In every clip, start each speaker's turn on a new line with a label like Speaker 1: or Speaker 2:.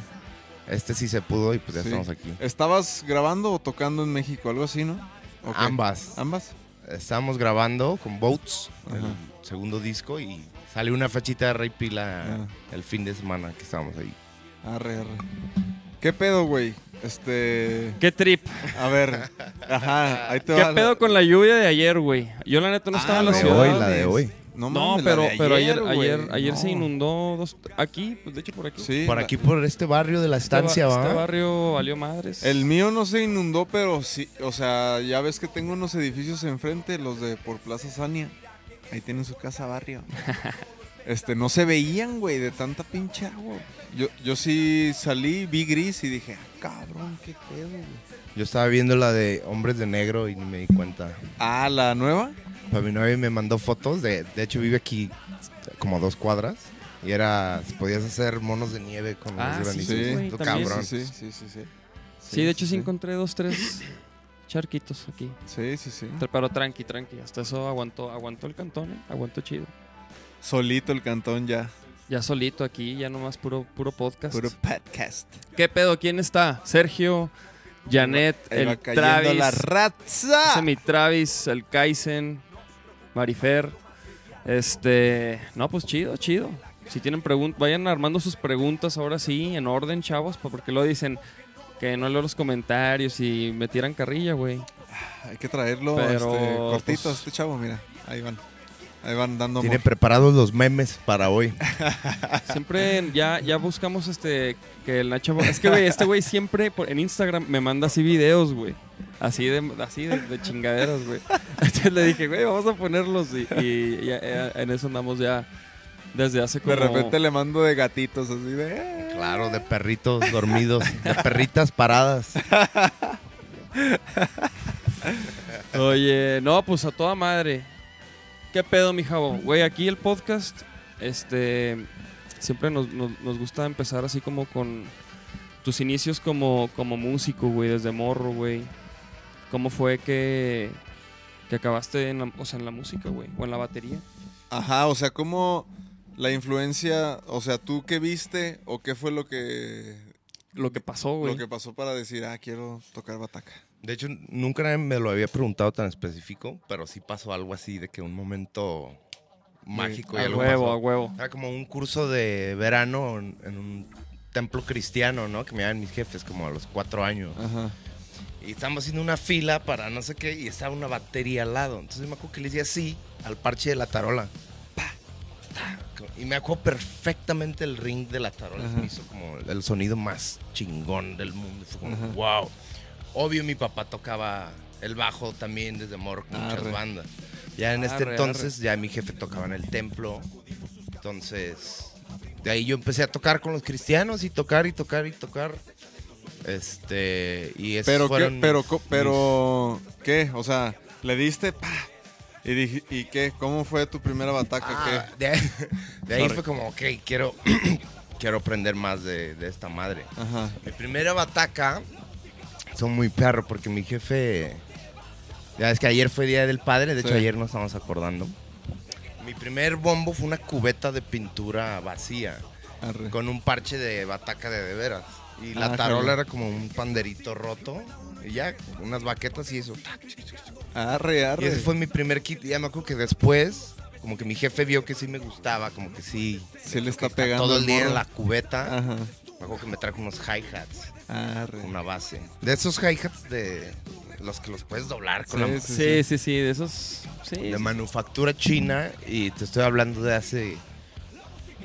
Speaker 1: este sí se pudo y pues ya
Speaker 2: sí.
Speaker 1: estamos aquí.
Speaker 2: ¿Estabas grabando o tocando en México? Algo así, ¿no? ¿O qué?
Speaker 1: Ambas.
Speaker 2: ¿Ambas?
Speaker 1: Estamos grabando con Boats,
Speaker 2: Ajá.
Speaker 1: el segundo disco, y sale una fachita de Rey Pila
Speaker 2: Ah.
Speaker 1: el fin de semana que estábamos ahí.
Speaker 2: Arre, arre. ¿Qué pedo, güey? Este.
Speaker 3: Qué trip.
Speaker 2: A ver. Ajá, ahí te
Speaker 3: ¿Qué
Speaker 2: va.
Speaker 3: pedo con la lluvia de ayer, güey? Yo la neta no
Speaker 2: Ah,
Speaker 3: estaba en la
Speaker 1: de
Speaker 3: ciudad.
Speaker 1: hoy, la de hoy.
Speaker 2: No,
Speaker 3: No,
Speaker 2: mames, la
Speaker 3: pero,
Speaker 2: de
Speaker 3: pero ayer,
Speaker 2: güey.
Speaker 3: ayer, ayer se
Speaker 2: No.
Speaker 3: inundó dos, aquí, pues de hecho por aquí.
Speaker 2: Sí.
Speaker 1: Por
Speaker 2: la-
Speaker 1: aquí, por este barrio de la
Speaker 3: Este ba-
Speaker 1: estancia,
Speaker 3: este,
Speaker 1: ¿va?
Speaker 3: barrio valió madres.
Speaker 2: El mío no se inundó, pero sí. O sea, ya ves que tengo unos edificios enfrente, los de por Plaza Sania. Ahí tienen su casa barrio. Este, no se veían, güey, de tanta pinche agua. Yo, yo sí salí, vi gris y dije, ah, cabrón, qué pedo, güey.
Speaker 1: Yo estaba viendo la de Hombres de Negro y ni me di cuenta.
Speaker 2: Ah, la nueva.
Speaker 1: Pues mi novia me mandó fotos, de, de hecho vive aquí como a dos cuadras. Y era, podías hacer monos de nieve con los
Speaker 3: Ah, sí,
Speaker 1: granizos.
Speaker 2: sí,
Speaker 3: güey,
Speaker 1: Tú,
Speaker 3: también.
Speaker 1: cabrón.
Speaker 2: Sí, sí, sí, sí. Sí,
Speaker 3: Sí, de hecho sí
Speaker 2: sí.
Speaker 3: encontré dos, tres charquitos aquí.
Speaker 2: Sí, sí, sí.
Speaker 3: Tra- Pero tranqui, tranqui. Hasta eso aguantó, aguantó el cantón, ¿eh? aguantó chido.
Speaker 2: Solito el cantón ya.
Speaker 3: Ya solito aquí, ya nomás puro, puro podcast.
Speaker 2: Puro podcast.
Speaker 3: ¿Qué pedo? ¿Quién está? Sergio, Janet,
Speaker 2: Ahí va
Speaker 3: el
Speaker 2: cayendo
Speaker 3: Travis,
Speaker 2: la raza.
Speaker 3: ese mi Travis, el Kaizen, Marifer. Este, no, pues chido, chido. Si tienen preguntas, vayan armando sus preguntas ahora sí, en orden, chavos, pa- porque lo dicen que no leo los comentarios y me tiran carrilla, güey.
Speaker 2: Hay que traerlo
Speaker 3: Pero,
Speaker 2: este, cortito
Speaker 3: pues-
Speaker 2: este chavo, mira. Ahí van. Ahí van dando
Speaker 1: Tiene
Speaker 2: amor.
Speaker 1: preparados los memes para hoy.
Speaker 3: Siempre ya, ya buscamos este que el Nacho. Es que güey, este güey siempre por- en Instagram me manda así videos, güey. Así de así de, de chingaderas, güey. Entonces le dije, güey, vamos a ponerlos y, y ya, eh, en eso andamos ya desde hace como
Speaker 2: De repente le mando de gatitos así de. "Eh".
Speaker 1: Claro, de perritos dormidos, de perritas paradas.
Speaker 3: Oye, no, pues a toda madre. ¿Qué pedo, mi jabo? Güey, aquí el podcast, este, siempre nos, nos- nos gusta empezar así como con tus inicios como, como músico, güey, desde morro, güey. ¿Cómo fue que, que acabaste en la, o sea, en la música, güey? ¿O en la batería?
Speaker 2: Ajá, o sea, como la influencia, o sea, tú qué viste o qué fue lo que
Speaker 3: Lo que pasó, güey.
Speaker 2: lo que pasó para decir, ah, quiero tocar bataca.
Speaker 1: De hecho, nunca nadie me lo había preguntado tan específico, pero sí pasó algo así de que un momento mágico y
Speaker 3: A
Speaker 1: algo
Speaker 3: huevo,
Speaker 1: pasó.
Speaker 3: a huevo.
Speaker 1: Era como un curso de verano en, en un templo cristiano, ¿no? Que me daban mis jefes como a los cuatro años.
Speaker 2: Ajá.
Speaker 1: Y estábamos haciendo una fila para no sé qué y estaba una batería al lado. Entonces me acuerdo que le hice así al parche de la tarola. Pa, ta, co- Y me acuerdo perfectamente el ring de la tarola. Se
Speaker 2: Ajá.
Speaker 1: me hizo como el sonido más chingón del mundo. Fue como,
Speaker 2: Ajá.
Speaker 1: wow. Obvio, mi papá tocaba el bajo también desde morro con muchas
Speaker 2: Arre.
Speaker 1: bandas. Ya en este
Speaker 3: Arre,
Speaker 1: entonces, ya mi jefe tocaba en el templo. Entonces, de ahí yo empecé a tocar con los cristianos y tocar y tocar y tocar. Este, y esos
Speaker 2: Pero
Speaker 1: fueron
Speaker 2: qué, pero
Speaker 1: mis-
Speaker 2: co- pero qué, o sea, le diste pa y dije, ¿y qué? ¿Cómo fue tu primera bataca?
Speaker 1: Ah,
Speaker 2: ¿Qué?
Speaker 1: de, ahí- de ahí
Speaker 2: Sorry.
Speaker 1: fue como, ok, quiero, quiero aprender más de, de esta madre.
Speaker 2: Ajá.
Speaker 1: Mi primera bataca, son muy perro porque mi jefe Ya es que ayer fue Día del Padre, de hecho
Speaker 2: Sí.
Speaker 1: ayer nos estamos acordando. Mi primer bombo fue una cubeta de pintura vacía,
Speaker 2: Arre.
Speaker 1: con un parche de bataca de de veras. Y la
Speaker 2: Ah,
Speaker 1: tarola
Speaker 2: cabrón.
Speaker 1: era como un panderito roto, y ya, unas baquetas y eso.
Speaker 2: Ah, Arre, arre.
Speaker 1: Y ese fue mi primer kit. Y ya me acuerdo que después, como que mi jefe vio que sí me gustaba, como que sí.
Speaker 2: Se le está
Speaker 1: está
Speaker 2: pegando.
Speaker 1: todo el día
Speaker 2: morro. Ah.
Speaker 1: en la cubeta.
Speaker 2: Ajá.
Speaker 1: Me acuerdo que me trajo unos hi-hats,
Speaker 2: Arre.
Speaker 1: una base. De esos hi-hats de los que los puedes doblar con la
Speaker 2: Sí, sí,
Speaker 3: Sí, sí, sí, de esos. Sí.
Speaker 1: de manufactura china y te estoy hablando de hace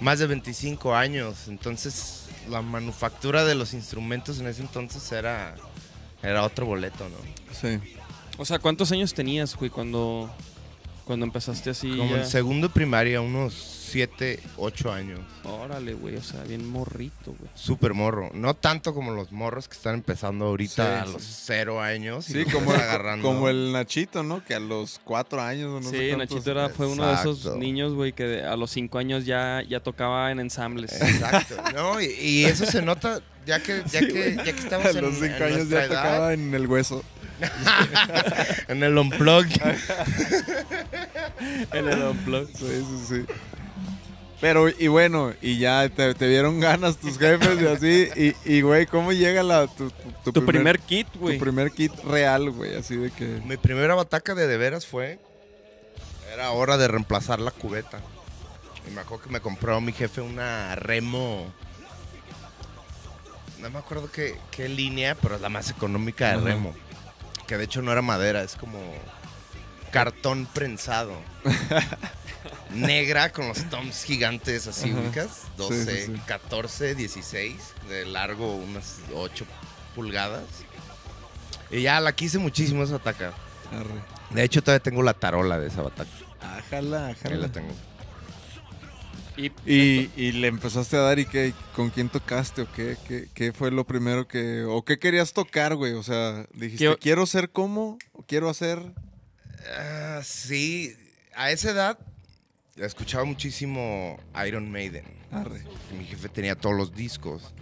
Speaker 1: más de 25 años. Entonces, la manufactura de los instrumentos en ese entonces era, era otro boleto, ¿no?
Speaker 2: sí.
Speaker 3: O sea, ¿cuántos años tenías, güey, cuando, cuando empezaste así?
Speaker 1: Como
Speaker 3: ya?
Speaker 1: en segundo de primaria, unos 7, 8 años.
Speaker 3: Órale, güey, o sea, bien morrito, güey.
Speaker 1: Súper morro. No tanto como los morros que están empezando ahorita
Speaker 2: Sí,
Speaker 1: a los
Speaker 2: sí.
Speaker 1: 0 años. y
Speaker 2: Sí,
Speaker 1: los
Speaker 2: como
Speaker 1: estás
Speaker 2: el, como el Nachito, ¿no? Que a los cuatro años o no sé
Speaker 3: Sí,
Speaker 2: cuántos-
Speaker 3: Nachito era, fue uno de esos
Speaker 1: Exacto.
Speaker 3: niños, güey, que de- a los cinco años ya, ya tocaba en ensambles.
Speaker 1: Exacto. No, y, y eso se nota ya que, ya
Speaker 3: Sí,
Speaker 1: que,
Speaker 3: güey.
Speaker 1: ya que estamos
Speaker 2: A
Speaker 1: en,
Speaker 2: los cinco
Speaker 1: en
Speaker 2: años
Speaker 1: nuestra
Speaker 2: ya
Speaker 1: edad,
Speaker 2: tocaba en el hueso.
Speaker 1: en el unplug.
Speaker 3: en el unplug.
Speaker 2: Sí, sí, sí. Pero, y bueno, y ya te, te dieron ganas tus jefes y así. Y, y, güey, ¿cómo llega la, tu, tu-
Speaker 3: Tu primer kit, güey.
Speaker 2: tu primer kit real, güey? Así de que.
Speaker 1: Mi primera bataca de de veras fue. Era hora de reemplazar la cubeta. Y me acuerdo que me compró mi jefe una remo. No me acuerdo qué, qué línea, pero es la más económica de
Speaker 2: Ajá.
Speaker 1: remo. Que de hecho no era madera, es como cartón prensado. Negra con los toms gigantes así,
Speaker 2: Ajá.
Speaker 1: ubicas.
Speaker 2: Sí,
Speaker 1: 12,
Speaker 2: sí, sí.
Speaker 1: 14, 16. De largo, unas 8 pulgadas. Y ya la quise muchísimo esa bataca.
Speaker 2: Arre.
Speaker 1: De hecho, todavía tengo la tarola de esa bataca.
Speaker 2: Ájala,
Speaker 1: Ahí la
Speaker 2: ájala.
Speaker 1: tengo.
Speaker 3: Y,
Speaker 2: Y, y le empezaste a dar y qué, con quién tocaste o qué, qué, qué fue lo primero que... o qué querías tocar, güey. O sea, dijiste,
Speaker 3: Quiero-
Speaker 2: quiero ser como, o quiero hacer...
Speaker 1: Ah, sí, a esa edad escuchaba muchísimo Iron Maiden.
Speaker 2: Arre.
Speaker 1: que Mi jefe tenía todos los discos.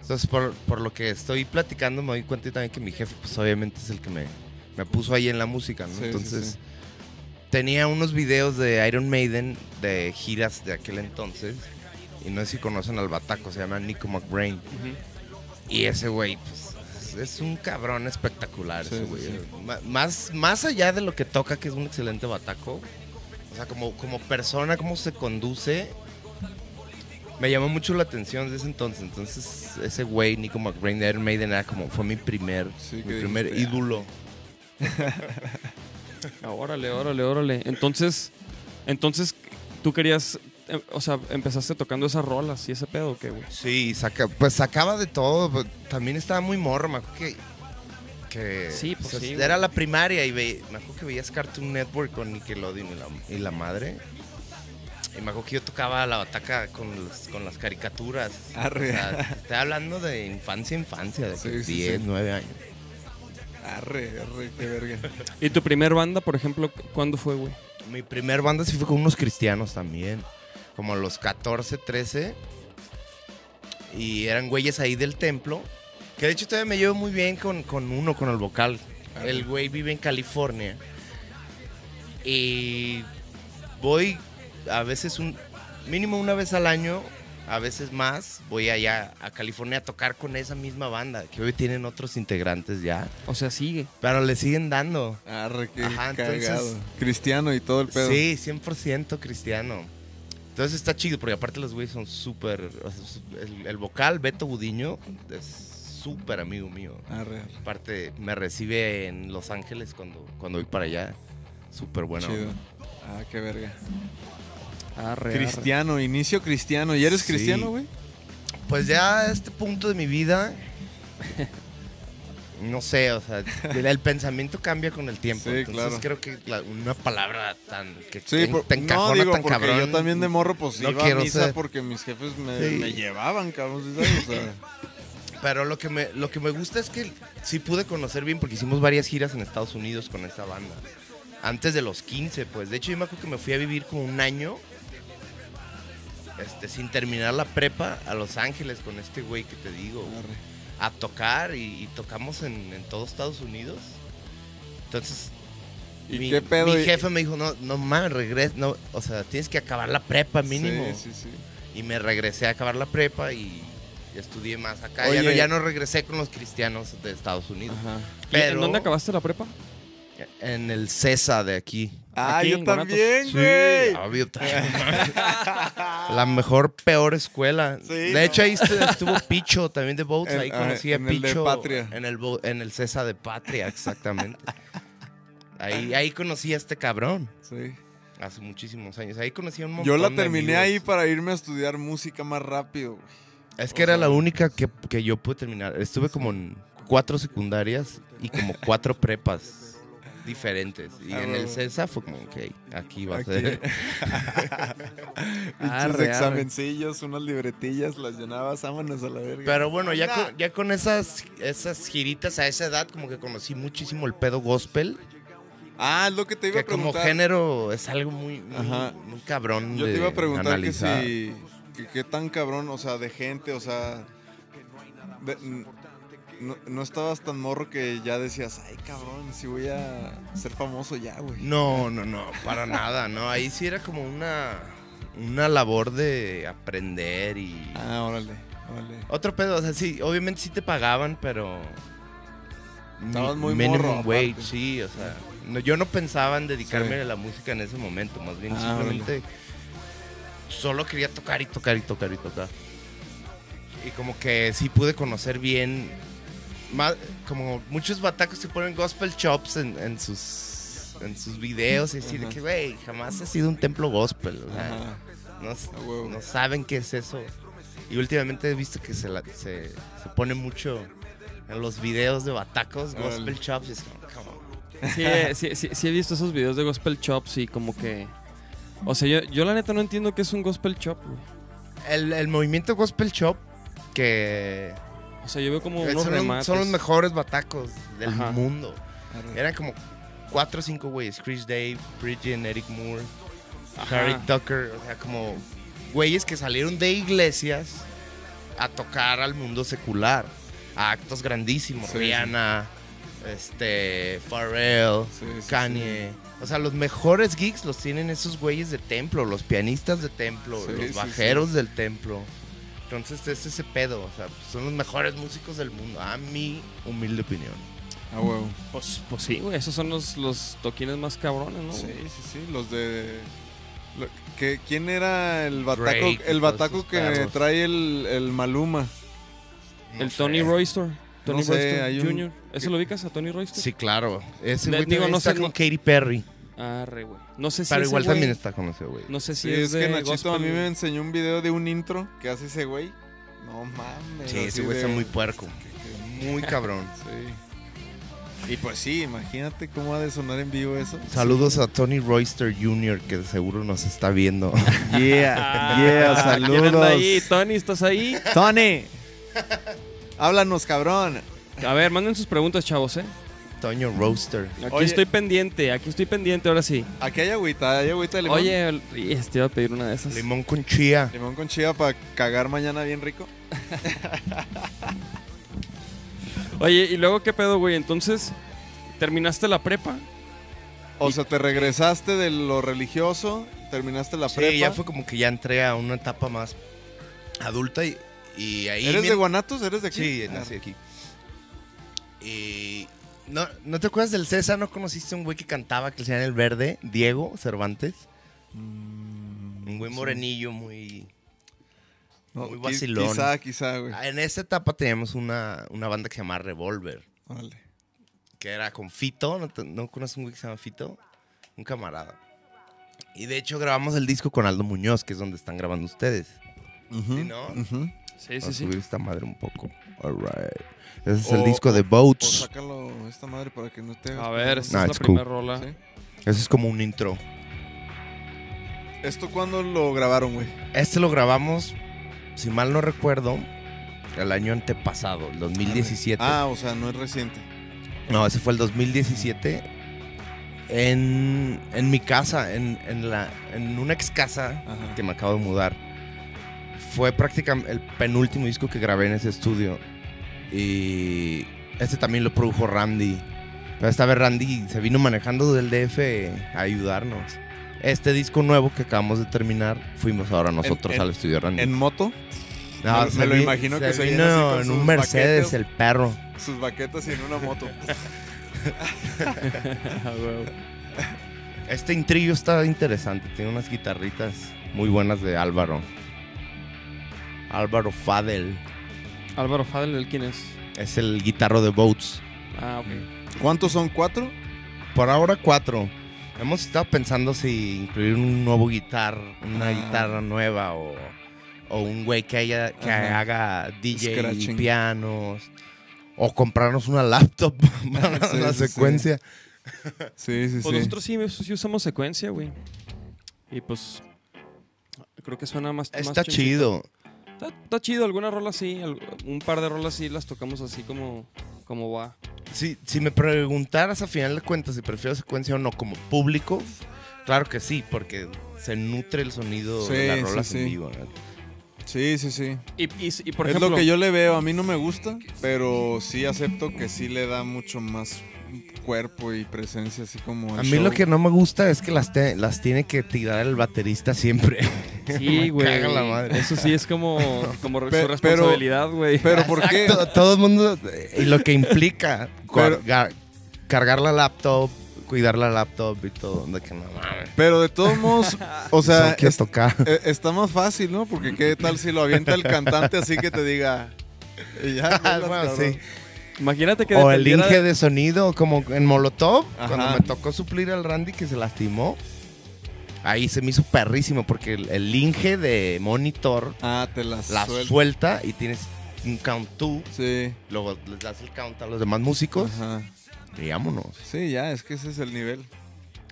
Speaker 1: Entonces, por, por lo que estoy platicando, me doy cuenta también que mi jefe, pues obviamente es el que me, me puso ahí en la música, ¿no?
Speaker 2: Sí, sí,
Speaker 1: Entonces,
Speaker 2: sí.
Speaker 1: tenía unos videos de Iron Maiden de giras de aquel entonces. Y no sé si conocen al bataco, se llama Nico McBrain.
Speaker 3: Ujú.
Speaker 1: Y ese güey, pues, es- es un cabrón espectacular
Speaker 2: Sí,
Speaker 1: ese
Speaker 2: sí,
Speaker 1: güey.
Speaker 2: sí.
Speaker 1: Ma- Más, más allá de lo que toca, que es un excelente bataco. O sea, como, como persona, cómo se conduce. Me llamó mucho la atención desde ese entonces. Entonces, ese güey, Nico McBrain de Iron Maiden, era como, fue mi primer,
Speaker 2: Sí, que
Speaker 1: mi primer
Speaker 2: dijiste,
Speaker 1: ídolo.
Speaker 3: Ah, Órale, órale, órale. Entonces, entonces tú querías, eh, o sea, empezaste tocando esas rolas y ese pedo, o ¿qué, güey?
Speaker 1: Sí, saca, pues sacaba de todo. pues, También estaba muy morro, me acuerdo que. que,
Speaker 3: Sí, pues sí, güey.
Speaker 1: Era la primaria y ve, me acuerdo que veías Cartoon Network con Nickelodeon y la, y la madre. Y me acuerdo que yo tocaba la bataca con, los- con las caricaturas.
Speaker 2: Arre.
Speaker 1: O sea, estoy hablando de infancia, infancia, de
Speaker 2: Sí,
Speaker 1: que
Speaker 2: sí,
Speaker 1: 10,
Speaker 2: sí.
Speaker 1: 9 años.
Speaker 2: Arre, arre, qué verga.
Speaker 3: ¿Y tu primer banda, por ejemplo, cu- cuándo fue, güey?
Speaker 1: Mi primer banda sí fue con unos cristianos también. Como a los 14, 13. Y eran güeyes ahí del templo. Que de hecho todavía me llevo muy bien con, con uno, con el vocal. El güey vive en California. Y voy a veces un mínimo una vez al año, a veces más, voy allá a California a tocar con esa misma banda, que hoy tienen otros integrantes ya,
Speaker 3: O sea, sigue.
Speaker 1: pero le siguen dando.
Speaker 2: Arre, qué
Speaker 1: Ajá, entonces-
Speaker 2: cagado. Cristiano y todo el pedo.
Speaker 1: Sí, 100% cristiano. Entonces está chido, porque aparte los güeyes son súper... o sea, su- el, el vocal, Beto Budiño, es súper amigo mío.
Speaker 2: Arre, arre.
Speaker 1: Aparte, me recibe en Los Ángeles cuando, cuando voy para allá. Súper bueno.
Speaker 2: Chido. Ah, qué verga.
Speaker 3: Arre, arre.
Speaker 2: Cristiano, inicio cristiano. ¿Y eres
Speaker 1: Sí.
Speaker 2: cristiano, güey?
Speaker 1: Pues ya a este punto de mi vida... No sé, o sea, el, el pensamiento cambia con el tiempo.
Speaker 2: Sí,
Speaker 1: entonces
Speaker 2: claro.
Speaker 1: creo que la- una palabra tan... Que
Speaker 2: Sí,
Speaker 1: te-
Speaker 2: por-
Speaker 1: te
Speaker 2: no,
Speaker 1: encajona
Speaker 2: digo,
Speaker 1: tan
Speaker 2: porque
Speaker 1: cabrón.
Speaker 2: yo también de morro, pues
Speaker 1: no
Speaker 2: iba a
Speaker 1: quiero
Speaker 2: misa
Speaker 1: ser.
Speaker 2: porque mis jefes me,
Speaker 1: Sí.
Speaker 2: me llevaban, cabrón, ¿sí ¿sabes? O sea,
Speaker 1: Pero lo que me, lo que me gusta es que sí pude conocer bien porque hicimos varias giras en Estados Unidos con esta banda. Antes de los 15, pues. De hecho, yo me acuerdo que me fui a vivir como un año este, sin terminar la prepa a Los Ángeles con este güey que te digo.
Speaker 2: arre.
Speaker 1: A tocar y, y tocamos en, en todo Estados Unidos. Entonces,
Speaker 2: ¿Y
Speaker 1: mi,
Speaker 2: qué pedo?
Speaker 1: mi
Speaker 2: Y-
Speaker 1: jefe me dijo, no, no más, regresa, no, o sea, tienes que acabar la prepa mínimo.
Speaker 2: Sí, sí, sí.
Speaker 1: Y me regresé a acabar la prepa y estudié más acá.
Speaker 2: Oye.
Speaker 1: Ya, no, ya no regresé con los cristianos de Estados Unidos.
Speaker 2: Ajá.
Speaker 3: ¿Y
Speaker 1: Pero-
Speaker 3: ¿En dónde acabaste la prepa?
Speaker 1: En el CESA de aquí.
Speaker 2: Ah,
Speaker 3: Aquí
Speaker 2: yo
Speaker 3: en Guanatos.
Speaker 2: también, güey.
Speaker 1: Obvio, también. Ah, la mejor, peor escuela.
Speaker 2: Sí,
Speaker 1: de
Speaker 2: no.
Speaker 1: hecho, ahí estu- estuvo Picho también de Boats.
Speaker 2: En-
Speaker 1: Ahí
Speaker 2: ah,
Speaker 1: conocí a
Speaker 2: en el de
Speaker 1: Picho.
Speaker 2: Patria.
Speaker 1: En el, Bo- en el CESA de Patria, exactamente. ahí, ahí conocí a este cabrón.
Speaker 2: Sí.
Speaker 1: Hace muchísimos años. Ahí conocí a un montón
Speaker 2: Yo la
Speaker 1: de
Speaker 2: terminé ahí
Speaker 1: amigos.
Speaker 2: para irme a estudiar música más rápido, güey.
Speaker 1: Es que era la única que, que yo pude terminar. Estuve como en cuatro secundarias y como cuatro prepas diferentes. Y
Speaker 2: Ah,
Speaker 1: en el
Speaker 2: bueno.
Speaker 1: CESA fue como, ok, aquí va a
Speaker 2: Aquí.
Speaker 1: ser. Ah,
Speaker 3: Arre,
Speaker 2: Pinches
Speaker 3: arre.
Speaker 2: examencillos, unas libretillas, las llenabas, vámonos a la verga.
Speaker 1: Pero bueno, ya con, ya con esas, esas giritas a esa edad, como que conocí muchísimo el pedo gospel,
Speaker 2: Ah, es lo que te iba
Speaker 1: que
Speaker 2: a preguntar.
Speaker 1: como género es algo muy, muy,
Speaker 2: Ajá.
Speaker 1: muy cabrón.
Speaker 2: Yo te
Speaker 1: de
Speaker 2: iba a preguntar
Speaker 1: analizar.
Speaker 2: que si. que qué tan cabrón, o sea, de gente, o sea. de- n- no, no estabas tan morro que ya decías, ay cabrón, si voy a ser famoso ya, güey.
Speaker 1: No, no, no, para nada, no. Ahí sí era como una, una labor de aprender y.
Speaker 2: Ah, órale, órale.
Speaker 1: Otro pedo, o sea, sí, obviamente sí te pagaban, pero.
Speaker 2: Estabas
Speaker 1: mi-
Speaker 2: muy
Speaker 1: minimum
Speaker 2: morro, aparte.
Speaker 1: wage, sí, o sea. no- yo no pensaba en dedicarme
Speaker 2: Sí.
Speaker 1: a la música en ese momento, más bien
Speaker 2: Ah,
Speaker 1: simplemente. Solo quería tocar y tocar y tocar y tocar. Y como que sí pude conocer bien. ma- como muchos batacos que ponen gospel chops en, en sus. En sus videos y decir
Speaker 2: Ajá.
Speaker 1: que, güey, jamás ha sido un templo gospel. O sea,
Speaker 2: Ajá.
Speaker 1: no, s-
Speaker 2: A huevo.
Speaker 1: no saben qué es eso. Y últimamente he visto que se, la- se, se pone mucho en los videos de batacos,
Speaker 2: Órale.
Speaker 1: gospel chops. Y es como, come on.
Speaker 3: Sí, eh, sí, sí, sí he visto esos videos de gospel chops y como que... O sea, yo, yo la neta no entiendo qué es un gospel chop, güey.
Speaker 1: El, el movimiento gospel chop, que eh,
Speaker 3: O sea, yo veo como
Speaker 2: Eh,
Speaker 1: son,
Speaker 3: unos
Speaker 1: los-
Speaker 3: remates.
Speaker 1: son los mejores batacos del
Speaker 3: Ajá. Mm.
Speaker 1: mundo.
Speaker 2: Arre.
Speaker 1: Eran como cuatro o cinco güeyes: Chris Dave, Bridget, Eric Moore,
Speaker 3: Ajá.
Speaker 1: Harry Tucker. O sea, como güeyes que salieron de iglesias a tocar al mundo secular. A actos grandísimos.
Speaker 2: Sí, sí.
Speaker 1: Rihanna, este, Pharrell,
Speaker 2: Sí, sí,
Speaker 1: Kanye. O sea, los mejores geeks los tienen esos güeyes de templo, los pianistas de templo,
Speaker 2: Sí, sí,
Speaker 1: los bajeros del templo. Entonces es ese pedo, o sea, son los mejores músicos del mundo, a mi humilde opinión.
Speaker 2: A huevo.
Speaker 3: Pues, pues sí, güey, esos son los, los toquines más cabrones, ¿no?
Speaker 2: Sí,
Speaker 3: güey?
Speaker 2: sí, sí, los de... lo- que- ¿Quién era el bataco,
Speaker 1: Drake y
Speaker 2: el
Speaker 1: todos
Speaker 2: bataco
Speaker 1: esos
Speaker 2: que
Speaker 1: perros.
Speaker 2: trae el, el Maluma?
Speaker 1: No
Speaker 3: El
Speaker 1: sé.
Speaker 3: Tony Royster. Tony
Speaker 2: No sé,
Speaker 3: Royster
Speaker 2: hay un-
Speaker 3: Jr. ¿Eso lo ubicas a Tony Royster?
Speaker 1: Sí, claro. Ese
Speaker 3: Le-
Speaker 1: güey
Speaker 3: digo,
Speaker 1: también
Speaker 3: no
Speaker 1: está
Speaker 3: sé,
Speaker 1: con
Speaker 3: no-
Speaker 1: Katy Perry.
Speaker 3: Ah, re, güey. No sé si
Speaker 1: Pero
Speaker 3: ese
Speaker 1: igual
Speaker 3: güey-
Speaker 1: también está con ese güey.
Speaker 3: No sé si
Speaker 2: Sí,
Speaker 3: es,
Speaker 2: es,
Speaker 3: de
Speaker 2: que Nachito
Speaker 3: gospel.
Speaker 2: a mí me enseñó un video de un intro que hace ese güey. No mames.
Speaker 1: sí,
Speaker 2: así
Speaker 1: ese güey
Speaker 2: de-
Speaker 1: está muy puerco.
Speaker 2: que-
Speaker 1: Muy cabrón.
Speaker 2: Sí. Y pues sí, imagínate cómo ha de sonar en vivo eso.
Speaker 1: Saludos a Tony Royster Jr., que seguro nos está viendo.
Speaker 2: Yeah,
Speaker 3: Ah, ¿quién anda ahí? Tony, ¿estás ahí?
Speaker 2: Tony, háblanos, cabrón.
Speaker 3: A ver, manden sus preguntas, chavos, ¿eh?
Speaker 1: Toño Roaster.
Speaker 3: Aquí
Speaker 2: Oye.
Speaker 3: estoy pendiente, aquí estoy pendiente, ahora sí.
Speaker 2: Aquí hay agüita, hay agüita de limón.
Speaker 3: Oye, el- y este iba a pedir una de esas.
Speaker 1: Limón con chía.
Speaker 2: Limón con chía para cagar mañana bien rico.
Speaker 3: Oye, ¿y luego qué pedo, güey? Entonces, ¿terminaste la prepa?
Speaker 2: O sea, te regresaste de lo religioso, terminaste la prepa.
Speaker 1: Sí, ya fue como que ya entré a una etapa más adulta y, y ahí...
Speaker 2: ¿Eres
Speaker 1: mi-
Speaker 2: de Guanatos? ¿Eres de aquí? Ah,
Speaker 1: Sí, nací aquí. Y... ¿No, ¿No te acuerdas del César? ¿No conociste un güey que cantaba que se llama El Verde? Diego Cervantes. Un güey morenillo muy...
Speaker 2: No,
Speaker 1: Muy
Speaker 2: qui-
Speaker 1: vacilón.
Speaker 2: Quizá, quizá, güey.
Speaker 1: Ah, En esa etapa teníamos una, una banda que se llamaba Revolver.
Speaker 2: Órale.
Speaker 1: que era con Fito, ¿no, te- no conoces un güey que se llama Fito? Un camarada. Y de hecho grabamos el disco con Aldo Muñoz, que es donde están grabando ustedes. ¿Sí, no?
Speaker 2: Ujú.
Speaker 3: Sí,
Speaker 1: Voy
Speaker 3: sí,
Speaker 1: a
Speaker 3: sí.
Speaker 1: subir esta madre un poco. All right. Ese es el
Speaker 2: O-
Speaker 1: disco de
Speaker 2: O
Speaker 1: Boats.
Speaker 2: sácalo esta madre para que no te hagas
Speaker 3: A ver,
Speaker 2: problemas.
Speaker 3: esta
Speaker 1: Nah,
Speaker 3: es la
Speaker 1: it's
Speaker 3: primera
Speaker 1: cool.
Speaker 3: rola.
Speaker 2: Sí.
Speaker 1: Eso es como un intro.
Speaker 2: ¿Esto cuándo lo grabaron, güey?
Speaker 1: Este lo grabamos, si mal no recuerdo, el año antepasado, el 2017.
Speaker 2: Ah, o sea, no es reciente.
Speaker 1: No, ese fue el 2017. En, en mi casa, en, en, la, en una ex casa
Speaker 2: Ajá.
Speaker 1: que me acabo de mudar. Fue prácticamente el penúltimo disco que grabé en ese estudio. Y este también lo produjo Randy. Pero esta vez Randy se vino manejando del DF a ayudarnos. Este disco nuevo que acabamos de terminar, fuimos ahora nosotros
Speaker 2: en-
Speaker 1: al estudio Randy.
Speaker 2: En moto,
Speaker 1: No,
Speaker 2: me-
Speaker 1: se
Speaker 2: me lo
Speaker 1: vi-
Speaker 2: imagino que se viene así
Speaker 1: vino
Speaker 2: con
Speaker 1: en
Speaker 2: sus
Speaker 1: un Mercedes
Speaker 2: baquetes.
Speaker 1: el perro.
Speaker 2: sus baquetas y en una moto.
Speaker 3: Ah, huevo.
Speaker 1: Este intrillo está interesante, tiene unas guitarritas muy buenas de Álvaro. Álvaro Fadel
Speaker 3: Álvaro Fadel, ¿el quién es?
Speaker 1: es el guitarro de Boats.
Speaker 3: Ah, ok.
Speaker 2: ¿Cuántos son? ¿Cuatro?
Speaker 1: Por ahora cuatro. Hemos estado pensando si incluir un nuevo guitar, una
Speaker 2: Ah.
Speaker 1: guitarra nueva o, o un güey que, haya, que
Speaker 2: Ajá.
Speaker 1: haga DJ y
Speaker 2: Scratching.
Speaker 1: pianos. O comprarnos una laptop para
Speaker 2: Sí,
Speaker 1: la
Speaker 2: sí, sí.
Speaker 1: secuencia.
Speaker 2: Sí, sí,
Speaker 3: Pues
Speaker 2: sí.
Speaker 3: nosotros sí, sí usamos secuencia, güey. Y pues creo que suena más más
Speaker 1: Está
Speaker 3: chonchito.
Speaker 1: chido.
Speaker 3: Está, está chido, algunas rolas sí, al- un par de rolas sí las tocamos así como, como va.
Speaker 1: Si, si me preguntaras a final de cuentas si prefiero secuencia o no como público, claro que sí, porque se nutre el sonido
Speaker 2: Sí,
Speaker 1: de
Speaker 2: sí,
Speaker 1: las rolas en
Speaker 2: sí.
Speaker 1: vivo. ¿no?
Speaker 2: Sí, sí, sí.
Speaker 3: Y, y- y por
Speaker 2: es
Speaker 3: ejemplo,
Speaker 2: lo que yo le veo. A mí no me gusta, pero sí acepto que sí le da mucho más cuerpo y presencia, así como. al
Speaker 1: A mí lo
Speaker 2: show.
Speaker 1: que no me gusta es que las, te- las tiene que tirar el baterista siempre.
Speaker 3: sí,
Speaker 1: Me
Speaker 3: güey.
Speaker 1: caga la madre.
Speaker 3: Eso sí es como, como
Speaker 2: Pe-
Speaker 3: su
Speaker 2: pero-
Speaker 3: responsabilidad, güey.
Speaker 2: Pero ¿por qué?
Speaker 1: To- todo el mundo y lo que implica
Speaker 2: Pero-
Speaker 1: cargar, cargar la laptop, cuidar la laptop y todo, de que no mames.
Speaker 2: Pero de todos modos, o sea,
Speaker 1: no quiero
Speaker 2: es-
Speaker 1: tocar.
Speaker 2: eh, está más fácil, ¿no? Porque qué tal si lo avienta el cantante así que te diga. y ya, vuelas,
Speaker 1: Bueno,
Speaker 2: cabrón.
Speaker 1: sí.
Speaker 3: Imagínate que
Speaker 1: O el
Speaker 3: dependiera-
Speaker 1: inge de sonido, como en Molotov,
Speaker 2: Ajá.
Speaker 1: cuando me tocó suplir al Randy que se lastimó. Ahí se me hizo perrísimo porque el, el inge de monitor
Speaker 2: Ah, te las
Speaker 1: la
Speaker 2: suelta.
Speaker 1: suelta y tienes un count tú,
Speaker 2: Sí.
Speaker 1: luego les das el count a los demás músicos
Speaker 2: Ajá.
Speaker 1: y vámonos.
Speaker 2: Sí, ya, es que ese es el nivel.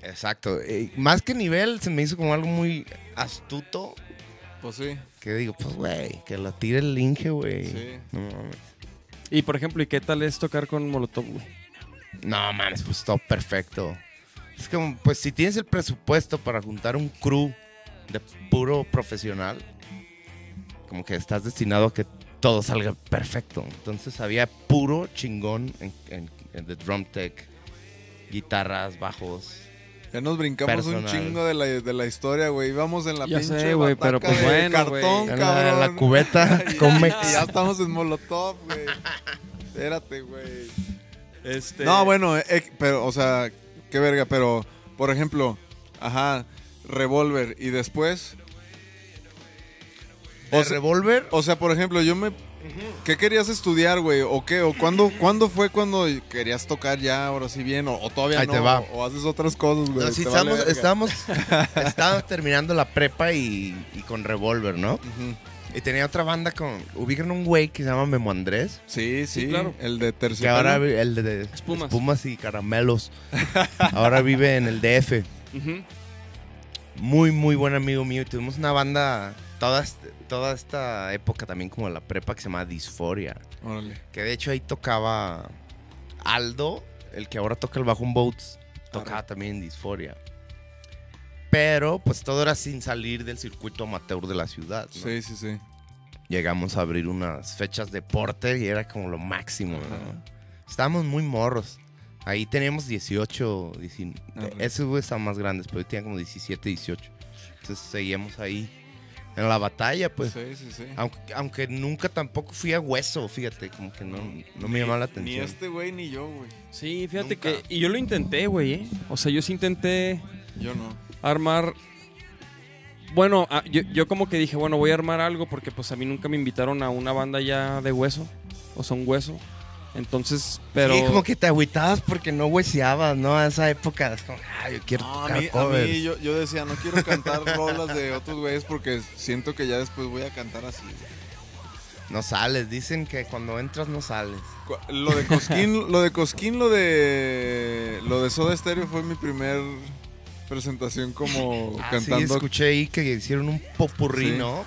Speaker 1: Exacto. Eh, más que nivel, se me hizo como algo muy astuto.
Speaker 2: Pues sí.
Speaker 1: Que digo, pues, güey, que la tire el linge, güey.
Speaker 2: Sí.
Speaker 1: No mames.
Speaker 3: Y por ejemplo, ¿y qué tal es tocar con Molotov, güey?
Speaker 1: No mames, pues todo perfecto. Es como, pues, si tienes el presupuesto para juntar un crew de puro profesional, como que estás destinado a que todo salga perfecto. Entonces había puro chingón en, en- en The Drum Tech. Guitarras, bajos.
Speaker 2: Ya nos brincamos un
Speaker 1: Personal.
Speaker 2: chingo de la, de la historia, güey. Íbamos en la
Speaker 3: Ya
Speaker 2: pinche
Speaker 3: sé, güey,
Speaker 2: bataca
Speaker 3: pero pues
Speaker 2: de
Speaker 3: bueno,
Speaker 2: cartón,
Speaker 3: güey.
Speaker 1: En la,
Speaker 2: cabrón.
Speaker 1: la cubeta, Comex.
Speaker 2: Y ya estamos en Molotov, güey. Espérate, güey.
Speaker 3: Este...
Speaker 2: No, bueno, eh, eh, pero, o sea, qué verga, pero, por ejemplo, ajá, Revolver y después,
Speaker 1: De
Speaker 2: O sea-
Speaker 1: Revolver,
Speaker 2: o sea, por ejemplo, yo me... ¿Qué querías estudiar, güey? ¿O qué? ¿O cuándo, cuándo fue cuando querías tocar ya, ahora sí bien? ¿O, o todavía
Speaker 1: Ahí
Speaker 2: no?
Speaker 1: te va.
Speaker 2: ¿O haces otras cosas, güey?
Speaker 1: No, sí,
Speaker 2: te vale
Speaker 1: estábamos,
Speaker 2: verga.
Speaker 1: estábamos, estábamos terminando la prepa y, y con Revolver, ¿no?
Speaker 2: Ujú.
Speaker 1: Y tenía otra banda con. Ubican un güey que se llama Memo Andrés.
Speaker 2: Sí, sí,
Speaker 3: Sí, claro.
Speaker 2: el de
Speaker 1: Que
Speaker 2: terciopelo.
Speaker 1: ahora vi- el de, de
Speaker 3: Espumas.
Speaker 1: espumas y caramelos. ahora vive en el DF.
Speaker 3: Ujú.
Speaker 1: Muy, muy buen amigo mío. Y tuvimos una banda toda, este- toda esta época también como de la prepa que se llama Disforia.
Speaker 2: Órale.
Speaker 1: Que de hecho ahí tocaba Aldo, el que ahora toca el bajo en Boats, tocaba también en Disforia. Pero pues todo era sin salir del circuito amateur de la ciudad. ¿no?
Speaker 2: Sí, sí, sí.
Speaker 1: Llegamos a abrir unas fechas de porter y era como lo máximo. ¿no?
Speaker 2: Ajá.
Speaker 1: Estábamos muy morros. Ahí teníamos 18, 19.
Speaker 2: Arre.
Speaker 1: Esos güeyes estaban más grandes, pero yo tenía como 17, 18. Entonces seguíamos ahí en la batalla, pues.
Speaker 2: sí, sí, sí.
Speaker 1: Aunque, aunque nunca tampoco fui a hueso, fíjate, como que no, no me llamaba la
Speaker 2: Ni
Speaker 1: atención.
Speaker 2: este güey ni yo, güey.
Speaker 3: Sí, fíjate
Speaker 1: Nunca.
Speaker 3: que... Y yo lo intenté, güey, ¿eh? O sea, yo sí intenté...
Speaker 2: Yo no.
Speaker 3: armar. Bueno, a- yo, yo como que dije, bueno, voy a armar algo porque pues a mí nunca me invitaron a una banda ya de hueso, o son hueso. Entonces, pero...
Speaker 1: Sí, como que te agüitabas porque no hueseabas, ¿no? A esa época, es como, ah, yo quiero
Speaker 2: No, a
Speaker 1: tocar
Speaker 2: mí, a
Speaker 1: covers.
Speaker 2: mí yo, yo decía, no quiero cantar rolas de otros güeyes porque siento que ya después voy a cantar así.
Speaker 1: No sales, dicen que cuando entras no sales.
Speaker 2: Cu- Lo de Cosquín, lo de Cosquín, lo de lo de Soda Stereo fue mi primer presentación como
Speaker 1: Ah, sí,
Speaker 2: cantando.
Speaker 1: escuché ahí que hicieron un popurrí,
Speaker 2: Sí.
Speaker 1: ¿no?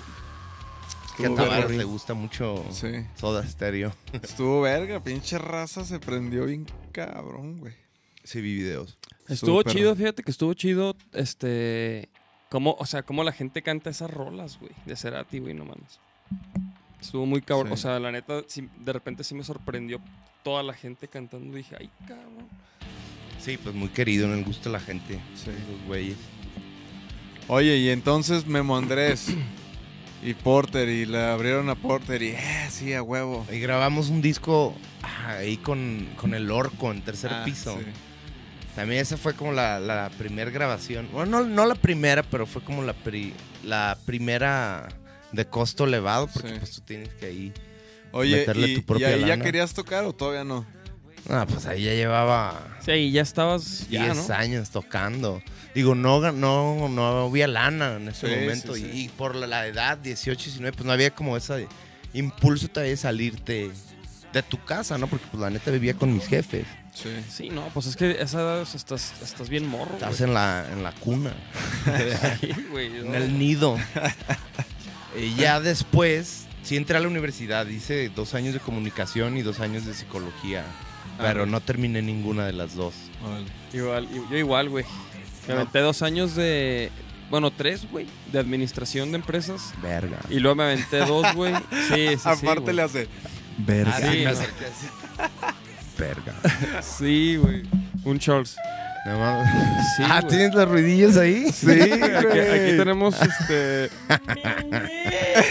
Speaker 1: Que a
Speaker 2: Estuvo
Speaker 1: Tavares
Speaker 2: verga.
Speaker 1: le gusta mucho
Speaker 2: Sí.
Speaker 1: Soda Stereo.
Speaker 2: Estuvo verga, pinche raza se prendió bien cabrón, güey.
Speaker 1: Sí, vi videos.
Speaker 3: Estuvo
Speaker 2: Súper.
Speaker 3: chido, fíjate que estuvo chido, este... Como, o sea, como la gente canta esas rolas, güey, de Cerati, güey, no mames. Estuvo muy cabrón.
Speaker 2: Sí.
Speaker 3: O sea, la neta, sí- de repente sí me sorprendió toda la gente cantando. Dije, ay, cabrón.
Speaker 1: Sí, pues muy querido en el gusto de la gente.
Speaker 2: Sí.
Speaker 1: Los güeyes.
Speaker 2: Oye, y entonces Memo Andrés y Porter, y le abrieron a Porter, y eh, sí, a huevo.
Speaker 1: Y grabamos un disco ah, ahí con, con el orco en tercer
Speaker 2: Ah,
Speaker 1: piso.
Speaker 2: sí.
Speaker 1: También esa fue como la, la primera grabación. Bueno, no, no la primera, pero fue como la, pri- la primera de costo elevado, porque
Speaker 2: Sí.
Speaker 1: pues tú tienes que ahí...
Speaker 2: Oye,
Speaker 1: Meterle
Speaker 2: y,
Speaker 1: tu propia
Speaker 2: y ahí ya
Speaker 1: lana.
Speaker 2: querías tocar o todavía no?
Speaker 1: Ah, pues ahí ya llevaba
Speaker 3: Sí, y ya estabas. Ya,
Speaker 1: 10
Speaker 3: ¿no?
Speaker 1: años tocando. Digo, no, ga- no, no había lana en ese
Speaker 2: Sí,
Speaker 1: momento.
Speaker 2: sí,
Speaker 1: y-
Speaker 2: sí.
Speaker 1: Y por la, la edad, 18, 19, pues no había como ese impulso todavía de salirte de tu casa, ¿no? Porque pues la neta vivía con mis jefes.
Speaker 2: Sí.
Speaker 3: Sí, no, pues es que a esa edad o sea, estás, estás bien morro. güey.
Speaker 1: Estás en la, en la cuna,
Speaker 3: Sí, güey,
Speaker 1: en
Speaker 3: ¿no?
Speaker 1: el nido. y ya después, sí entré a la universidad. Hice dos años de comunicación y dos años de psicología. Pero no terminé ninguna de las dos.
Speaker 3: Igual, y- yo igual, güey. Me
Speaker 1: No.
Speaker 3: aventé dos años de. Bueno, tres, güey, de administración de empresas.
Speaker 1: Verga.
Speaker 3: Y luego me aventé dos, güey. Sí, sí, sí.
Speaker 2: Aparte
Speaker 3: güey.
Speaker 2: le hace.
Speaker 1: Verga.
Speaker 3: Ah, sí,
Speaker 1: me
Speaker 3: no.
Speaker 1: acerqué así. Verga.
Speaker 3: Sí, güey. Un Charles.
Speaker 1: No mames.
Speaker 3: Sí,
Speaker 1: ah,
Speaker 3: güey.
Speaker 1: ¿tienes los ruidillos ahí?
Speaker 2: Sí,
Speaker 3: Aquí, aquí
Speaker 2: güey.
Speaker 3: tenemos este.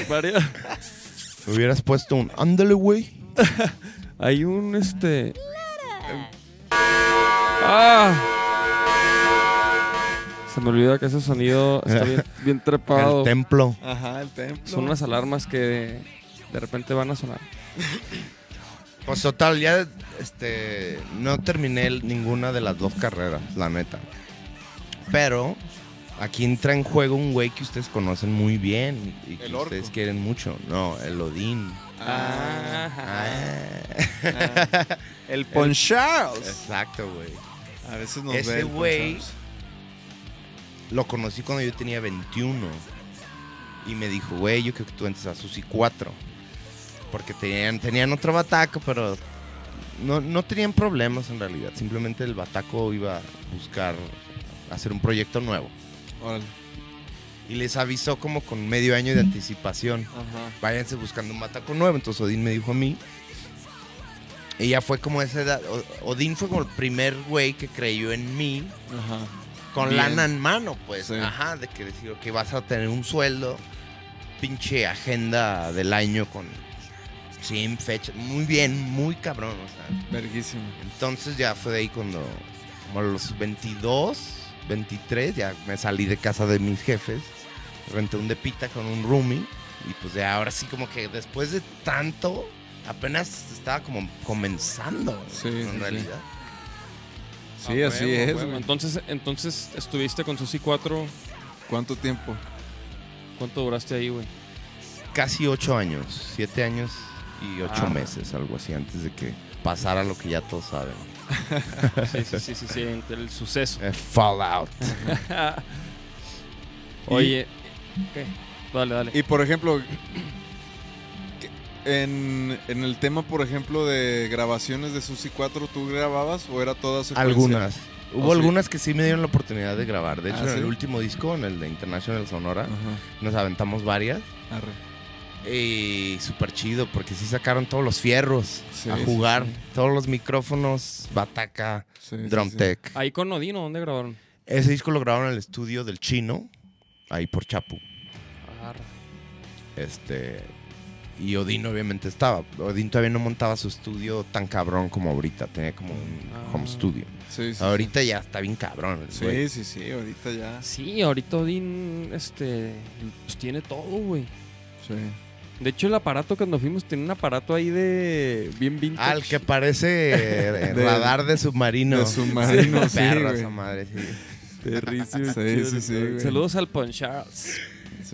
Speaker 3: varias-
Speaker 1: Me hubieras puesto un ándale, güey.
Speaker 3: Hay un este. ¡Ah! Se me olvida que ese sonido está bien, bien
Speaker 1: El
Speaker 3: trepado.
Speaker 1: templo.
Speaker 2: Ajá, el templo.
Speaker 3: Son unas alarmas que de repente van a sonar.
Speaker 1: Pues total, ya este, no terminé el- ninguna de las dos carreras, la neta. Pero aquí entra en juego un güey que ustedes conocen muy bien y que
Speaker 2: El orco.
Speaker 1: ustedes quieren mucho. No, el Odín.
Speaker 2: Ah,
Speaker 3: Ajá.
Speaker 1: Ah.
Speaker 2: ah. pues. El Ponchaos.
Speaker 1: Exacto, güey.
Speaker 2: A veces nos
Speaker 1: Ese
Speaker 2: ve. el Pon
Speaker 1: güey-
Speaker 2: Charles.
Speaker 1: Lo conocí cuando yo tenía 21. Y me dijo, güey, yo creo que tú entras a Susi 4. Porque tenían, tenían otro bataco, pero no, no tenían problemas en realidad. Simplemente el bataco iba a buscar hacer un proyecto nuevo.
Speaker 2: Órale.
Speaker 1: Y les avisó como con medio año de anticipación.
Speaker 2: Ajá.
Speaker 1: Váyanse buscando un bataco nuevo. Entonces Odín me dijo a mí. Y ya fue como esa edad. O- Odín fue como el primer güey que creyó en mí
Speaker 2: Ajá.
Speaker 1: con
Speaker 2: Bien.
Speaker 1: lana en mano, pues.
Speaker 2: Sí.
Speaker 1: Ajá, de que decir, que vas a tener un sueldo, pinche agenda del año con 100 fechas. Muy bien, muy cabrón, o sea.
Speaker 2: Verguísimo.
Speaker 1: Entonces ya fue de ahí cuando, como a los 22, 23, ya me salí de casa de mis jefes, renté un depita con un roomie y pues ya ahora sí como que después de tanto, apenas estaba como comenzando
Speaker 2: Sí,
Speaker 1: en
Speaker 2: sí, sí.
Speaker 1: realidad.
Speaker 2: Sí,
Speaker 3: Ah,
Speaker 2: así
Speaker 3: huevo,
Speaker 2: es.
Speaker 3: huevo.
Speaker 2: güey.
Speaker 3: Entonces, entonces estuviste con Susi 4.
Speaker 2: ¿Cuánto tiempo?
Speaker 3: ¿Cuánto duraste ahí, güey?
Speaker 1: casi ocho años, siete años y ocho
Speaker 3: Ah.
Speaker 1: meses, algo así, antes de que pasara lo que ya todos saben.
Speaker 3: Sí, sí, sí, sí, sí, entre el suceso.
Speaker 2: Eh,
Speaker 1: El Fallout.
Speaker 3: Oye. ¿qué? Dale, dale.
Speaker 2: Y por ejemplo, que- en, en el tema, por ejemplo, de grabaciones de Susi 4, ¿tú grababas o era toda secuencia?
Speaker 1: Algunas. Hubo
Speaker 2: Oh, sí.
Speaker 1: algunas que sí me dieron la oportunidad de grabar. De hecho,
Speaker 2: Ah,
Speaker 1: en
Speaker 2: ¿sí? Ah.
Speaker 1: el último disco, en el de International Sonora,
Speaker 2: Ajá.
Speaker 1: nos aventamos varias.
Speaker 2: Arre.
Speaker 1: Y súper chido, porque sí sacaron todos los fierros
Speaker 2: Sí,
Speaker 1: a
Speaker 2: sí,
Speaker 1: jugar.
Speaker 2: sí.
Speaker 1: Todos los micrófonos, bataca,
Speaker 2: Sí, sí,
Speaker 1: drum
Speaker 2: sí.
Speaker 1: tech.
Speaker 3: Ahí con Odino, ¿dónde grabaron?
Speaker 1: Ese disco lo grabaron en el estudio del chino, ahí por Chapu. Este. Y Odín obviamente estaba. Odín todavía no montaba su estudio tan cabrón como ahorita. Tenía como un
Speaker 3: Ah.
Speaker 1: home studio.
Speaker 2: Sí, sí.
Speaker 1: ahorita ya está bien cabrón. el
Speaker 2: Sí,
Speaker 1: güey.
Speaker 2: sí, sí, ahorita ya.
Speaker 3: Sí, ahorita Odín este, pues tiene todo, güey.
Speaker 2: Sí.
Speaker 3: De hecho, el aparato que nos fuimos tiene un aparato ahí de bien vintage.
Speaker 1: Al que parece eh,
Speaker 2: De-
Speaker 1: radar de submarino.
Speaker 2: de submarino, sí,
Speaker 1: Perra
Speaker 2: güey.
Speaker 1: esa madre, sí.
Speaker 2: Terricio. Sí, sí, sí. güey.
Speaker 3: Saludos al Ponchars.
Speaker 2: Sí,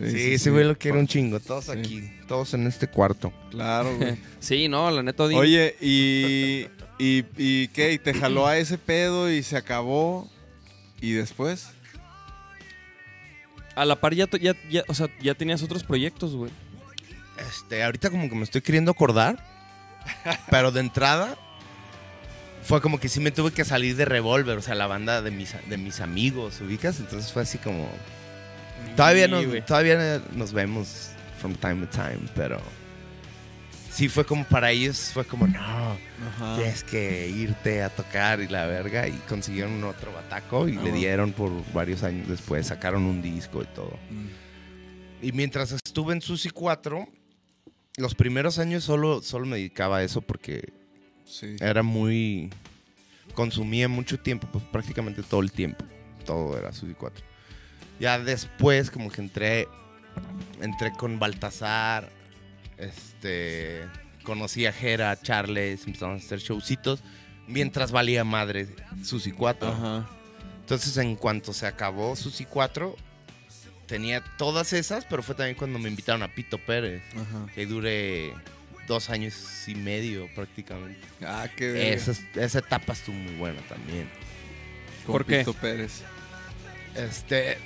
Speaker 1: Sí,
Speaker 2: sí,
Speaker 1: ese
Speaker 2: sí.
Speaker 1: güey lo quiere un chingo. Todos
Speaker 2: Sí.
Speaker 1: aquí, todos en este cuarto.
Speaker 2: Claro, güey.
Speaker 3: Sí, no, la neta Odín.
Speaker 2: Oye, y, y, y qué, y te jaló a ese pedo y se acabó. ¿Y después?
Speaker 3: A la par ya, to- ya, ya- o sea, ya tenías otros proyectos, güey.
Speaker 1: Este, ahorita como que me estoy queriendo acordar. pero de entrada. Fue como que sí me tuve que salir de Revolver, o sea, la banda de mis, de mis amigos, ¿ubicas? Entonces fue así como, Todavía,
Speaker 3: Sí,
Speaker 1: nos,
Speaker 3: güey.
Speaker 1: todavía nos vemos from time to time, pero sí fue como para ellos, fue como, no,
Speaker 3: Ah.
Speaker 2: Ajá.
Speaker 1: tienes que irte a tocar y la verga. Y consiguieron un otro bataco y
Speaker 2: Ah,
Speaker 1: le
Speaker 2: bueno.
Speaker 1: dieron por varios años después, sacaron un disco y todo.
Speaker 2: Mm.
Speaker 1: Y mientras estuve en Susi 4, los primeros años solo, solo me dedicaba a eso porque
Speaker 2: Sí.
Speaker 1: era muy. Consumía mucho tiempo, pues prácticamente todo el tiempo. Todo era Susi 4. Ya después, como que entré. Entré con Baltasar. Este. Conocí a Jera, a Charles. Empezamos a hacer showcitos. Mientras valía madre Susi 4.
Speaker 2: Ajá.
Speaker 1: Entonces, en cuanto se acabó Susi 4, tenía todas esas, pero fue también cuando me invitaron a Pito Pérez.
Speaker 2: Ajá.
Speaker 1: Que ahí duré dos años y medio prácticamente.
Speaker 2: Ah, qué verga.
Speaker 1: Esa, esa etapa estuvo muy buena también.
Speaker 2: Con
Speaker 3: ¿Por qué?
Speaker 2: Pito Pérez.
Speaker 1: Este,
Speaker 2: eh.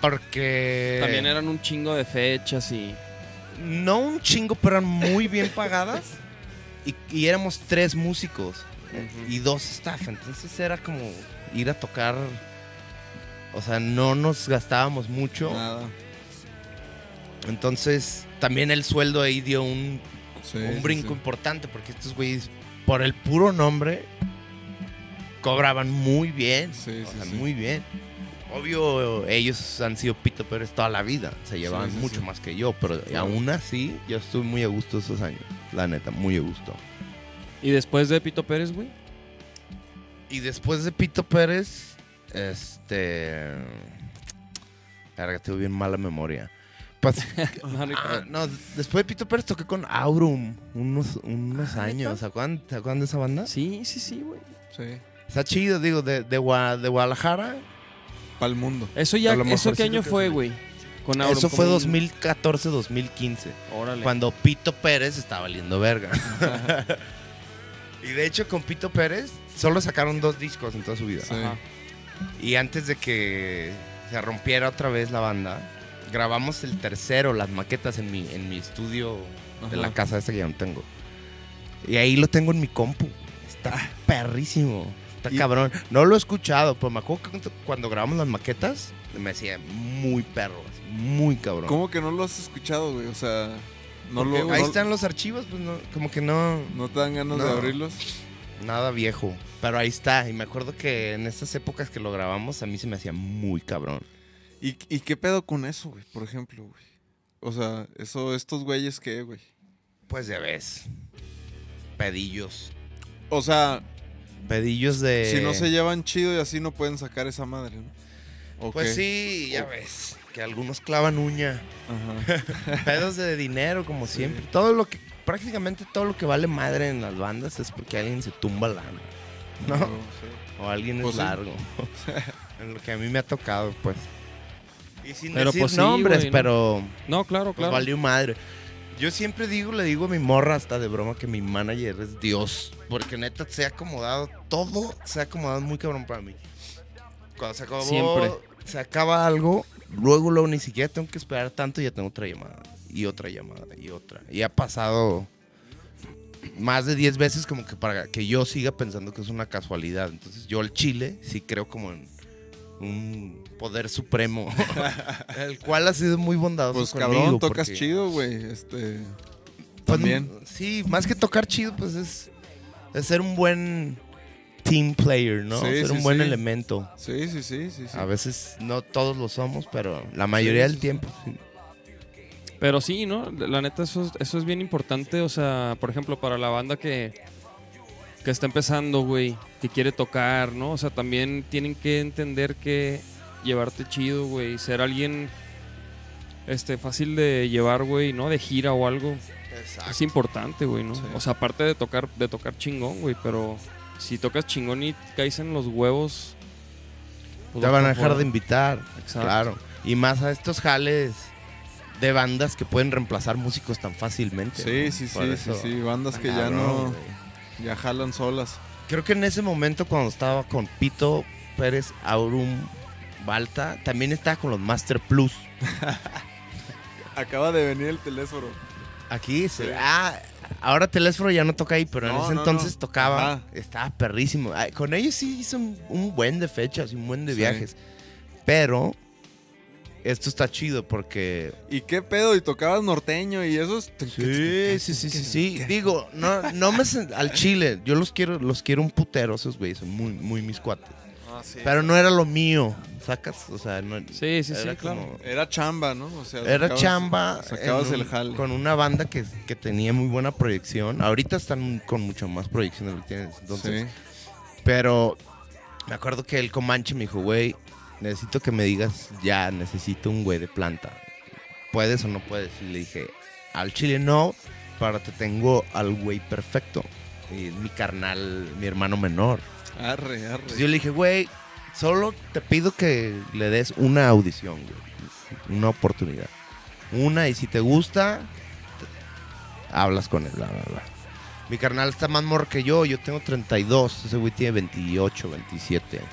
Speaker 1: porque...
Speaker 3: También eran un chingo de fechas y.
Speaker 1: No un chingo, pero eran muy bien pagadas. y, y éramos tres músicos
Speaker 3: Ujú.
Speaker 1: y dos staff. Entonces era como ir a tocar... O sea, no nos gastábamos mucho.
Speaker 3: Ah.
Speaker 2: Nada.
Speaker 1: Entonces también el sueldo ahí dio un,
Speaker 2: Sí,
Speaker 1: un
Speaker 2: sí,
Speaker 1: brinco
Speaker 2: sí.
Speaker 1: importante porque estos güeyes, por el puro nombre, cobraban muy bien.
Speaker 2: Sí,
Speaker 1: o
Speaker 2: sí,
Speaker 1: sea,
Speaker 2: sí.
Speaker 1: muy bien. Obvio, ellos han sido Pito Pérez toda la vida. Se llevaban
Speaker 2: sí,
Speaker 1: mucho
Speaker 2: sí.
Speaker 1: más que yo, pero
Speaker 2: Claro.
Speaker 1: aún así, yo estuve muy a gusto esos años. La neta, muy a gusto.
Speaker 3: Y después de Pito Pérez, güey.
Speaker 1: Y después de Pito Pérez, este. Verga, tengo bien mala memoria. Pas-
Speaker 3: No, no hay
Speaker 1: Ah,
Speaker 3: problema.
Speaker 1: no, después de Pito Pérez toqué con Aurum unos, unos años. ¿Se acuerdan, se acuerdan de esa
Speaker 2: Ah,
Speaker 1: banda?
Speaker 3: Sí, sí, sí, güey.
Speaker 2: Sí.
Speaker 1: Está chido, digo, de, de, Gua- de Guadalajara.
Speaker 2: Pa'l mundo.
Speaker 3: Eso ya,
Speaker 1: A lo
Speaker 3: ¿eso
Speaker 1: mejor
Speaker 3: qué
Speaker 1: sí lo
Speaker 3: año
Speaker 1: que
Speaker 3: fue,
Speaker 1: hace.
Speaker 3: güey? Con Auron,
Speaker 1: Eso
Speaker 3: como
Speaker 1: fue
Speaker 3: un-
Speaker 1: 2014-2015,
Speaker 3: Órale.
Speaker 1: cuando Pito Pérez estaba valiendo verga. y de hecho, con Pito Pérez solo sacaron dos discos en toda su vida.
Speaker 2: Sí.
Speaker 3: Ajá.
Speaker 1: Y antes de que se rompiera otra vez la banda, grabamos el tercero, las maquetas en mi, en mi estudio de la
Speaker 2: Ajá.
Speaker 1: casa esta que ya no tengo. Y ahí lo tengo en mi compu. Está perrísimo. Está
Speaker 2: Ah. Y-
Speaker 1: cabrón. No lo he escuchado, pero me acuerdo que cuando- cuando grabamos las maquetas, me decía muy perro, así, muy cabrón.
Speaker 2: ¿Cómo que no lo has escuchado, güey? O sea, no
Speaker 1: Porque
Speaker 2: lo.
Speaker 1: ahí
Speaker 2: no-
Speaker 1: están los archivos, pues no, como que no,
Speaker 2: ¿No te dan ganas
Speaker 1: No.
Speaker 2: de abrirlos?
Speaker 1: nada viejo. Pero ahí está. Y me acuerdo que en estas épocas que lo grabamos, a mí se me hacía muy cabrón.
Speaker 2: ¿Y, y qué pedo con eso, güey? Por ejemplo, güey. O sea, eso, estos güeyes, ¿qué, güey?
Speaker 1: Pues ya ves. Pedillos.
Speaker 2: O sea,
Speaker 1: Pedillos de.
Speaker 2: si no se llevan chido y así no pueden sacar esa madre, ¿no? ¿O qué?
Speaker 1: Pues sí, ya ves. Que algunos clavan uña.
Speaker 2: Ajá.
Speaker 1: Pedos de dinero, como
Speaker 2: Sí.
Speaker 1: siempre. Todo lo que. Prácticamente todo lo que vale madre en las bandas es porque alguien se tumba lana. ¿No?
Speaker 2: No, sí.
Speaker 1: O alguien
Speaker 2: Pues
Speaker 1: es
Speaker 2: sí.
Speaker 1: largo. en lo que a mí me ha tocado, pues. Y sin
Speaker 3: Pero
Speaker 1: decir
Speaker 3: pues sí,
Speaker 1: nombres,
Speaker 3: güey, ¿no?
Speaker 1: pero.
Speaker 3: No, claro,
Speaker 1: Pues
Speaker 3: claro.
Speaker 1: valió madre. Yo siempre digo, le digo a mi morra hasta de broma que mi manager es Dios. Porque neta se ha acomodado, todo se ha acomodado muy cabrón para mí. Cuando se acabó,
Speaker 3: Siempre.
Speaker 1: se acaba algo, luego, luego ni siquiera tengo que esperar tanto, ya tengo otra llamada. Y otra llamada, y otra. Y ha pasado más de 10 veces como que para que yo siga pensando que es una casualidad. Entonces yo al Chile sí creo como en un poder supremo, el cual ha sido muy bondadoso
Speaker 2: Pues
Speaker 1: conmigo.
Speaker 2: cabrón, tocas
Speaker 1: porque-
Speaker 2: chido, güey. Este.
Speaker 1: pues,
Speaker 2: también.
Speaker 1: sí, más que tocar chido, pues es, es ser un buen team player, ¿no?
Speaker 2: Sí,
Speaker 1: ser
Speaker 2: sí,
Speaker 1: un buen
Speaker 2: sí.
Speaker 1: elemento.
Speaker 2: Sí, sí, sí, sí. sí.
Speaker 1: A veces no todos lo somos, pero la mayoría
Speaker 2: Sí,
Speaker 1: del
Speaker 2: sí,
Speaker 1: tiempo. sí.
Speaker 3: Pero sí, ¿no? La neta, eso, es- eso es bien importante. O sea, por ejemplo, para la banda que, que está empezando, güey, que quiere tocar, ¿no? O sea, también tienen que entender que llevarte chido, güey, ser alguien este, fácil de llevar, güey, ¿no? De gira o algo. Es importante, güey, ¿no?
Speaker 2: Sí.
Speaker 3: O sea, aparte de tocar, de tocar chingón, güey, pero si tocas chingón y caes en los huevos. pues
Speaker 1: Te
Speaker 3: vas
Speaker 1: van
Speaker 3: pa'
Speaker 1: a dejar
Speaker 3: fuera.
Speaker 1: de invitar.
Speaker 2: Ah.
Speaker 3: Exacto.
Speaker 1: Claro. Y más a estos jales de bandas que pueden reemplazar músicos tan fácilmente.
Speaker 2: Sí,
Speaker 1: ¿no?
Speaker 2: sí,
Speaker 1: Por
Speaker 2: sí, sí,
Speaker 1: eso- Ah,
Speaker 2: sí. Bandas que ya
Speaker 1: Cabrón,
Speaker 2: no.
Speaker 1: güey.
Speaker 2: Ya jalan solas.
Speaker 1: Creo que en ese momento cuando estaba con Pito Pérez, Aurum, Balta, también estaba con los Master Plus.
Speaker 2: Acaba de venir el teléfono.
Speaker 1: Aquí, se- ah, ahora Telésforo ya no toca ahí, pero en
Speaker 2: No,
Speaker 1: ese
Speaker 2: no,
Speaker 1: entonces
Speaker 2: no.
Speaker 1: tocaba,
Speaker 2: Ajá.
Speaker 1: estaba perrísimo. Ay, con ellos sí hizo un, un buen de fechas y un buen de
Speaker 2: Sí.
Speaker 1: viajes, pero esto está chido porque
Speaker 2: ¿Y qué pedo? Y tocabas norteño y eso es...
Speaker 1: Sí, sí, sí, sí, sí. Digo, no, no me sen- al chile. Yo los quiero, los quiero un putero esos güeyes, son muy, muy mis cuates.
Speaker 2: Ah, sí.
Speaker 1: Pero no era lo mío, sacas, o sea, no,
Speaker 3: Sí, sí, sí,
Speaker 1: Era
Speaker 3: claro.
Speaker 1: como-
Speaker 2: Era chamba, ¿no? O sea,
Speaker 1: era
Speaker 2: sacabas-
Speaker 1: chamba.
Speaker 2: Sacabas
Speaker 1: en un-
Speaker 2: el jale.
Speaker 1: Con una banda que, que tenía muy buena proyección. Ahorita están con mucho más proyección de lo que tienen. Entonces,
Speaker 2: Sí.
Speaker 1: Pero me acuerdo que el Comanche me dijo, güey, necesito que me digas ya, necesito un güey de planta. ¿Puedes o no puedes? Y le dije, al chile no, pero te tengo al güey perfecto. Y es mi carnal, mi hermano menor.
Speaker 2: Arre, arre.
Speaker 1: Pues yo le dije, güey, solo te pido que le des una audición, güey. Una oportunidad. Una, y si te gusta, te- hablas con él, bla, bla, bla. Mi carnal está más morro que yo, yo tengo 32, ese güey tiene 28, 27.
Speaker 2: Arre.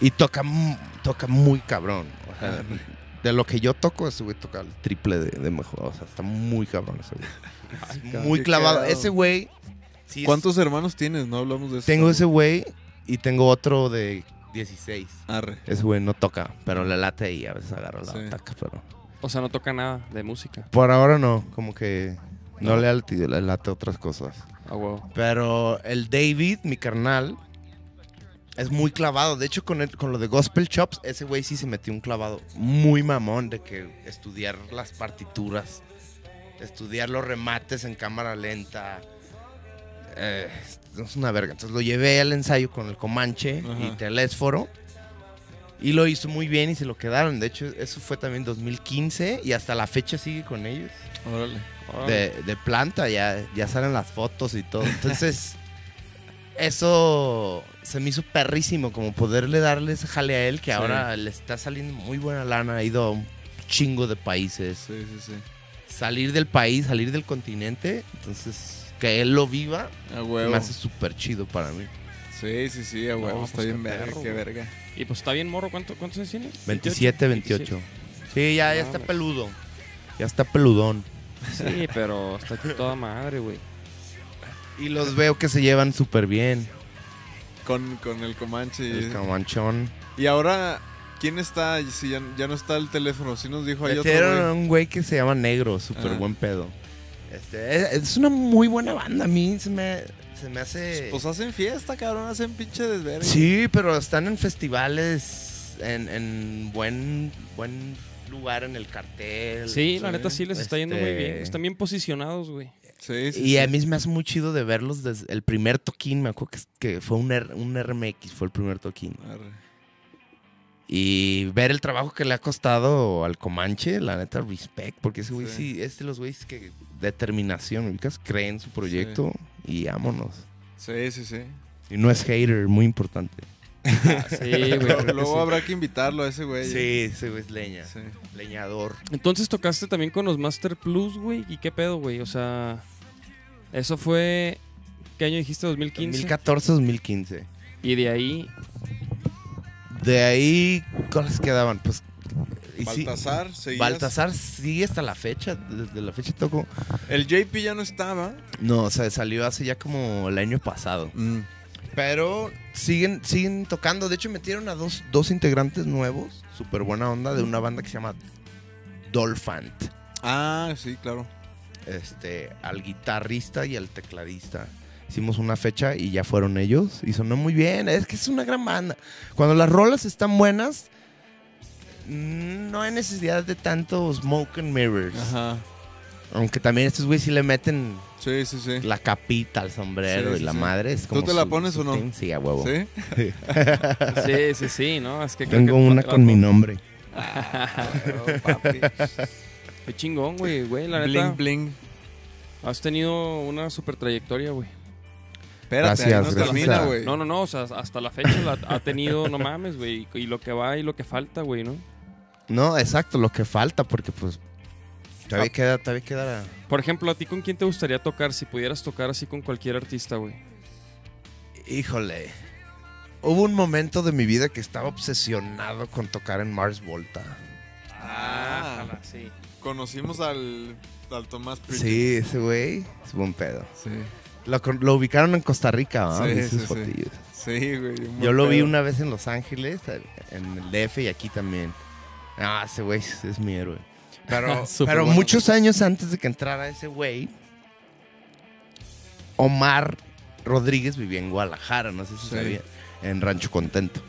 Speaker 1: Y toca, mu- toca muy cabrón. o sea,
Speaker 2: Arre.
Speaker 1: de lo que yo toco, ese güey toca el triple de, de mejor. O sea, está muy cabrón ese güey. Muy
Speaker 2: qué
Speaker 1: clavado.
Speaker 2: cagado.
Speaker 1: Ese güey... sí es-
Speaker 2: ¿Cuántos hermanos tienes? No hablamos de eso.
Speaker 1: Tengo ese güey y tengo otro de 16.
Speaker 2: Arre.
Speaker 1: Ese güey no toca, pero le late y a veces agarra la
Speaker 2: Sí.
Speaker 1: taca, pero...
Speaker 3: O sea, no toca nada de música.
Speaker 1: Por ahora no, como que no, le, late, le late otras cosas.
Speaker 3: A huevo.
Speaker 1: Pero el David, mi carnal, es muy clavado. De hecho, con, el- con lo de Gospel Chops, ese güey sí se metió un clavado muy mamón de que estudiar las partituras, estudiar los remates en cámara lenta. eh, es una verga. Entonces lo llevé al ensayo con el Comanche y
Speaker 2: Ajá.
Speaker 1: Telésforo. Y lo hizo muy bien y se lo quedaron. De hecho, eso fue también 2015 y hasta la fecha sigue con ellos
Speaker 2: Órale.
Speaker 3: Ah.
Speaker 1: de, de planta, ya, ya salen las fotos y todo. Entonces, eso se me hizo perrísimo, como poderle darle ese jale a él, que
Speaker 2: Sí.
Speaker 1: ahora le está saliendo muy buena lana, ha ido a un chingo de países.
Speaker 2: Sí, sí, sí.
Speaker 1: Salir del país, salir del continente, entonces que él lo viva,
Speaker 2: A
Speaker 1: se
Speaker 2: huevo.
Speaker 1: me hace súper chido para mí.
Speaker 2: Sí, sí, sí, a huevo.
Speaker 1: No,
Speaker 2: Está
Speaker 1: pues,
Speaker 2: bien
Speaker 1: qué
Speaker 2: verga,
Speaker 1: perro,
Speaker 2: qué
Speaker 1: güey.
Speaker 2: verga.
Speaker 3: Y pues está bien morro, ¿cuánto, ¿cuántos años tiene?
Speaker 1: 27, 28. Sí, ya, ya está
Speaker 3: Mames.
Speaker 1: peludo. Ya está peludón.
Speaker 3: Sí, pero está toda madre, güey.
Speaker 1: Y los veo que se llevan súper bien.
Speaker 2: Con, con el Comanche. y-
Speaker 1: El camanchón.
Speaker 2: Y ahora, ¿quién está? Si ya, ya no está el teléfono, sí nos dijo ahí otro
Speaker 1: Metieron
Speaker 2: güey. Ah.
Speaker 1: a Este un güey que se llama Negro, súper
Speaker 2: Ajá.
Speaker 1: buen pedo. Este, es, es una muy buena banda, a mí se me, se me hace...
Speaker 2: Pues hacen fiesta, cabrón, hacen pinche desvergue.
Speaker 1: sí, pero están en festivales, en, en buen, buen lugar en el cartel.
Speaker 3: Sí, la neta sí les está yendo muy
Speaker 1: Este,
Speaker 3: bien. Están bien posicionados, güey.
Speaker 2: Sí, sí.
Speaker 1: Y a mí me hace muy chido de verlos desde el primer toquín, me acuerdo que, que fue un, R- un RMX, fue el primer toquín.
Speaker 2: Arre.
Speaker 1: Y ver el trabajo que le ha costado al Comanche, la neta, respect, porque ese güey
Speaker 2: Sí.
Speaker 1: sí. es de los güeyes que determinación, ubicas, creen en su proyecto y ámonos.
Speaker 2: Sí, sí, sí.
Speaker 1: Y no es hater, muy importante.
Speaker 3: Sí, güey.
Speaker 2: Luego luego habrá que invitarlo a ese güey.
Speaker 1: Sí, ese güey es leña,
Speaker 2: Sí.
Speaker 1: leñador.
Speaker 3: Entonces tocaste también con los Master Plus, güey. ¿Y qué pedo, güey? O sea, eso fue. ¿Qué año dijiste? 2015.
Speaker 1: 2014, 2015.
Speaker 3: Y de ahí.
Speaker 1: De ahí, ¿cuáles quedaban? Pues. y sí,
Speaker 2: Baltasar, seguías.
Speaker 1: Baltasar sigue hasta la fecha, desde la fecha tocó.
Speaker 2: El JP ya no estaba.
Speaker 1: No, o sea, salió hace ya como el año pasado.
Speaker 2: Mm.
Speaker 1: Pero siguen, siguen tocando. De hecho, metieron a dos, dos integrantes nuevos, súper buena onda, de una banda que se llama Dolphant.
Speaker 2: Ah, sí, claro.
Speaker 1: Este, al guitarrista y al tecladista. Hicimos una fecha y ya fueron ellos. Y sonó muy bien. Es que es una gran banda. Cuando las rolas están buenas, no hay necesidad de tanto smoke and mirrors.
Speaker 2: Ajá.
Speaker 1: Aunque también estos güeyes sí le meten
Speaker 2: Sí, sí, sí.
Speaker 1: la capita al sombrero
Speaker 2: Sí,
Speaker 1: y
Speaker 2: sí,
Speaker 1: la
Speaker 2: sí.
Speaker 1: madre. Es
Speaker 2: ¿Tú
Speaker 1: como
Speaker 2: te la
Speaker 1: su-
Speaker 2: pones
Speaker 1: su
Speaker 2: o no?
Speaker 1: thing. Sí, a huevo.
Speaker 2: ¿Sí?
Speaker 3: Sí, sí, sí, ¿no? Es que creo
Speaker 1: Tengo
Speaker 3: que-
Speaker 1: una con mi nombre.
Speaker 2: papi.
Speaker 3: Qué chingón, güey, güey. La neta.
Speaker 2: Bling, bling.
Speaker 3: Has tenido una super trayectoria, güey.
Speaker 2: Espérate, ahí no
Speaker 1: Gracias, gracias.
Speaker 2: termina, güey.
Speaker 3: No, no, no. O sea, hasta la fecha la ha tenido, no mames, güey. Y lo que va y lo que falta, güey, ¿no?
Speaker 1: No, exacto, lo que falta, porque pues. Todavía queda, todavía queda la-
Speaker 3: Por ejemplo, ¿a ti con quién te gustaría tocar si pudieras tocar así con cualquier artista, güey?
Speaker 1: Híjole. Hubo un momento de mi vida que estaba obsesionado con tocar en Mars Volta.
Speaker 2: Ah,
Speaker 3: Ojalá, sí.
Speaker 2: Conocimos al, al Tomás Pritchett.
Speaker 1: Sí, ese güey es buen pedo.
Speaker 2: Sí.
Speaker 1: Lo, con- lo ubicaron en Costa Rica, ¿no?
Speaker 2: Sí,
Speaker 1: Vi sus
Speaker 2: sí, sí.
Speaker 1: fotillos.
Speaker 2: Sí, güey. un
Speaker 1: Yo
Speaker 2: buen
Speaker 1: lo vi
Speaker 2: pedo.
Speaker 1: una vez en Los Ángeles, en el DF y aquí también. Ah, ese güey es, es mi héroe. Pero,
Speaker 3: Súper
Speaker 1: pero
Speaker 3: bueno.
Speaker 1: muchos años antes de que entrara ese güey, Omar Rodríguez vivía en Guadalajara, no sé si
Speaker 2: Sí.
Speaker 1: sabía, en Rancho Contento.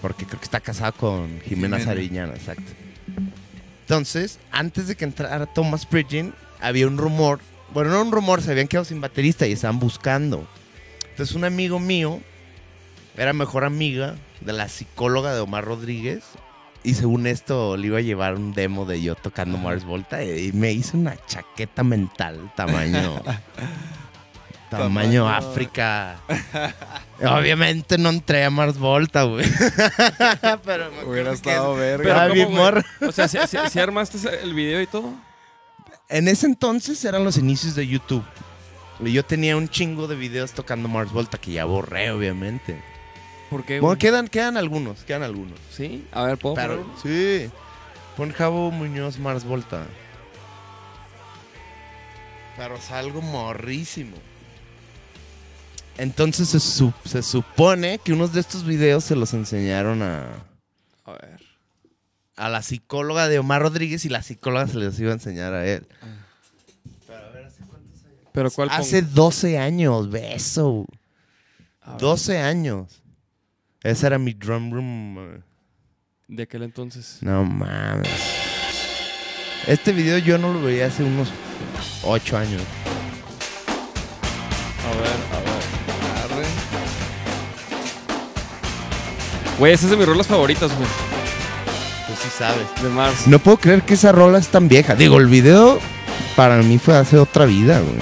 Speaker 1: Porque creo que está casado con Jimena
Speaker 2: Jimena.
Speaker 1: Sariñana, exacto. Entonces, antes de que entrara Thomas Pridgen, había un rumor. Bueno, no un rumor, se habían quedado sin baterista y estaban buscando. Entonces, un amigo mío era mejor amiga de la psicóloga de Omar Rodríguez. Y según esto, le iba a llevar un demo de yo tocando Mars Volta. Y me hizo una chaqueta mental, tamaño.
Speaker 2: Tamaño-
Speaker 1: tamaño África. Obviamente no entré a Mars Volta, güey. Pero me
Speaker 2: Hubiera
Speaker 1: acuerdo que
Speaker 2: estado verga.
Speaker 1: Pero-
Speaker 3: ¿cómo,
Speaker 1: bien
Speaker 3: güey?
Speaker 1: morra.
Speaker 3: O sea, ¿si, si, si armaste ese- el video y todo?
Speaker 1: En ese entonces eran los inicios de YouTube. Y yo tenía un chingo de videos tocando Mars Volta que ya borré, obviamente.
Speaker 3: ¿Por qué?
Speaker 1: Bueno,
Speaker 3: güey?
Speaker 1: quedan, quedan algunos, quedan algunos.
Speaker 3: Sí, a ver, ¿puedo
Speaker 1: Pero,
Speaker 3: ponerlo?
Speaker 1: sí. Pon Javo Muñoz Mars Volta. Pero salgo morrísimo. Entonces se, su- se supone que unos de estos videos se los enseñaron a,
Speaker 3: A ver.
Speaker 1: a la psicóloga de Omar Rodríguez y la psicóloga se les iba a enseñar a él.
Speaker 3: ¿Pero cuál pongo?
Speaker 1: Hace 12 años, beso.
Speaker 3: A ver,
Speaker 1: 12 años. Ese era mi drum room. eh.
Speaker 3: De aquel entonces.
Speaker 1: No mames. Este video yo no lo veía hace unos 8 años.
Speaker 3: A ver, a ver.
Speaker 2: Arre.
Speaker 3: Güey, esa es de mis rolas favoritas, güey.
Speaker 1: Tú sí sabes.
Speaker 3: De Mars.
Speaker 1: No puedo creer que esa rola es tan vieja. Digo, el video para mí fue hace otra vida, güey.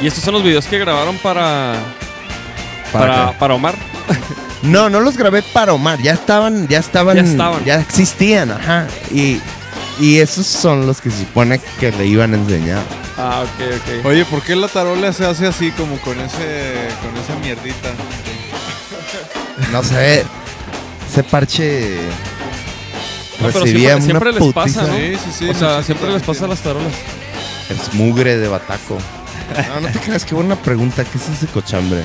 Speaker 3: Y estos son los videos que grabaron para. Para, para Omar.
Speaker 1: No, no los grabé para Omar, ya estaban, ya estaban,
Speaker 3: Ya estaban.
Speaker 1: ya existían, ajá. Y, y esos son los que se supone que le iban a enseñar.
Speaker 3: Ah, ok, ok.
Speaker 2: Oye, ¿por qué la tarola se hace así como con ese con esa mierdita?
Speaker 1: No sé, ese parche
Speaker 3: No, pero
Speaker 1: recibía
Speaker 3: siempre-
Speaker 1: una
Speaker 3: siempre les pasa,
Speaker 1: putiza.
Speaker 3: ¿no?
Speaker 2: Sí, sí, sí.
Speaker 3: o sea,
Speaker 2: no sé
Speaker 3: siempre
Speaker 2: qué
Speaker 3: les
Speaker 2: tal,
Speaker 3: pasa a
Speaker 2: tiene.
Speaker 3: las tarolas.
Speaker 1: Es mugre de bataco. No, no te creas que buena pregunta, ¿qué es ese cochambre?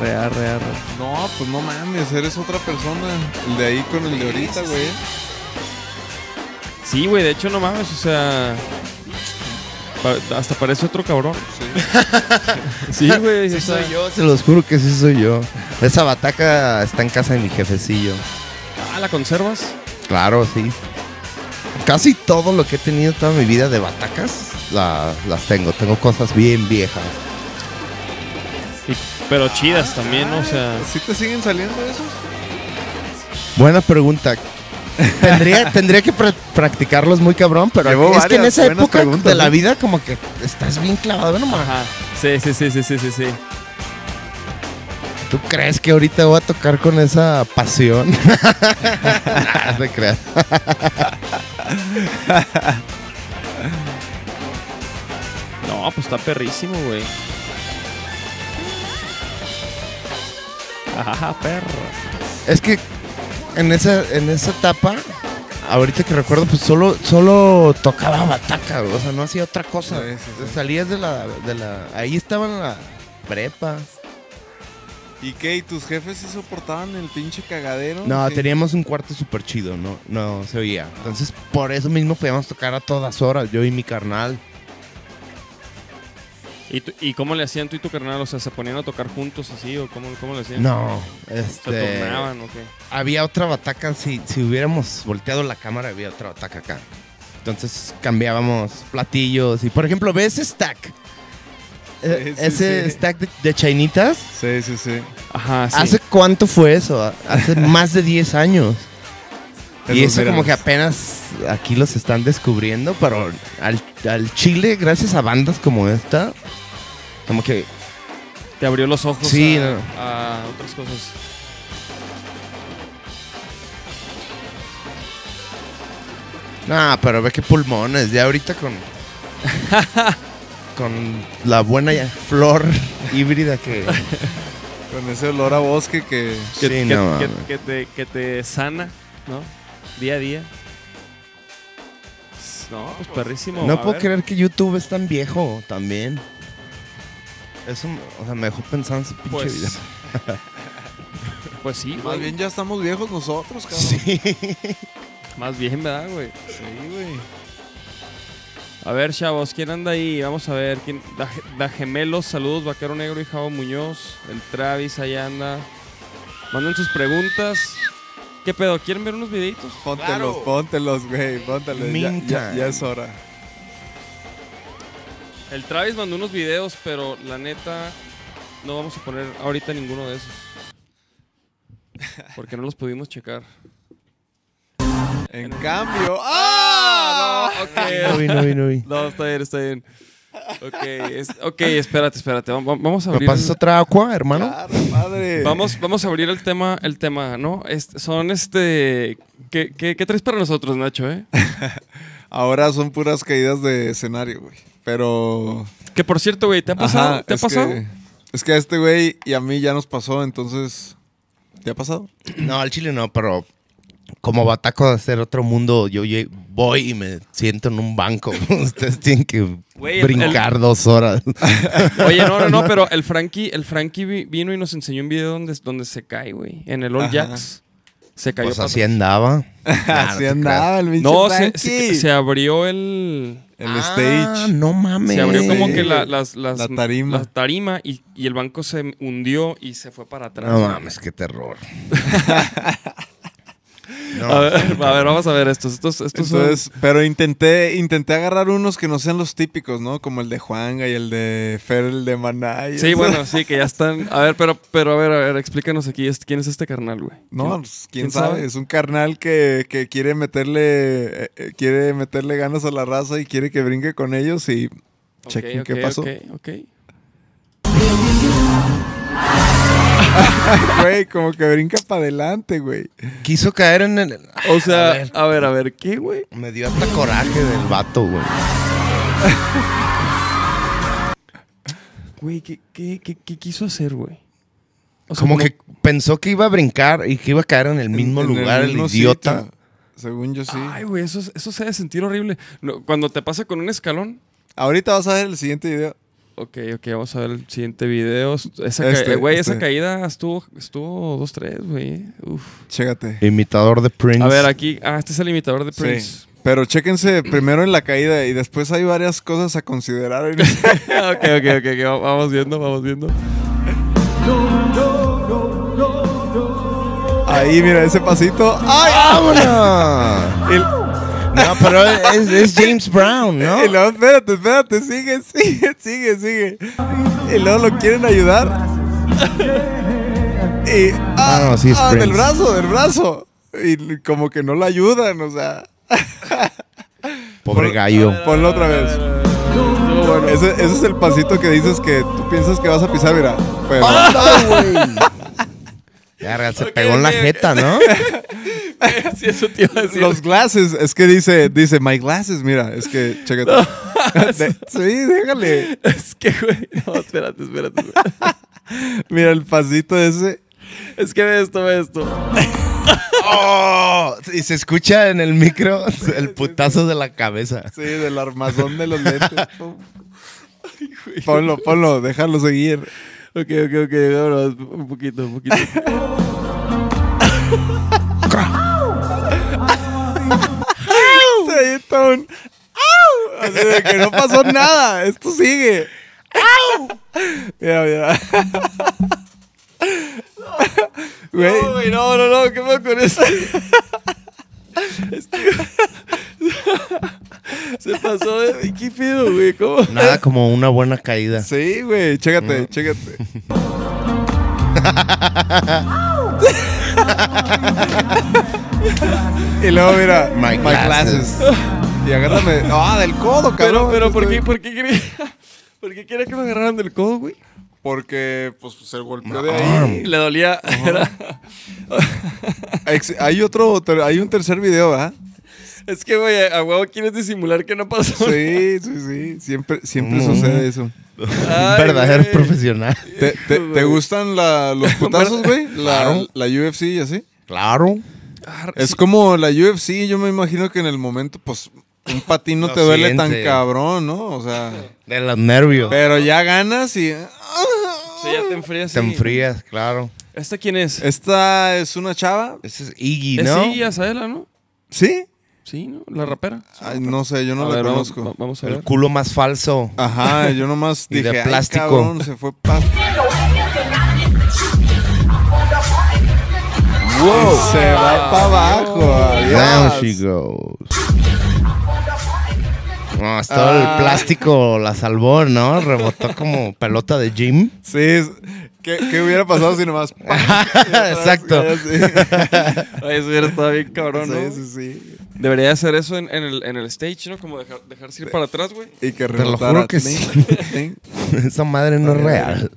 Speaker 1: Arre, arre, arre.
Speaker 2: No, pues no mames, eres otra persona. El de ahí con el de ahorita, güey.
Speaker 3: Sí, güey, de hecho no mames, o sea. pa- hasta parece otro cabrón.
Speaker 2: Sí.
Speaker 3: Sí, güey. o
Speaker 1: Sí
Speaker 3: sea,
Speaker 1: soy yo, se los juro que sí soy yo. Esa bataca está en casa de mi jefecillo.
Speaker 3: Ah, ¿la conservas?
Speaker 1: Claro, sí. Casi todo lo que he tenido toda mi vida de batacas la- las tengo. Tengo cosas bien viejas.
Speaker 3: Y- pero chidas también, o sea.
Speaker 2: ¿Sí te siguen saliendo esos?
Speaker 1: Buena pregunta. Tendría, tendría que pra- practicarlos muy cabrón, pero
Speaker 2: Llevo
Speaker 1: es que en
Speaker 2: varias
Speaker 1: esa
Speaker 2: buenas
Speaker 1: época
Speaker 2: preguntas,
Speaker 1: de la
Speaker 2: ¿eh?
Speaker 1: vida como que estás bien clavado nomás.
Speaker 3: Ajá. Sí, sí, sí, sí, sí, sí, sí.
Speaker 1: ¿Tú crees que ahorita voy a tocar con esa pasión? Nah, no te creas.
Speaker 3: No, pues está perrísimo, güey. Ajá, perro.
Speaker 1: Es que en esa, en esa etapa, ahorita que recuerdo, pues solo, solo tocaba bataca, güey, o sea, no hacía otra cosa.
Speaker 2: Sí, sí, sí.
Speaker 1: Salías de la, de la. Ahí estaban la prepa.
Speaker 2: ¿Y qué? ¿Y tus jefes sí soportaban el pinche cagadero?
Speaker 1: No,
Speaker 2: Oh, Sí.
Speaker 1: teníamos un cuarto súper chido, no, no se oía. Entonces, por eso mismo podíamos tocar a todas horas, yo y mi carnal.
Speaker 3: ¿Y, tú- ¿Y cómo le hacían tú y tu carnal? O sea, ¿se ponían a tocar juntos así o cómo, cómo le hacían?
Speaker 1: No,
Speaker 3: ¿Se
Speaker 1: este.
Speaker 3: tornaban o qué?
Speaker 1: Había otra bataca, si, si hubiéramos volteado la cámara, había otra bataca acá. Entonces cambiábamos platillos y, por ejemplo, ¿ves ese stack? Eh,
Speaker 2: Sí, sí,
Speaker 1: ese
Speaker 2: sí.
Speaker 1: stack de, de chainitas.
Speaker 2: Sí, sí, sí.
Speaker 3: Ajá, sí.
Speaker 1: ¿Hace cuánto fue eso? Hace más de 10 años.
Speaker 2: En
Speaker 1: y
Speaker 2: los
Speaker 1: eso como
Speaker 2: veranos.
Speaker 1: que apenas aquí los están descubriendo, pero al, al Chile, gracias a bandas como esta, como que
Speaker 3: Te abrió los ojos
Speaker 1: Sí,
Speaker 3: a,
Speaker 1: no.
Speaker 3: a otras cosas.
Speaker 1: Nah, pero ve qué pulmones. Ya ahorita con. con la buena ya- flor híbrida que.
Speaker 2: Con ese olor a bosque que.
Speaker 3: Que,
Speaker 1: Sí,
Speaker 3: que-
Speaker 1: no,
Speaker 3: que-
Speaker 1: mames.
Speaker 3: que te, que te sana, ¿no? Día a día. No, pues perrísimo.
Speaker 1: No
Speaker 3: a
Speaker 1: puedo
Speaker 3: ver.
Speaker 1: creer que YouTube es tan viejo también. Eso, o sea, me dejó pensando en su pinche vida.
Speaker 3: Pues. pues sí, güey.
Speaker 2: Más bien ya estamos viejos nosotros, cabrón.
Speaker 1: Sí.
Speaker 3: Más bien, ¿verdad, güey?
Speaker 2: Sí, güey.
Speaker 3: A ver, chavos, ¿quién anda ahí? Vamos a ver. ¿quién? Da, Da Gemelos, saludos, Vaquero Negro y Javo Muñoz. El Travis, ahí anda. Manden sus preguntas. ¿Qué pedo? ¿Quieren ver unos videitos?
Speaker 2: Póntelos,
Speaker 1: Claro.
Speaker 2: póntelos, güey. Póntelos. Ya, ya,
Speaker 1: Meantime.
Speaker 2: ya es hora.
Speaker 3: El Travis mandó unos videos, pero la neta no vamos a poner ahorita ninguno de esos. Porque no los pudimos checar.
Speaker 2: En cambio.
Speaker 3: Ah,
Speaker 2: ¡Ah!
Speaker 3: no,
Speaker 1: No
Speaker 3: ok.
Speaker 1: vi, no vi, no vi.
Speaker 3: No, está bien, está bien. Ok, es- ok, espérate, espérate. va- va- Vamos a
Speaker 1: ¿Me
Speaker 3: abrir.
Speaker 1: pasas
Speaker 3: el-
Speaker 1: otra agua, hermano?
Speaker 3: Ah.
Speaker 2: Claro, madre.
Speaker 3: Vamos, vamos a abrir el tema, el tema, ¿no? Este, son este. ¿qué, qué, qué traes para nosotros, Nacho? Eh?
Speaker 2: Ahora son puras caídas de escenario, güey. Pero.
Speaker 3: Que por cierto, güey, ¿te ha pasado?
Speaker 2: Ajá,
Speaker 3: ¿Te ha
Speaker 2: es que-
Speaker 3: pasado?
Speaker 2: es que a este güey y a mí ya nos pasó, entonces. ¿Te ha pasado?
Speaker 1: No, al chile no, pero como bataco de hacer otro mundo, yo lle- voy y me siento en un banco. Ustedes tienen que
Speaker 3: Güey, el-
Speaker 1: brincar dos horas.
Speaker 3: Oye, no, no, no, pero el Frankie, el Frankie vi- vino y nos enseñó un video donde, donde se cae, güey. En el All
Speaker 2: Ajá.
Speaker 3: Jacks. Se cayó.
Speaker 1: Pues
Speaker 3: pa-
Speaker 1: así andaba.
Speaker 2: Así andaba el bicho.
Speaker 3: no, se,
Speaker 2: Frankie.
Speaker 3: se, se abrió el.
Speaker 2: El
Speaker 1: Ah,
Speaker 2: stage.
Speaker 1: no mames.
Speaker 3: Se abrió como
Speaker 2: Sí.
Speaker 3: que la, las, las-
Speaker 2: La tarima.
Speaker 3: la tarima y, y el banco se hundió y se fue para atrás.
Speaker 1: No
Speaker 3: güey.
Speaker 1: mames, qué terror. No,
Speaker 3: A ver, a ver, vamos a ver estos. estos, estos son-
Speaker 2: Entonces, pero intenté, intenté agarrar unos que no sean los típicos, ¿no? Como el de Juanga y el de Fer, el de Maná. y
Speaker 3: Sí,
Speaker 2: eso.
Speaker 3: bueno, sí, que ya están. A ver, pero, pero a ver, a ver, explícanos aquí este- quién es este carnal, güey.
Speaker 2: No,
Speaker 3: ¿Quién-
Speaker 2: pues, ¿quién,
Speaker 3: quién
Speaker 2: sabe?
Speaker 3: sabe?
Speaker 2: Es un carnal que, que quiere meterle eh, eh, quiere meterle ganas a la raza y quiere que brinque con ellos y
Speaker 3: Ok,
Speaker 2: chequen qué
Speaker 3: ok,
Speaker 2: pasó.
Speaker 3: ok, ok.
Speaker 2: Güey, como que brinca para adelante, güey.
Speaker 1: quiso caer en el.
Speaker 3: O sea,
Speaker 1: A ver.
Speaker 3: a ver, a ver, ¿qué, güey?
Speaker 1: Me dio hasta coraje del vato, güey.
Speaker 3: Güey, ¿qué, qué, qué, qué quiso hacer, güey? O sea,
Speaker 1: Como que pensó que iba a brincar y que iba a caer en el mismo
Speaker 2: En- en
Speaker 1: lugar, el,
Speaker 2: mismo
Speaker 1: idiota.
Speaker 2: sitio. Según yo sí.
Speaker 3: Ay, güey, eso, es- eso se ha de sentir horrible. No, cuando te pasa con un escalón.
Speaker 2: Ahorita vas a ver el siguiente video.
Speaker 3: Ok, ok, vamos a ver el siguiente video. Esa ca-
Speaker 2: Este,
Speaker 3: eh, güey, esa
Speaker 2: este.
Speaker 3: caída estuvo, estuvo dos, tres, güey. Uf.
Speaker 2: Chécate.
Speaker 1: Imitador de Prince.
Speaker 3: A ver, aquí. Ah, este es el imitador de
Speaker 2: Sí.
Speaker 3: Prince.
Speaker 2: Pero chéquense primero en la caída y después hay varias cosas a considerar. en ese-
Speaker 3: ok, ok, ok, ok, va- vamos viendo, vamos viendo.
Speaker 2: Ahí, mira, ese pasito. ¡Ay!
Speaker 1: ¡Vámonos!
Speaker 2: El-
Speaker 1: No, pero es, es James Brown, ¿no?
Speaker 2: Y luego, espérate, espérate, sigue, sigue, sigue, sigue. Y luego lo quieren ayudar. Y.
Speaker 1: Ah, no, sí es Prince.
Speaker 2: del brazo, del brazo. Y como que no lo ayudan, o sea.
Speaker 1: Pobre
Speaker 2: Pon-
Speaker 1: gallo.
Speaker 2: Ponlo otra vez. Ese, ese es el pasito que dices que tú piensas que vas a pisar, mira. Pues, Pero.
Speaker 1: Ah, Verga, se
Speaker 3: Ok,
Speaker 1: pegó en la
Speaker 3: ok, ok.
Speaker 1: jeta, ¿no?
Speaker 3: Sí, eso te iba a decir.
Speaker 2: Los glasses, es que dice, dice, my glasses, mira, es que, chécate. De- sí, déjale.
Speaker 3: Es que, güey. No, espérate, espérate. güey.
Speaker 2: Mira el pasito ese.
Speaker 3: Es que ve esto, ve esto.
Speaker 1: ¡Oh! Y se escucha en el micro el putazo de la cabeza.
Speaker 2: Sí, del armazón de los lentes. Pum. Ponlo, ponlo, déjalo seguir.
Speaker 3: Ok, ok, ok. vámonos, un poquito, un poquito.
Speaker 2: Se avienta un ¡au! Así de que no pasó nada, esto sigue. Mira, mira. Güey,
Speaker 3: No, güey, no, no, no, ¿qué pasa con eso? Se pasó de. ¿Qué pedo, güey? ¿Cómo?
Speaker 1: Nada como una buena caída.
Speaker 2: sí, güey, chécate, chécate. y luego mira,
Speaker 1: My glasses.
Speaker 2: Y agárrame. Ah, del codo, cabrón.
Speaker 3: Pero, pero, ¿por
Speaker 2: Estoy-
Speaker 3: qué, por qué quería, por qué quería que me agarraran del codo, güey?
Speaker 2: Porque pues se golpeó de ahí.
Speaker 3: Le dolía. era-
Speaker 2: Ex- Hay otro, ter- hay un tercer video, ¿verdad?
Speaker 3: es que, güey, a huevo quieres disimular que no pasó.
Speaker 2: Sí, sí, sí. Siempre, siempre
Speaker 1: Mm.
Speaker 2: sucede eso.
Speaker 3: Ay,
Speaker 1: Un verdadero
Speaker 3: güey.
Speaker 1: profesional.
Speaker 2: ¿Te, te- te gustan la- los putazos, güey? La,
Speaker 1: Claro.
Speaker 2: la UFC y así.
Speaker 1: Claro.
Speaker 3: Ah,
Speaker 2: Es como la UFC, yo me imagino que en el momento, pues, un patín no
Speaker 1: Lo
Speaker 2: te duele tan
Speaker 1: siente.
Speaker 2: cabrón, ¿no? O sea,
Speaker 1: De los nervios.
Speaker 2: pero ya ganas y... ¡ah!
Speaker 3: Sí, ya te enfrías.
Speaker 1: Te
Speaker 3: sí.
Speaker 1: enfrías, claro.
Speaker 3: ¿Esta quién es?
Speaker 2: Esta es una chava.
Speaker 1: Ese es Iggy,
Speaker 3: Es
Speaker 1: ¿no?
Speaker 3: sí, Azaela, ¿no?
Speaker 2: ¿Sí?
Speaker 3: Sí, ¿no? La rapera.
Speaker 2: Ay, no sé, yo no
Speaker 3: A
Speaker 2: la
Speaker 3: ver, vamos-
Speaker 2: conozco.
Speaker 3: va- Vamos, a
Speaker 1: El
Speaker 3: ver.
Speaker 1: culo más falso.
Speaker 2: Ajá, yo nomás
Speaker 1: Y de
Speaker 2: dije. "Ay,
Speaker 1: plástico".
Speaker 2: cabrón, se fue pa- Y Se va para abajo.
Speaker 1: Down
Speaker 2: adiós.
Speaker 1: she goes. No, es todo el plástico la salvó, ¿no? Rebotó como pelota de gym.
Speaker 2: Sí, es- ¿qué, qué hubiera pasado si nomás? ¡pam!
Speaker 1: Exacto.
Speaker 2: Sí,
Speaker 3: Ay, eso hubiera estado bien cabrón, ¿no?
Speaker 2: sí, sí.
Speaker 3: Debería hacer eso en, en el, en el stage, ¿no? Como dejar, dejarse ir para atrás, güey.
Speaker 2: Y que
Speaker 1: lo
Speaker 2: rebotara,
Speaker 1: juro que
Speaker 2: ting,
Speaker 1: sí.
Speaker 2: ting.
Speaker 1: Esa madre no es real.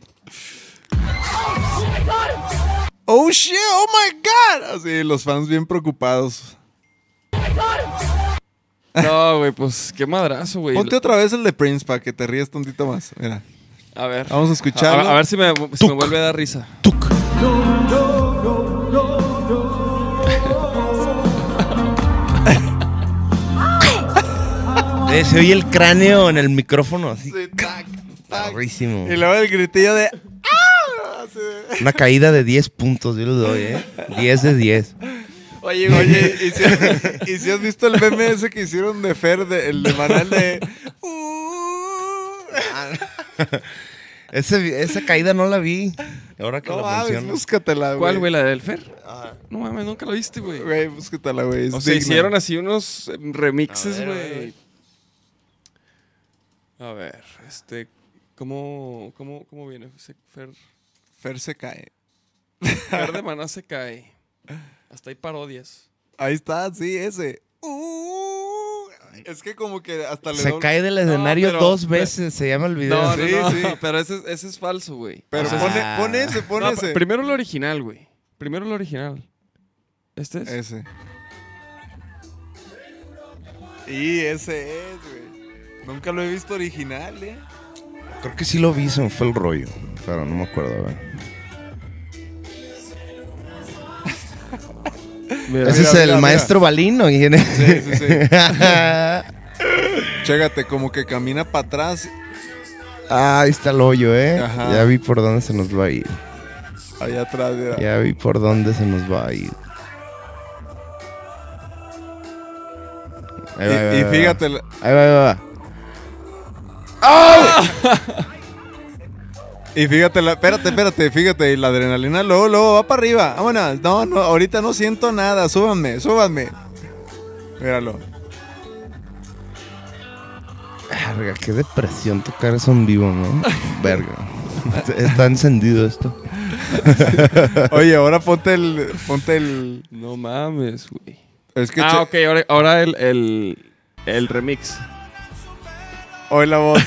Speaker 2: Oh shit, oh my god. Así, los fans bien preocupados.
Speaker 3: No, güey, pues qué madrazo, güey.
Speaker 2: Ponte otra vez el de Prince para que te rías tantito más. Mira,
Speaker 3: A ver.
Speaker 2: vamos a
Speaker 3: A,
Speaker 2: escucharlo.
Speaker 3: a- a ver si me, si me vuelve a dar risa.
Speaker 1: Eh, se oye el cráneo en el micrófono. Así,
Speaker 2: Sí, tac, tac.
Speaker 1: carrísimo.
Speaker 2: Y luego el gritillo de.
Speaker 1: Una caída de 10 puntos, yo le doy, ¿eh? 10 de 10.
Speaker 2: Oye, oye, ¿y si, y si has visto el meme ese que hicieron de Fer, de- el de Manal de.
Speaker 1: Ese- esa caída no la vi. Ahora que
Speaker 2: No
Speaker 1: lo
Speaker 2: mames, pues,
Speaker 1: mencionas.
Speaker 2: búscatela, güey. Ah,
Speaker 3: ¿Cuál, güey? ¿La del Fer? No mames, nunca la viste, güey.
Speaker 2: Güey, búscatela, güey. es
Speaker 3: O sea,
Speaker 2: digna.
Speaker 3: hicieron así unos eh, remixes,
Speaker 1: A ver, a ver,
Speaker 3: güey. A ver, este. ¿Cómo, cómo, cómo viene? Se- Fer,
Speaker 2: Fer se cae.
Speaker 3: Fer de Maná se cae. Hasta hay parodias.
Speaker 2: Ahí está, sí, ese. Uh, es que como que hasta le
Speaker 1: Se
Speaker 2: dobla-
Speaker 1: cae del escenario
Speaker 3: pero-
Speaker 1: dos veces, se llama el video.
Speaker 3: No,
Speaker 2: Sí,
Speaker 3: no, no,
Speaker 2: sí.
Speaker 3: pero ese, es- ese es falso, güey.
Speaker 2: Pero
Speaker 3: O sea,
Speaker 2: pone,
Speaker 1: Ah.
Speaker 2: pon ese, pon
Speaker 3: no,
Speaker 2: ese.
Speaker 3: Primero lo original, güey. Primero lo original. ¿Este es?
Speaker 2: Ese. Y ese es, güey. Nunca lo he visto original, eh.
Speaker 1: Creo que sí lo vi, se me fue el rollo. Pero no me acuerdo, a ver.
Speaker 3: Mira.
Speaker 1: Ese
Speaker 2: Mira,
Speaker 1: es el
Speaker 2: mira,
Speaker 1: maestro Balino. y-
Speaker 2: Sí, sí, sí. Chécate, como que camina para atrás.
Speaker 1: ah, ahí está el hoyo, ¿eh?
Speaker 2: Ajá.
Speaker 1: Ya vi por dónde se nos va a ir.
Speaker 2: Allá atrás, mira.
Speaker 1: Ya vi por dónde se nos va a ir. Ahí va, ahí va,
Speaker 2: Y, y
Speaker 1: ahí va.
Speaker 2: fíjate, la-
Speaker 1: Ahí va, ahí va, ahí va.
Speaker 2: y fíjate, la, espérate, espérate, fíjate, y la adrenalina luego, luego va para arriba. Vámonos, no, no, ahorita no siento nada, súbanme, súbanme. Míralo.
Speaker 1: Verga, qué depresión tocar eso en vivo, ¿no? Verga. Está- Está encendido esto.
Speaker 2: Oye, ahora ponte el, ponte el,
Speaker 3: No mames, güey.
Speaker 2: es que che-
Speaker 3: Ah, ok, ahora, ahora el, el, el remix.
Speaker 2: Hoy la voz.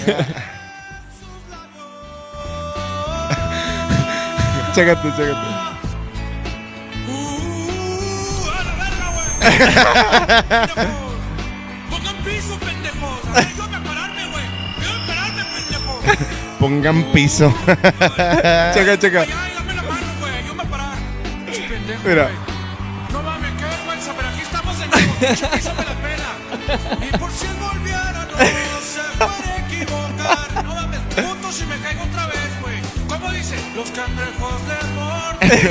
Speaker 2: chécate, chécate.
Speaker 4: Pongan piso, pendejos. Ayúdame a pararme, güey. Ayúdame a pararme, pendejo.
Speaker 1: Pongan piso.
Speaker 2: Checa, checa.
Speaker 4: Ya, dame la mano, güey. Ayúdame a parar. Pinche pendejo,
Speaker 2: Mira.
Speaker 4: güey. No mames, qué vergüenza, pero aquí estamos en vivo. Pinche piso me la pela. Y por si él volviera, no se puede equivocar. No mames, puto si me caigo otra vez, güey. ¿Cómo dice? Los cangrejos de morte.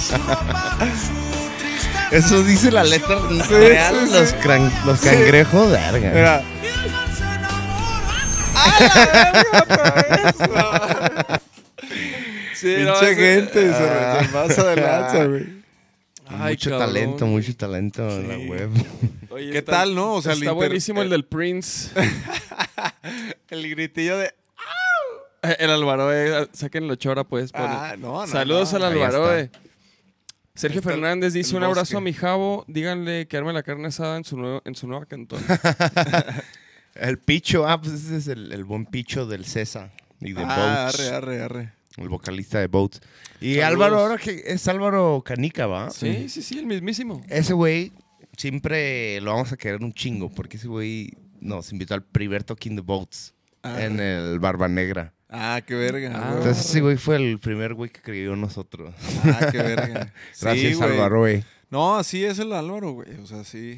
Speaker 4: Su mamá, su tristeza.
Speaker 1: Eso dice la letra real.
Speaker 2: sí, sí.
Speaker 1: Los, cran- los cangrejos, verga.
Speaker 2: Mira.
Speaker 4: Y el mal se enamora.
Speaker 3: Sí, eh,
Speaker 2: Pinche gente
Speaker 1: Ah.
Speaker 2: se, se pasa de lanza, güey.
Speaker 3: ah,
Speaker 1: mucho talento, mucho talento en la web.
Speaker 2: ¿Qué tal, no? O sea, el
Speaker 3: está
Speaker 2: inter-
Speaker 3: buenísimo el del Prince.
Speaker 2: El gritillo de.
Speaker 3: el Alvaroe, sáquenlo chora, pues. ponle.
Speaker 2: Ah, no, no,
Speaker 3: Saludos
Speaker 2: no.
Speaker 3: al
Speaker 1: Ahí
Speaker 3: Alvaroe. Sergio
Speaker 2: Ahí está el-
Speaker 3: Fernández dice
Speaker 2: el
Speaker 3: un abrazo
Speaker 2: bosque".
Speaker 3: a mi jabo. Díganle que arme la carne asada en su, nuevo, en su nueva cantón.
Speaker 1: El picho, ah, pues ese es el, el buen picho del César y de
Speaker 2: Ah,
Speaker 1: Boats,
Speaker 2: arre, arre, arre.
Speaker 1: el vocalista de Boats. Y
Speaker 3: Saludos.
Speaker 1: Álvaro, ahora que es Álvaro Canica, ¿va?
Speaker 3: sí, sí, sí, el mismísimo.
Speaker 1: Ese güey siempre lo vamos a querer un chingo, porque ese güey nos invitó al primer Talking the Boats
Speaker 2: Ah.
Speaker 1: en el Barba Negra.
Speaker 2: Ah, qué verga.
Speaker 3: Ah.
Speaker 2: güey.
Speaker 1: Entonces ese güey fue el primer güey que creyó en nosotros.
Speaker 2: Ah, qué verga. Sí,
Speaker 1: Gracias,
Speaker 2: güey.
Speaker 1: Álvaro, eh. güey.
Speaker 2: No, así es el Álvaro, güey. O sea, sí.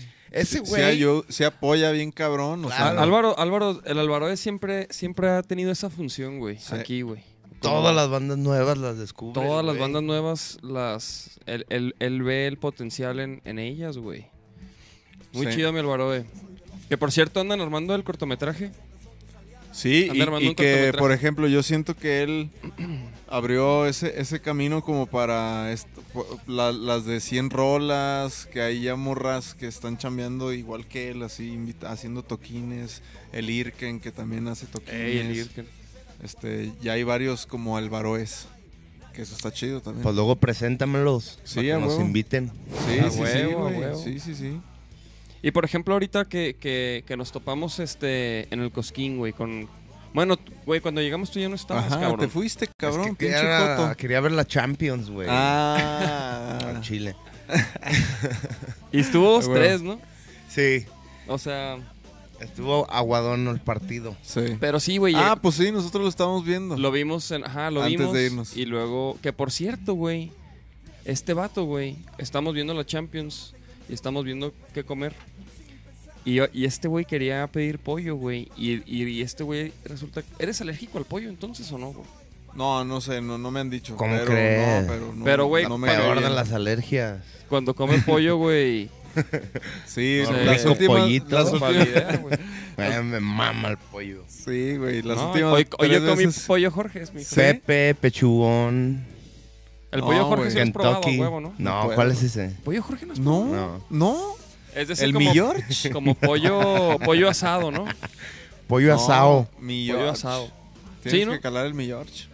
Speaker 2: Sí,
Speaker 1: Ese güey-
Speaker 2: sí ayu- sí apoya bien cabrón. O sea,
Speaker 1: Claro.
Speaker 3: Álvaro, Álvaro, el Alvaroe siempre, siempre ha tenido esa función, güey. Aquí, güey.
Speaker 1: Todas las bandas nuevas las descubren.
Speaker 3: Todas las
Speaker 1: güey.
Speaker 3: bandas nuevas, las él, él- él ve el potencial en, en ellas, güey. Muy
Speaker 2: Sí.
Speaker 3: chido mi Alvaroe. Que por cierto andan armando el cortometraje.
Speaker 2: Sí,
Speaker 3: Anda
Speaker 2: y,
Speaker 3: armando
Speaker 2: y
Speaker 3: un
Speaker 2: que
Speaker 3: cortometraje.
Speaker 2: por ejemplo yo siento que él abrió ese, ese camino como para esto- la- las de 100 rolas, que hay ya morras que están chambeando igual que él, así invita- haciendo toquines, el Irken que también hace toquines,
Speaker 3: Ey, el Irken.
Speaker 2: este ya hay varios como Alvaroes, que eso está chido también.
Speaker 1: Pues luego preséntamelos.
Speaker 2: Sí,
Speaker 1: para que
Speaker 2: a
Speaker 1: nos
Speaker 2: huevo.
Speaker 1: inviten.
Speaker 2: sí,
Speaker 3: a
Speaker 2: sí, sí,
Speaker 3: huevo, a
Speaker 2: güey,
Speaker 3: huevo.
Speaker 2: sí, sí, sí.
Speaker 3: Y por ejemplo, ahorita que, que- que nos topamos este en el Cosquín, güey, con... Bueno, t- güey, cuando llegamos tú ya no estabas,
Speaker 2: Ajá,
Speaker 3: cabrón.
Speaker 2: te fuiste, cabrón,
Speaker 1: Es que
Speaker 2: pinche
Speaker 1: quería,
Speaker 2: joto.
Speaker 1: quería ver la Champions, güey.
Speaker 2: Ah,
Speaker 1: Al Chile.
Speaker 3: Y estuvo dos,
Speaker 2: Ah, güey.
Speaker 3: tres, ¿no?
Speaker 1: Sí.
Speaker 3: O sea,
Speaker 1: Estuvo aguadón el partido.
Speaker 2: sí.
Speaker 3: pero sí, güey.
Speaker 2: Ah,
Speaker 3: eh,
Speaker 2: pues sí, nosotros lo estábamos viendo.
Speaker 3: lo vimos en... Ajá, lo
Speaker 2: Antes
Speaker 3: vimos.
Speaker 2: de irnos.
Speaker 3: Y luego, que por cierto, güey, este vato, güey, estamos viendo la Champions y estamos viendo qué comer. Y, yo- y este güey quería pedir pollo, güey. Y, y- y este güey resulta... ¿Eres alérgico al pollo entonces o no, güey?
Speaker 2: No, no sé, no, no me han dicho.
Speaker 1: ¿Cómo
Speaker 2: pero
Speaker 1: crees?
Speaker 2: No, pero, no,
Speaker 3: Pero, güey,
Speaker 2: no me cae
Speaker 1: Peor de
Speaker 2: bien.
Speaker 1: las alergias.
Speaker 3: Cuando come pollo, güey...
Speaker 2: Sí,
Speaker 3: Sí.
Speaker 2: las
Speaker 3: Rico
Speaker 2: últimas.
Speaker 1: pollito.
Speaker 2: las
Speaker 3: para la
Speaker 2: últimas-
Speaker 3: idea, güey.
Speaker 1: Eh, me mama el pollo.
Speaker 2: sí, güey, las
Speaker 3: No,
Speaker 2: últimas.
Speaker 3: hoy, hoy yo
Speaker 2: tres
Speaker 3: comí
Speaker 2: veces-
Speaker 3: pollo Jorge, es mi hijo. ¿Eh?
Speaker 1: Pepe, pechugón,
Speaker 3: El
Speaker 2: No,
Speaker 3: pollo Jorge
Speaker 2: güey.
Speaker 3: se lo has probado,
Speaker 1: Kentucky.
Speaker 3: huevo, ¿no?
Speaker 1: No,
Speaker 2: Puedo.
Speaker 1: ¿cuál es ese?
Speaker 3: Pollo Jorge no es
Speaker 2: No,
Speaker 1: No.
Speaker 2: no.
Speaker 3: Es decir,
Speaker 2: El
Speaker 3: como,
Speaker 2: mi George.
Speaker 3: como pollo, pollo asado, ¿no?
Speaker 1: Pollo
Speaker 2: No,
Speaker 1: asado.
Speaker 2: Mi
Speaker 3: Pollo
Speaker 2: George.
Speaker 3: asado.
Speaker 2: Tienes
Speaker 3: Sí, ¿no?
Speaker 2: que calar el mi George.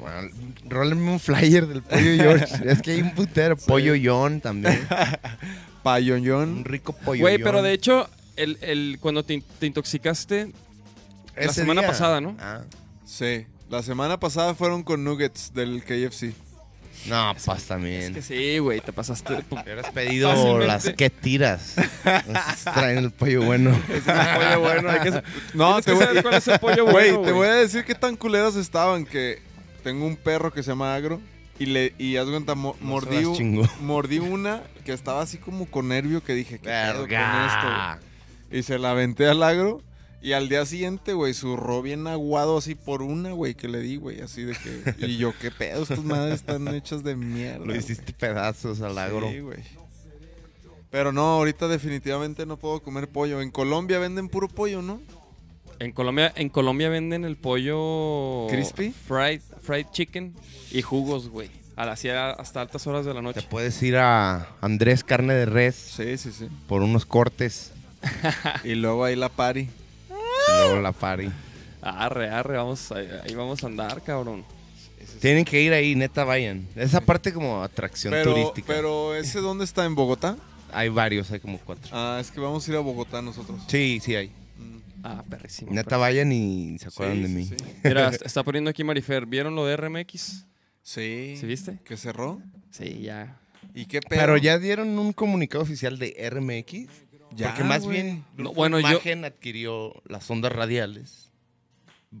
Speaker 1: Bueno, rólenme un flyer del pollo George. es que hay un putero. Pollo John también. Un
Speaker 2: Payoñón.
Speaker 1: rico pollo
Speaker 3: Güey,
Speaker 1: John.
Speaker 3: pero de hecho, el, el, cuando te, in- te intoxicaste, la
Speaker 1: Ese
Speaker 3: semana
Speaker 1: día.
Speaker 3: pasada, ¿no?
Speaker 1: Ah.
Speaker 2: Sí. La semana pasada fueron con Nuggets del KFC.
Speaker 1: No, pues
Speaker 3: es
Speaker 1: también.
Speaker 3: que sí, güey, te pasaste. pu-
Speaker 1: Hubieras pedido
Speaker 3: Fácilmente.
Speaker 1: las que tiras. Nos traen el pollo bueno.
Speaker 3: pollo bueno, hay que,
Speaker 2: No,
Speaker 3: tienes
Speaker 2: te
Speaker 3: que
Speaker 2: voy,
Speaker 3: saber cuál es el pollo
Speaker 2: Güey,
Speaker 3: bueno,
Speaker 2: te voy a decir qué tan culeras estaban que tengo un perro que se llama Agro y le y haz cuenta mo-
Speaker 1: No se
Speaker 2: mordí
Speaker 1: las
Speaker 2: u-
Speaker 1: chingó.
Speaker 2: mordí una que estaba así como con nervio que dije, ¿qué pedo con esto? güey?"
Speaker 1: Verga.
Speaker 2: Y se la aventé al agro. Y al día siguiente, güey, zurró bien aguado así por una, güey, que le di, güey, así de que... Y yo, qué pedo, estas madres están hechas de mierda.
Speaker 1: Lo hiciste pedazos al agro.
Speaker 2: Sí, güey. Pero no, ahorita definitivamente no puedo comer pollo. En Colombia venden puro pollo, ¿no?
Speaker 3: En Colombia, en Colombia venden el pollo.
Speaker 2: ¿Crispy?
Speaker 3: Fried, fried chicken y jugos, güey. A las- hasta altas horas de la
Speaker 1: Te
Speaker 3: noche.
Speaker 1: puedes ir a Andrés Carne de Res
Speaker 2: Sí, sí, sí.
Speaker 1: por unos cortes.
Speaker 2: Y luego ahí la pari.
Speaker 1: y luego la party.
Speaker 3: Arre, arre, vamos, ahí, ahí vamos a andar, cabrón.
Speaker 1: Tienen que ir ahí, neta, vayan. Esa parte como atracción
Speaker 2: Pero,
Speaker 1: turística.
Speaker 2: pero, ¿ese dónde está? ¿En Bogotá?
Speaker 1: Hay varios, hay como cuatro.
Speaker 2: Ah, es que vamos a ir a Bogotá nosotros.
Speaker 1: Sí, sí hay.
Speaker 2: Mm.
Speaker 3: Ah, perrísimo.
Speaker 1: Neta, vayan y se acuerdan
Speaker 2: Sí,
Speaker 1: de
Speaker 2: sí,
Speaker 1: mí.
Speaker 2: sí.
Speaker 3: Mira, est- está poniendo aquí Marifer. ¿Vieron lo de RMX?
Speaker 2: Sí.
Speaker 3: ¿Sí viste?
Speaker 2: ¿Que cerró?
Speaker 3: Sí, ya.
Speaker 2: ¿Y qué pedo?
Speaker 1: Pero ya dieron un comunicado oficial de RMX.
Speaker 2: Ya,
Speaker 1: porque más
Speaker 2: güey.
Speaker 1: bien,
Speaker 3: No, bueno,
Speaker 1: bueno,
Speaker 3: yo-
Speaker 1: imagen adquirió las ondas radiales.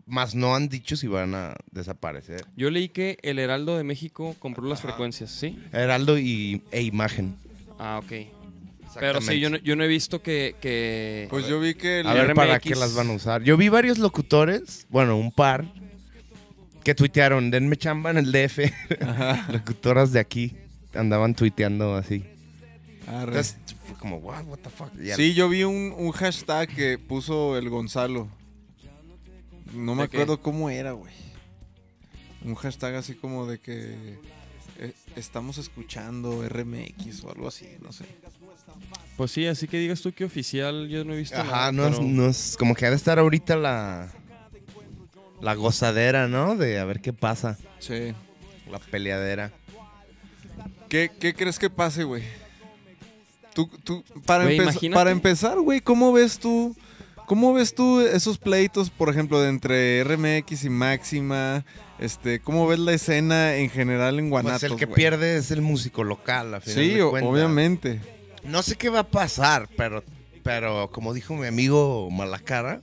Speaker 1: Más no han dicho si van a desaparecer.
Speaker 3: Yo leí que el Heraldo de México compró las frecuencias, ¿sí?
Speaker 1: Heraldo y, e imagen.
Speaker 3: Ah, ok. Pero sí,
Speaker 1: Exactamente.
Speaker 3: yo no, yo no he visto que... que-
Speaker 2: Pues yo vi que... el-
Speaker 1: A ver,
Speaker 3: RMX.
Speaker 1: ¿para qué las van a usar? Yo vi varios locutores, bueno, un par, que tuitearon, denme chamba en el DF. Locutoras de aquí andaban tuiteando así.
Speaker 2: Arre.
Speaker 1: Entonces, fue como, what, what the fuck. Y al-
Speaker 2: Sí, yo vi un, un hashtag que puso el Gonzalo. No me
Speaker 3: ¿De qué?
Speaker 2: acuerdo cómo era, güey. Un hashtag así como de que eh, estamos escuchando RMX o algo así, no sé.
Speaker 3: Pues sí, así que digas tú que oficial yo no he visto
Speaker 1: Ajá,
Speaker 3: nada,
Speaker 1: no, es,
Speaker 3: pero-
Speaker 1: no es- como que ha de estar ahorita la, la gozadera, ¿no? De a ver qué pasa.
Speaker 2: Sí.
Speaker 1: La peleadera.
Speaker 2: ¿Qué, qué crees que pase, güey? Tú, tú, para,
Speaker 3: Güey,
Speaker 2: empeza-
Speaker 3: imagínate.
Speaker 2: para empezar, güey, ¿cómo ves tú? ¿Cómo ves tú esos pleitos, por ejemplo, de entre RMX y Máxima? Este, ¿cómo ves la escena en general en
Speaker 1: Pues
Speaker 2: Guanatos,
Speaker 1: el que
Speaker 2: güey?
Speaker 1: pierde es el músico local, a final
Speaker 2: Sí,
Speaker 1: de
Speaker 2: o-
Speaker 1: cuentas.
Speaker 2: obviamente.
Speaker 3: Pues,
Speaker 1: No sé qué va a pasar, pero, pero como dijo mi amigo Malacara,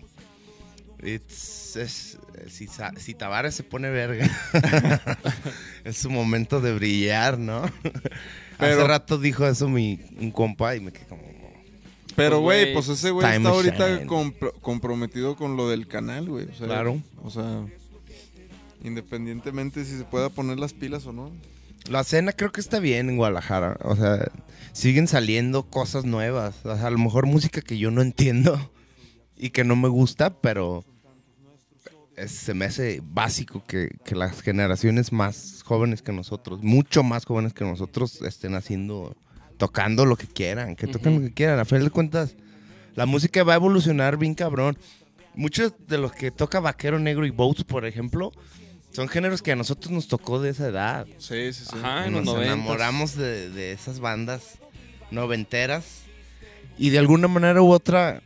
Speaker 1: it's- es- si, Sa- si Tavares se pone verga, es su momento de brillar, ¿no? Hace
Speaker 2: Pero-
Speaker 1: rato dijo eso mi un compa y me quedé como...
Speaker 2: Pero,
Speaker 3: Pues,
Speaker 2: güey,
Speaker 3: güey,
Speaker 2: pues ese güey
Speaker 1: time
Speaker 2: está
Speaker 1: machine.
Speaker 2: ahorita compro- comprometido con lo del canal, güey. o sea,
Speaker 1: Claro.
Speaker 2: O sea, Independientemente si se pueda poner las pilas o no.
Speaker 1: La cena creo que está bien en Guadalajara. O sea, siguen saliendo cosas nuevas. O sea, a lo mejor música que yo no entiendo y que no me gusta, pero es- se me hace básico que, que las generaciones más jóvenes que nosotros, mucho más jóvenes que nosotros, estén haciendo, tocando lo que quieran, que toquen lo que quieran. A fin de cuentas, la música va a evolucionar bien cabrón. Muchos de los que toca Vaquero Negro y Boats, por ejemplo, son géneros que a nosotros nos tocó de esa edad.
Speaker 2: Sí, sí, sí.
Speaker 3: Ajá, en los
Speaker 1: Nos
Speaker 3: 90.
Speaker 1: enamoramos de, de esas bandas noventeras. Y de alguna manera u otra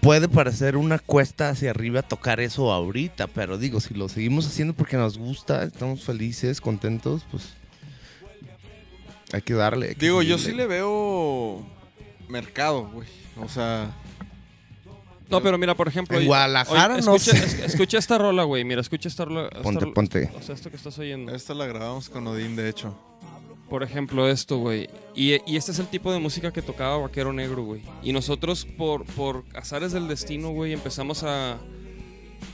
Speaker 1: puede parecer una cuesta hacia arriba tocar eso ahorita. Pero digo, si lo seguimos haciendo porque nos gusta, estamos felices, contentos, pues hay que darle. hay que
Speaker 2: Digo, yo sí
Speaker 1: seguirle.
Speaker 2: le veo mercado, güey. O sea,
Speaker 3: No, pero mira, por ejemplo.
Speaker 1: En
Speaker 3: oye,
Speaker 1: Guadalajara,
Speaker 3: oye,
Speaker 1: no
Speaker 3: escucha,
Speaker 1: sé.
Speaker 3: es- escucha esta rola, güey. Mira, escucha esta rola. esta
Speaker 1: Ponte,
Speaker 3: rola-
Speaker 1: ponte.
Speaker 3: O sea, esto que estás oyendo.
Speaker 2: esta la grabamos con Odín, de hecho.
Speaker 3: Por ejemplo, esto, güey. Y, y este es el tipo de música que tocaba Vaquero Negro, güey. Y nosotros, por, por azares del destino, güey, empezamos a.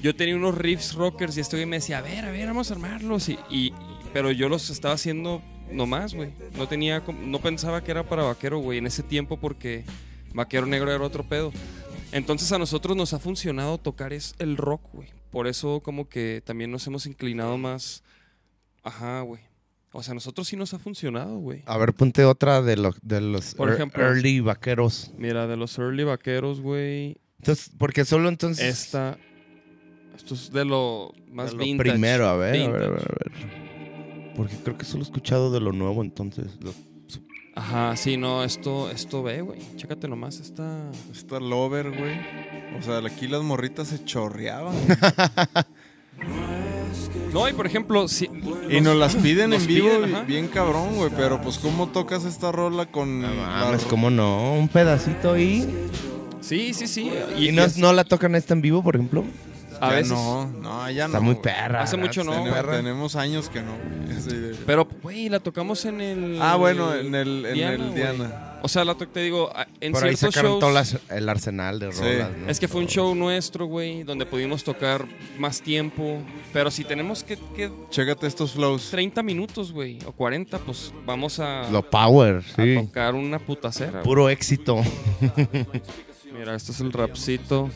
Speaker 3: Yo tenía unos riffs rockers y este güey me decía, a ver, a ver, vamos a armarlos. Y, y- y- pero yo los estaba haciendo nomás, güey. No tenía. com- No pensaba que era para Vaquero, güey, en ese tiempo porque Vaquero Negro era otro pedo. Entonces a nosotros nos ha funcionado tocar es el rock, güey. Por eso como que también nos hemos inclinado más. Ajá, güey. O sea, a nosotros sí nos ha funcionado, güey.
Speaker 1: A ver, ponte otra de, lo- de los
Speaker 3: Por
Speaker 1: ear-
Speaker 3: ejemplo.
Speaker 1: early vaqueros.
Speaker 3: Mira, de los early vaqueros, güey.
Speaker 1: Entonces, porque solo entonces.
Speaker 3: Esta. Esto es de lo más
Speaker 1: de lo
Speaker 3: vintage.
Speaker 1: primero, a ver, a ver,
Speaker 3: vintage.
Speaker 1: a ver, a ver. Porque creo que solo he escuchado de lo nuevo entonces. lo-
Speaker 3: Mm, Ajá, sí, no, esto, esto ve, güey. Chécate nomás esta.
Speaker 2: Esta Lover, güey. O sea, aquí las morritas se chorreaban.
Speaker 3: No, y por ejemplo, sí.
Speaker 2: y nos las piden
Speaker 3: nos
Speaker 2: en vivo
Speaker 3: piden,
Speaker 2: bi-
Speaker 3: ajá.
Speaker 2: bien cabrón, güey. Pero pues, ¿cómo tocas esta rola con...
Speaker 1: No
Speaker 2: la
Speaker 1: mames,
Speaker 2: ro-
Speaker 1: ¿cómo no? Un pedacito ahí.
Speaker 3: Sí, sí, sí.
Speaker 1: ¿Y, no, no la tocan esta en vivo, por ejemplo?
Speaker 3: a
Speaker 2: Ya
Speaker 3: veces.
Speaker 2: No, no, ya
Speaker 1: Está
Speaker 2: no.
Speaker 1: muy
Speaker 2: güey.
Speaker 1: perra.
Speaker 3: Hace
Speaker 1: ¿verdad?
Speaker 3: mucho no,
Speaker 1: Está
Speaker 2: Tenemos,
Speaker 1: perra.
Speaker 2: tenemos años que no. Así de-
Speaker 3: Pero, güey, la tocamos en el.
Speaker 2: Ah, bueno, en el, en
Speaker 3: Diana,
Speaker 2: el
Speaker 3: güey.
Speaker 2: Diana.
Speaker 3: O sea, la to- te digo, a- en
Speaker 1: Por ahí
Speaker 3: ciertos
Speaker 1: sacaron
Speaker 3: shows.
Speaker 1: todo las- el arsenal de
Speaker 2: Sí.
Speaker 1: rolas. ¿no?
Speaker 3: Es que fue un
Speaker 1: Todo.
Speaker 3: show nuestro, güey, donde pudimos tocar más tiempo. Pero si tenemos que- que
Speaker 2: Chécate estos flows.
Speaker 3: 30 minutos, güey, o 40, pues vamos a,
Speaker 1: Lo power,
Speaker 3: a
Speaker 1: sí.
Speaker 3: tocar una putacera. güey.
Speaker 1: Puro éxito.
Speaker 3: Mira, esto es el rapcito.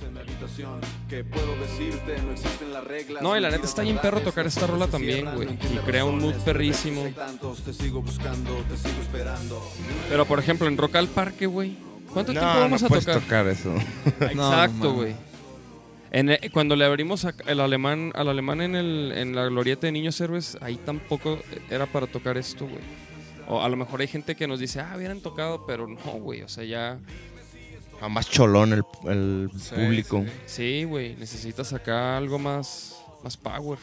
Speaker 5: ¿Qué puedo decirte? No existen las reglas.
Speaker 3: No, y la neta está bien perro tocar esta rola también, güey. Y crea un mood perrísimo.
Speaker 5: Tantos, te sigo buscando, te sigo esperando.
Speaker 3: Pero, por ejemplo, en Rock al Parque, güey. ¿Cuánto
Speaker 1: No,
Speaker 3: tiempo
Speaker 1: no
Speaker 3: vamos a
Speaker 1: puedes
Speaker 3: tocar?
Speaker 1: tocar, eso.
Speaker 2: No,
Speaker 3: Exacto,
Speaker 2: mames.
Speaker 3: güey. En, eh, cuando le abrimos a- el alemán, al alemán en, el, en la glorieta de Niños Héroes, ahí tampoco era para tocar esto, güey. O a lo mejor hay gente que nos dice, ah, hubieran tocado, pero no, güey. O sea, ya...
Speaker 1: Jamás cholón el, el
Speaker 2: Sí,
Speaker 1: público.
Speaker 2: sí.
Speaker 3: Sí, güey, necesitas acá algo más, más power.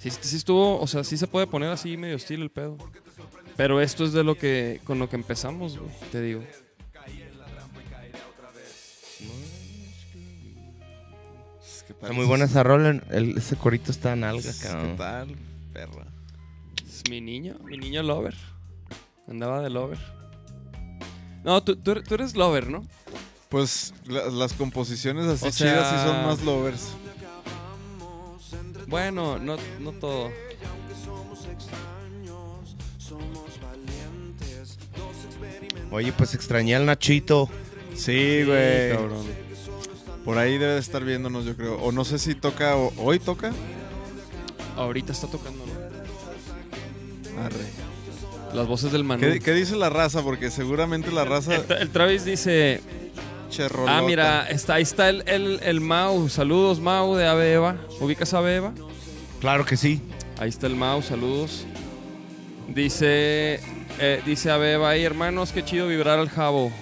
Speaker 3: Sí, sí estuvo, o sea, sí se puede poner así medio hostil el pedo. Pero esto es de lo que, con lo que empezamos, güey, te digo.
Speaker 2: ¿Qué tal
Speaker 1: Está muy
Speaker 2: esos-
Speaker 1: buena esa rola. el- ese corito está en alga,
Speaker 2: ¿Qué
Speaker 1: cabrón.
Speaker 2: tal, perra?
Speaker 3: Es mi niño, mi niño lover. Andaba de lover. No, tú, tú eres- tú eres lover, ¿no?
Speaker 2: Pues la- las composiciones así
Speaker 3: O sea-
Speaker 2: chidas sí son más lovers.
Speaker 3: Bueno, no, no todo.
Speaker 1: Oye, pues extrañé al Nachito.
Speaker 2: Sí, güey. Por ahí debe de estar viéndonos, yo creo. O no sé si toca, o- hoy toca.
Speaker 3: Ahorita está tocando, ¿no?
Speaker 2: Arre.
Speaker 3: Las voces del Manu.
Speaker 2: ¿Qué, qué dice la raza? Porque seguramente la raza
Speaker 3: El, tra- el Travis dice,
Speaker 2: cherrolota.
Speaker 3: Ah, mira, está, ahí está el, el, el Mau. Saludos, Mau de Abeba. ¿Ubicas a Abeba?
Speaker 1: Claro que sí.
Speaker 3: Ahí está el Mau, saludos. Dice, eh, dice Abeba, ahí hermanos, qué chido vibrar al jabo.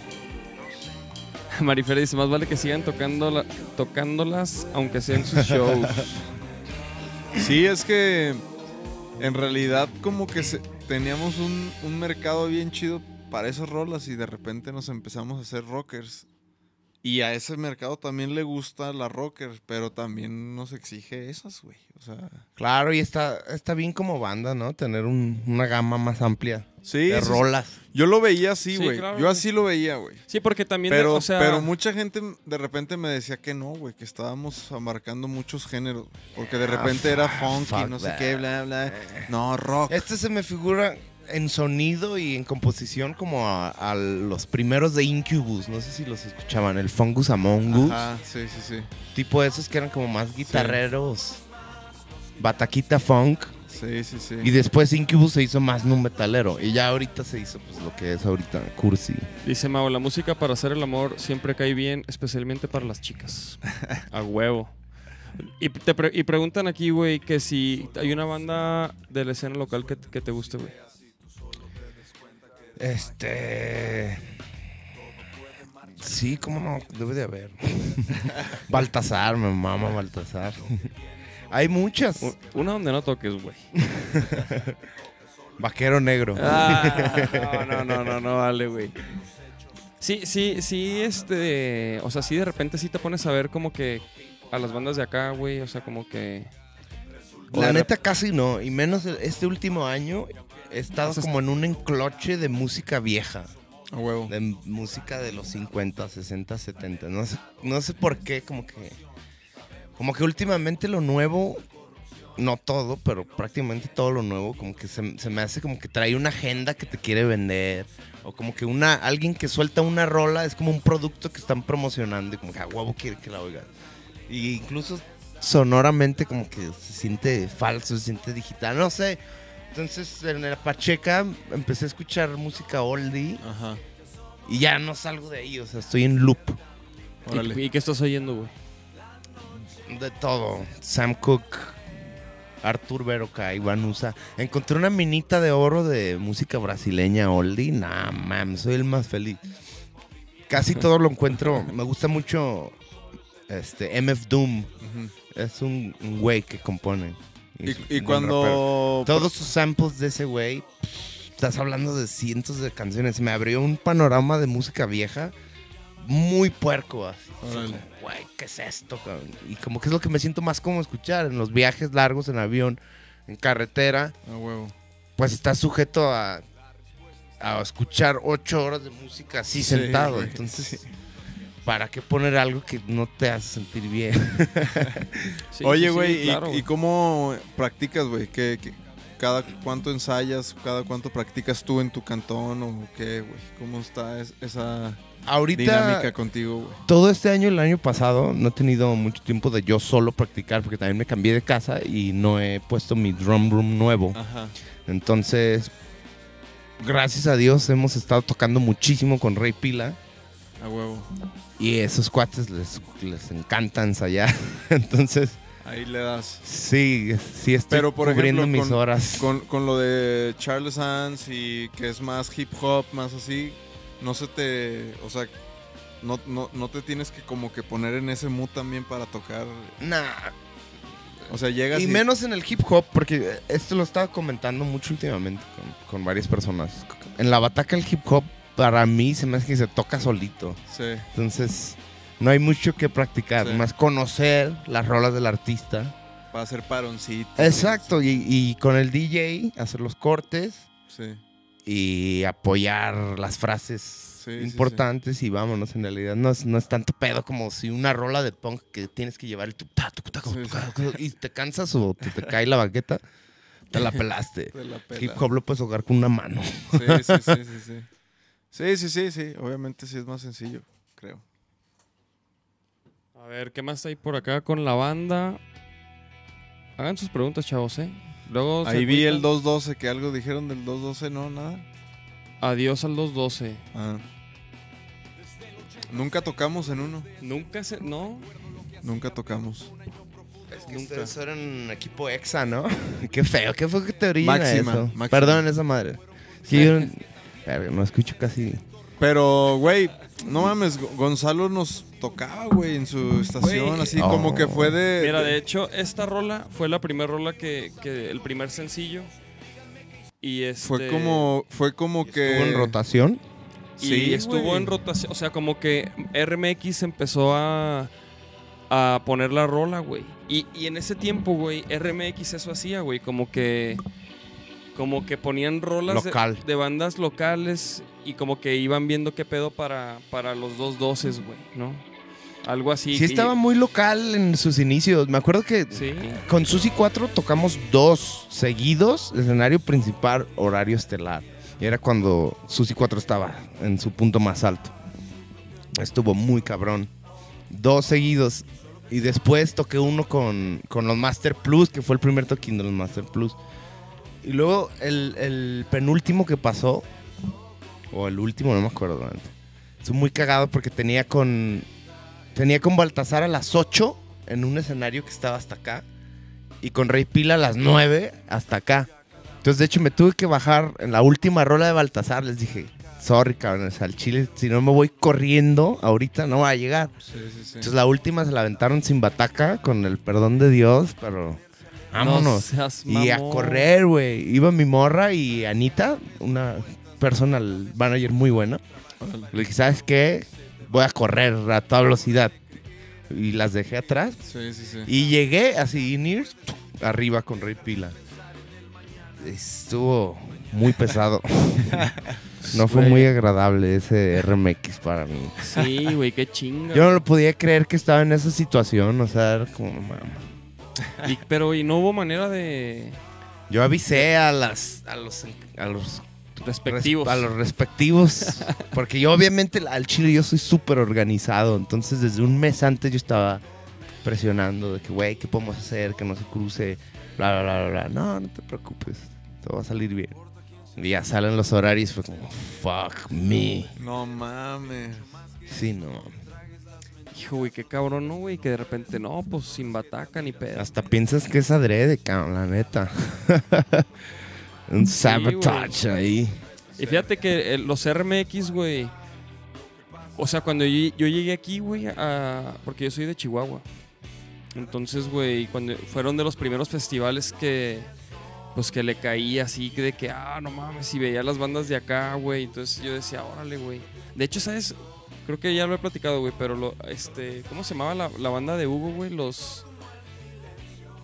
Speaker 3: Marifer dice, más vale que sigan tocando la- tocándolas, aunque sean sus shows.
Speaker 2: Sí, es que en realidad como que se- teníamos un, un mercado bien chido para esas rolas y de repente nos empezamos a hacer rockers. Y a ese mercado también le gusta la rocker, pero también nos exige esas, güey. O sea,
Speaker 1: Claro, y está, está bien como banda, ¿no? Tener un- una gama más amplia
Speaker 2: sí,
Speaker 1: de
Speaker 2: sí,
Speaker 1: rolas.
Speaker 2: sí. Yo lo veía así,
Speaker 3: Sí,
Speaker 2: güey.
Speaker 3: claro,
Speaker 2: Yo
Speaker 3: güey.
Speaker 2: así lo veía, güey.
Speaker 3: Sí, porque también,
Speaker 2: Pero,
Speaker 3: o sea,
Speaker 2: pero mucha gente de repente me decía que no, güey, que estábamos abarcando muchos géneros. Porque de repente era
Speaker 1: Ah, fuck,
Speaker 2: funky,
Speaker 1: fuck
Speaker 2: no sé
Speaker 1: that.
Speaker 2: qué, bla, bla. No, rock.
Speaker 1: Este se me figura en sonido y en composición como a, a los primeros de Incubus. No sé si los escuchaban. El Fungus Among Us.
Speaker 2: Ajá, sí, sí, sí.
Speaker 1: Tipo esos que eran como más guitarreros. Bataquita funk.
Speaker 2: Sí, sí, sí.
Speaker 1: Y después Incubus se hizo más nu metalero. Y ya ahorita se hizo pues lo que es ahorita cursi.
Speaker 3: dice Mao, la música para hacer el amor siempre cae bien, especialmente para las chicas. A huevo. Y, te pre- y preguntan aquí, güey, que si hay una banda de la escena local que, que te guste, güey.
Speaker 1: Este. Sí, cómo no, debe de haber. Baltasar, me mama Baltasar. Hay muchas.
Speaker 3: U- Una donde no toques, güey.
Speaker 1: Vaquero negro.
Speaker 3: Ah, no, no, no, no vale, güey. Sí, sí, sí, este. O sea, sí, de repente sí te pones a ver como que a las bandas de acá, güey. O sea, como que. o
Speaker 1: La
Speaker 3: de
Speaker 1: neta casi no, y menos este último año he estado como en un encloche de música vieja,
Speaker 2: A huevo.
Speaker 1: de música de los 50, 60, 70. No sé, no sé por qué, como que como que últimamente lo nuevo no todo, pero prácticamente todo lo nuevo como que se, se me hace como que trae una agenda que te quiere vender o como que una alguien que suelta una rola es como un producto que están promocionando y como que a huevo quiere que la oigas. Y incluso sonoramente como que se siente falso, se siente digital, no sé. Entonces en la Pacheca empecé a escuchar música oldie
Speaker 2: Ajá.
Speaker 1: y ya no salgo de ahí, o sea, estoy en loop
Speaker 3: ¿Y,
Speaker 2: Órale.
Speaker 3: y qué estás oyendo, güey?
Speaker 1: de todo. Sam Cooke, Artur Beroca, Iván Usa. Encontré una minita de oro de música brasileña oldie, nah, mam, soy el más feliz. Casi todo lo encuentro, me gusta mucho este MF Doom.
Speaker 2: Ujú.
Speaker 1: Es un un güey que compone. Es
Speaker 2: Y, y
Speaker 1: un buen rapero.
Speaker 2: cuando.
Speaker 1: Todos sus samples de ese güey, estás hablando de cientos de canciones. Me abrió un panorama de música vieja muy puerco. así.
Speaker 2: Órale.
Speaker 1: Como, Güey, ¿qué es esto? cabrón? Y como que es lo que me siento más como escuchar en los viajes largos, en avión, en carretera.
Speaker 2: A huevo.
Speaker 1: Pues estás sujeto a, a escuchar ocho horas de música así
Speaker 2: Sí,
Speaker 1: sentado.
Speaker 2: güey,
Speaker 1: Entonces,
Speaker 2: sí.
Speaker 1: ¿para qué poner algo que no te hace sentir bien?
Speaker 3: Sí, sí,
Speaker 2: Oye,
Speaker 3: sí,
Speaker 2: güey, ¿y-
Speaker 3: claro,
Speaker 2: ¿y, cómo practicas, güey? ¿Qué, qué- cada cuánto ensayas? ¿Cada cuánto practicas tú en tu cantón? ¿O qué, güey? ¿Cómo está es- esa
Speaker 1: Ahorita.
Speaker 2: dinámica contigo, güey?
Speaker 1: todo este año, y el año pasado, no he tenido mucho tiempo de yo solo practicar porque también me cambié de casa y no he puesto mi drum room nuevo.
Speaker 2: Ajá.
Speaker 1: Entonces, gracias a Dios hemos estado tocando muchísimo con Rey Pila
Speaker 2: A huevo.
Speaker 1: y esos cuates les, les encanta ensayar. Entonces,
Speaker 2: Ahí le das.
Speaker 1: sí, sí estoy
Speaker 2: Pero, por
Speaker 1: cubriendo
Speaker 2: ejemplo,
Speaker 1: mis
Speaker 2: con-
Speaker 1: horas.
Speaker 2: Con, con lo de Charles Sands y que es más hip hop, más así, no se te. O sea, no, no, no te tienes que como que poner en ese mood también para tocar.
Speaker 1: Nah,
Speaker 2: O sea, llegas y.
Speaker 1: Y menos en el hip hop, porque eh, esto lo estaba comentando mucho últimamente con, con varias personas. En la bataca el hip hop, para mí, se me hace que se toca solito.
Speaker 2: Sí,
Speaker 1: Entonces, no hay mucho que practicar,
Speaker 2: Sí.
Speaker 1: más conocer las rolas del artista.
Speaker 2: para hacer paroncito.
Speaker 1: Exacto, y, y con el DJ, hacer los cortes
Speaker 2: Sí.
Speaker 1: y apoyar las frases
Speaker 2: sí, sí.
Speaker 1: importantes y vámonos, en realidad no es, no es tanto pedo como si una rola de punk que tienes que llevar el tu- ta, tu- ta, tu-
Speaker 2: Sí,
Speaker 1: ta, tu- y te cansas o te, te cae la baqueta, te la pelaste.
Speaker 2: Te la pela.
Speaker 1: Hip hop lo puedes jugar con una mano.
Speaker 2: Sí, sí, sí, sí, sí. Sí, sí, sí, sí. Obviamente sí es más sencillo, creo.
Speaker 3: A ver, ¿qué más hay por acá con la banda? Hagan sus preguntas, chavos, ¿eh? Luego se
Speaker 2: Ahí vi
Speaker 3: agüitan.
Speaker 2: el 212, que algo dijeron del 212, no, nada.
Speaker 3: Adiós al 212.
Speaker 2: Ah. Nunca tocamos en uno.
Speaker 3: Nunca se. No.
Speaker 2: Nunca tocamos.
Speaker 1: Es que
Speaker 3: Nunca.
Speaker 1: ustedes eran equipo exa, ¿no? qué feo, qué fue que te orina
Speaker 2: Máxima,
Speaker 1: eso.
Speaker 2: máxima.
Speaker 1: Perdón esa madre. Sí, yo Verga, no escucho casi.
Speaker 2: Pero, güey, no mames, Go- Gonzalo nos tocaba, güey, en su estación,
Speaker 3: Güey.
Speaker 2: así
Speaker 1: Oh.
Speaker 2: como que fue de...
Speaker 3: Mira, de
Speaker 2: de-
Speaker 3: hecho, esta rola fue la primera rola que, que. El primer sencillo. Y este.
Speaker 2: Fue como, fue como
Speaker 1: ¿Hubo en
Speaker 2: Eh, que...
Speaker 1: rotación?
Speaker 3: Y
Speaker 2: Sí,
Speaker 3: estuvo
Speaker 2: güey.
Speaker 3: en rotación. O sea, como que RMX empezó a, a poner la rola, güey. Y, y en ese tiempo, güey, RMX eso hacía, güey. Como que. Como que ponían rolas de-
Speaker 1: Local.
Speaker 3: De, bandas locales y como que iban viendo qué pedo para, para los dos doces, güey, ¿no? Algo así.
Speaker 1: Sí
Speaker 3: que-
Speaker 1: estaba muy local en sus inicios. Me acuerdo que
Speaker 3: Sí.
Speaker 1: con Susi 4 tocamos dos seguidos, escenario principal, horario estelar. Y era cuando Susi 4 estaba en su punto más alto. Estuvo muy cabrón. Dos seguidos. Y después toqué uno con, con los Master Plus, que fue el primer toquín de los Master Plus. Y luego el, el penúltimo que pasó, o el último, no me acuerdo. la neta. Estuvo muy cagado porque tenía con, tenía con Baltasar a las 8 en un escenario que estaba hasta acá y con Rey Pila a las 9 hasta acá. Entonces, de hecho, me tuve que bajar en la última rola de Baltasar. Les dije, sorry, cabrón, al chile, si no me voy corriendo, ahorita no va a llegar.
Speaker 2: Sí, sí, sí.
Speaker 1: Entonces, la última se la aventaron sin bataca, con el perdón de Dios, pero
Speaker 3: No
Speaker 1: vámonos.
Speaker 3: seas
Speaker 1: y a
Speaker 3: mamón.
Speaker 1: correr, güey. Iba mi morra y Anita, una personal manager muy buena. Le dije, ¿sabes qué? Voy a correr a toda velocidad. Y las dejé atrás.
Speaker 2: Sí, sí, sí.
Speaker 1: Y llegué así, in-ears, arriba con Rey Pila. Estuvo muy pesado. no fue
Speaker 3: Güey.
Speaker 1: muy agradable ese RMX para mí.
Speaker 3: Sí, güey, qué chinga.
Speaker 1: Yo no lo podía creer que estaba en esa situación. O sea, era como, "Mam".
Speaker 3: Y- pero y no hubo manera de.
Speaker 1: Yo avisé a las a los a los
Speaker 3: Respectivos.
Speaker 1: res- a los respectivos porque yo obviamente al Chile yo soy súper organizado, entonces desde un mes antes yo estaba presionando de que güey, ¿qué podemos hacer? Que no se cruce, bla bla bla bla. bla. No, no te preocupes. Todo va a salir bien. Y ya salen los horarios fue como fuck me.
Speaker 2: No mames.
Speaker 1: Sí, no.
Speaker 3: Hijo, güey, qué cabrón, ¿no, güey? Que de repente, no, pues sin bataca ni pedo.
Speaker 1: Hasta piensas que es adrede, cabrón, la neta. un sabotage ahí.
Speaker 3: Y fíjate que eh, los RMX, güey. O sea, cuando yo, yo llegué aquí, güey, a- porque yo soy de Chihuahua. Entonces, güey, cuando fueron de los primeros festivales que pues que le caí así que de que ah, no mames, y veía las bandas de acá, güey. Entonces yo decía, "Órale, güey." De hecho, ¿sabes? Creo que ya lo he platicado, güey, pero lo este, ¿cómo se llamaba la, la banda de Hugo, güey? Los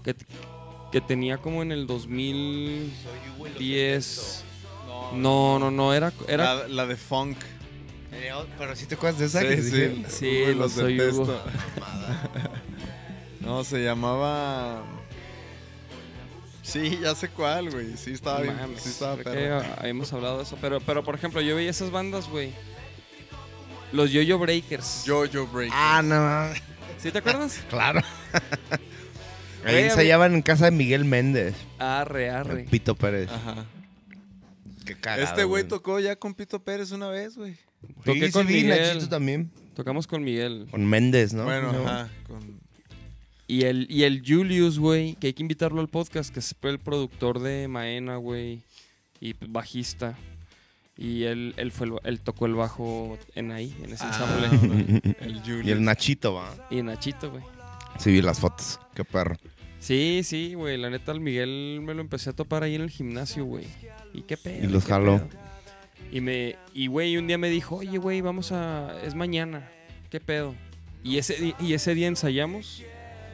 Speaker 3: que, que tenía como en el 2010 no, no, no, era. era
Speaker 2: La, la de funk.
Speaker 1: Pero si te acuerdas de esa
Speaker 2: Sí, sí.
Speaker 3: Sí,
Speaker 2: Uy,
Speaker 3: lo soy,
Speaker 2: detesto.
Speaker 3: Hugo.
Speaker 2: no, se llamaba. Sí, ya sé cuál, güey. Sí, estaba bien.
Speaker 3: mames,
Speaker 2: sí, estaba
Speaker 3: creo
Speaker 2: perro.
Speaker 3: que habíamos hablado de eso. Pero, pero por ejemplo, yo veía esas bandas, güey. Los Yo-Yo Breakers.
Speaker 2: Jojo Break.
Speaker 1: Ah, no mames.
Speaker 3: ¿Sí te acuerdas?
Speaker 1: Claro. Ahí
Speaker 3: Güey,
Speaker 1: ensayaban en casa de Miguel Méndez,
Speaker 3: Arre, arre. Ah,
Speaker 1: el Pito Pérez.
Speaker 2: Ajá.
Speaker 1: Qué cagado,
Speaker 2: este güey tocó ya con Pito Pérez una vez, güey.
Speaker 1: Sí,
Speaker 3: Toqué
Speaker 1: sí
Speaker 3: con
Speaker 1: vi,
Speaker 3: Miguel.
Speaker 1: Nachito también.
Speaker 3: Tocamos con Miguel.
Speaker 1: Con Méndez, ¿no?
Speaker 2: Bueno,
Speaker 1: ¿No?
Speaker 2: ajá. Con...
Speaker 3: Y el, y el Julius, güey, que hay que invitarlo al podcast, que es el productor de Maena, güey. Y bajista. Y él, él, fue el- él tocó el bajo en ahí, en ese
Speaker 2: Ah,
Speaker 3: ensamble.
Speaker 2: el
Speaker 1: Y el
Speaker 2: Julio.
Speaker 1: Nachito, va.
Speaker 3: Y Nachito, güey.
Speaker 1: Sí, vi las fotos. Qué perro.
Speaker 3: Sí, sí, güey. La neta, al Miguel me lo empecé a topar ahí en el gimnasio, güey. Y qué pedo.
Speaker 1: Y los
Speaker 3: qué
Speaker 1: jaló.
Speaker 3: pedo. Y me, y güey, un día me dijo, oye, güey, vamos a. Es mañana. ¿Qué pedo? Y ese, di- y ese día ensayamos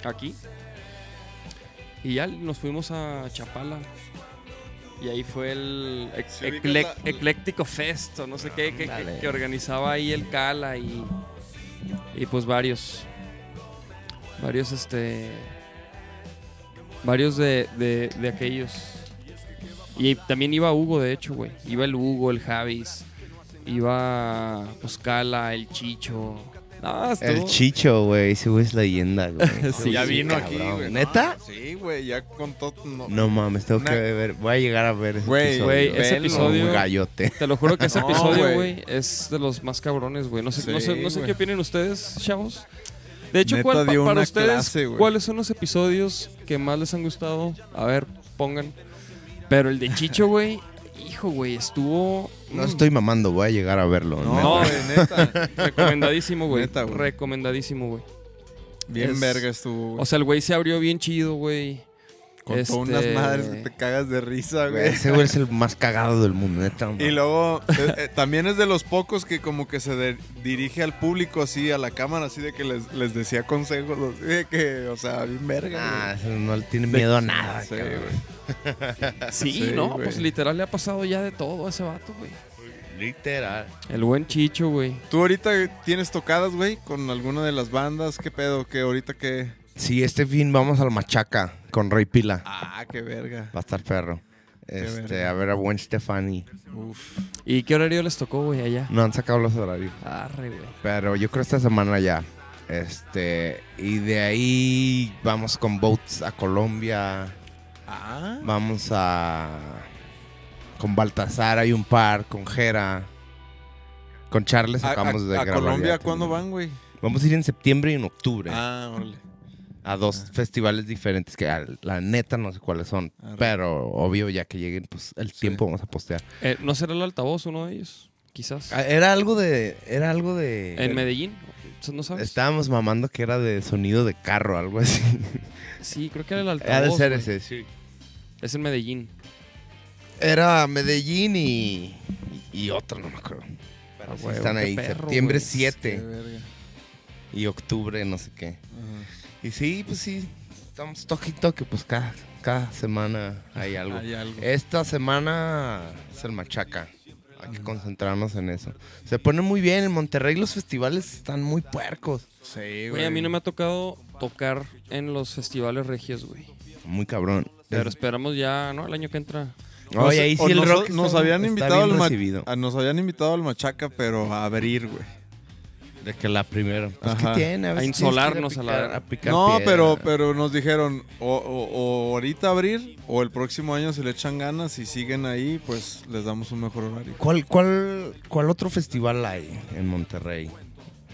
Speaker 3: aquí. Y ya nos fuimos a Chapala. Y ahí fue el ec-
Speaker 2: Sí, ubicas
Speaker 3: eclec-
Speaker 2: la-
Speaker 3: Ecléctico Fest, o no sé qué, que, que-
Speaker 1: Ándale.
Speaker 3: que organizaba ahí el Cala y, y pues varios. Varios, este. Varios de, de, de aquellos. Y también iba Hugo, de hecho, güey. Iba el Hugo, el Javis. Iba, pues, Cala, el Chicho. Ah, estuvo-
Speaker 1: El Chicho, güey. Ese güey es leyenda, güey.
Speaker 3: Sí,
Speaker 2: ya
Speaker 3: sí,
Speaker 2: vino aquí,
Speaker 1: cabrón.
Speaker 2: güey.
Speaker 1: ¿Neta?
Speaker 2: No, sí, güey, ya contó. No,
Speaker 1: No mames, tengo
Speaker 2: Una-
Speaker 1: que ver. Voy a llegar a ver ese
Speaker 2: Güey,
Speaker 1: episodio.
Speaker 3: Güey, ese
Speaker 2: velo.
Speaker 3: episodio.
Speaker 1: Un gallote.
Speaker 3: Te lo juro que ese
Speaker 2: No,
Speaker 3: episodio,
Speaker 2: güey.
Speaker 3: güey, es de los más cabrones, güey. No sé, no
Speaker 2: Sí,
Speaker 3: sé, no sé
Speaker 2: güey.
Speaker 3: qué opinen ustedes, chavos. De hecho,
Speaker 2: Neta
Speaker 3: ¿cuál, pa-
Speaker 2: dio
Speaker 3: para
Speaker 2: una
Speaker 3: ustedes,
Speaker 2: clase, güey.
Speaker 3: ¿cuáles son los episodios que más les han gustado? A ver, pongan. Pero el de Chicho, güey, hijo, güey, estuvo...
Speaker 1: No
Speaker 3: mm,
Speaker 1: estoy mamando, voy a llegar a verlo.
Speaker 2: no, güey,
Speaker 1: neta.
Speaker 2: neta.
Speaker 3: Recomendadísimo, güey.
Speaker 2: Neta, güey.
Speaker 3: Recomendadísimo, güey.
Speaker 2: Bien
Speaker 3: Es-
Speaker 2: verga estuvo, güey.
Speaker 3: O sea, el güey se abrió bien chido, güey.
Speaker 2: Con
Speaker 3: Este-
Speaker 2: unas madres que te cagas de risa, güey.
Speaker 1: Ese güey es el más cagado del mundo, neta.
Speaker 2: Y luego eh, eh, también es de los pocos que como que se de- dirige al público así, a la cámara, así de que les, les decía consejos, así de que, o sea, bien
Speaker 1: Ah,
Speaker 2: verga.
Speaker 1: ese no le tiene miedo a nada,
Speaker 2: güey. Sí,
Speaker 1: cabrón.
Speaker 2: güey.
Speaker 3: Sí,
Speaker 2: Sí,
Speaker 3: no,
Speaker 2: güey.
Speaker 3: pues literal le ha pasado ya de todo a ese vato, güey.
Speaker 1: Literal.
Speaker 3: El buen Chicho, güey.
Speaker 2: Tú ahorita tienes tocadas, güey, con alguna de las bandas, qué pedo, que ahorita que...
Speaker 1: Sí, este fin vamos al Machaca con Rey Pila.
Speaker 2: Ah, qué verga.
Speaker 1: Va a estar perro. Este,
Speaker 2: verga.
Speaker 1: a ver a buen Stefani.
Speaker 2: Uf.
Speaker 3: ¿Y qué horario les tocó, güey, allá?
Speaker 1: No han sacado los horarios.
Speaker 3: Arre, güey.
Speaker 1: Pero yo creo esta semana ya. Este, y de ahí vamos con boats a Colombia.
Speaker 2: Ah.
Speaker 1: Vamos a. Con Baltasar hay un par, con Jera. Con Charles
Speaker 2: A,
Speaker 1: acabamos
Speaker 2: a-
Speaker 1: de
Speaker 2: a
Speaker 1: grabar.
Speaker 2: Colombia
Speaker 1: ya
Speaker 2: cuándo
Speaker 1: también.
Speaker 2: van, güey?
Speaker 1: Vamos a ir en septiembre y en octubre.
Speaker 2: Ah, órale.
Speaker 1: a dos festivales diferentes que ah, la neta no sé cuáles son.
Speaker 2: Arre.
Speaker 1: Pero obvio, ya que lleguen, pues el tiempo vamos a postear.
Speaker 3: Eh, ¿No será el altavoz uno de ellos? Quizás.
Speaker 1: Ah, Era algo de. Era algo de.
Speaker 3: ¿En Medellín? ¿No sabes?
Speaker 1: Estábamos mamando que era de sonido de carro, algo así.
Speaker 3: Sí, creo que era el altavoz.
Speaker 1: Ha de ser
Speaker 3: güey.
Speaker 1: ese, sí.
Speaker 3: Es en Medellín.
Speaker 1: Era Medellín y. Y otro, no me acuerdo. Pero
Speaker 3: Ah,
Speaker 1: sí
Speaker 3: güey,
Speaker 1: están
Speaker 3: qué
Speaker 1: ahí.
Speaker 3: perro,
Speaker 1: septiembre
Speaker 3: güey.
Speaker 2: Qué
Speaker 1: 7
Speaker 2: verga.
Speaker 1: y octubre, no sé qué.
Speaker 2: Ajá.
Speaker 1: Y sí, pues sí. Estamos toque y toque, pues cada, cada semana hay algo.
Speaker 2: Hay algo.
Speaker 1: Esta semana es el machaca. Hay que concentrarnos en eso. Se pone muy bien. En Monterrey los festivales están muy puercos.
Speaker 2: Sí,
Speaker 3: Güey, a mí no me ha tocado tocar en los festivales regios, güey.
Speaker 1: Muy cabrón.
Speaker 3: Pero esperamos ya, ¿no? El año que entra.
Speaker 1: No,
Speaker 2: Nos-
Speaker 1: y ahí sí
Speaker 2: o
Speaker 1: el
Speaker 2: nos,
Speaker 1: rock
Speaker 2: nos
Speaker 1: está-
Speaker 2: habían
Speaker 1: está
Speaker 2: invitado
Speaker 1: bien
Speaker 2: al ma-
Speaker 1: recibido.
Speaker 2: a- nos habían invitado al machaca, pero a abrir, güey.
Speaker 1: De que la primera. Pues, ¿qué
Speaker 2: Ajá.
Speaker 1: tiene?
Speaker 3: A
Speaker 1: veces tienes que ir
Speaker 3: insolarnos a la-
Speaker 1: picar- picar
Speaker 2: No,
Speaker 1: piedra.
Speaker 2: pero pero nos dijeron o, o- o ahorita abrir o el próximo año se le echan ganas y siguen ahí, pues les damos un mejor horario.
Speaker 1: ¿Cuál, cuál, ¿Cuál otro festival hay en Monterrey?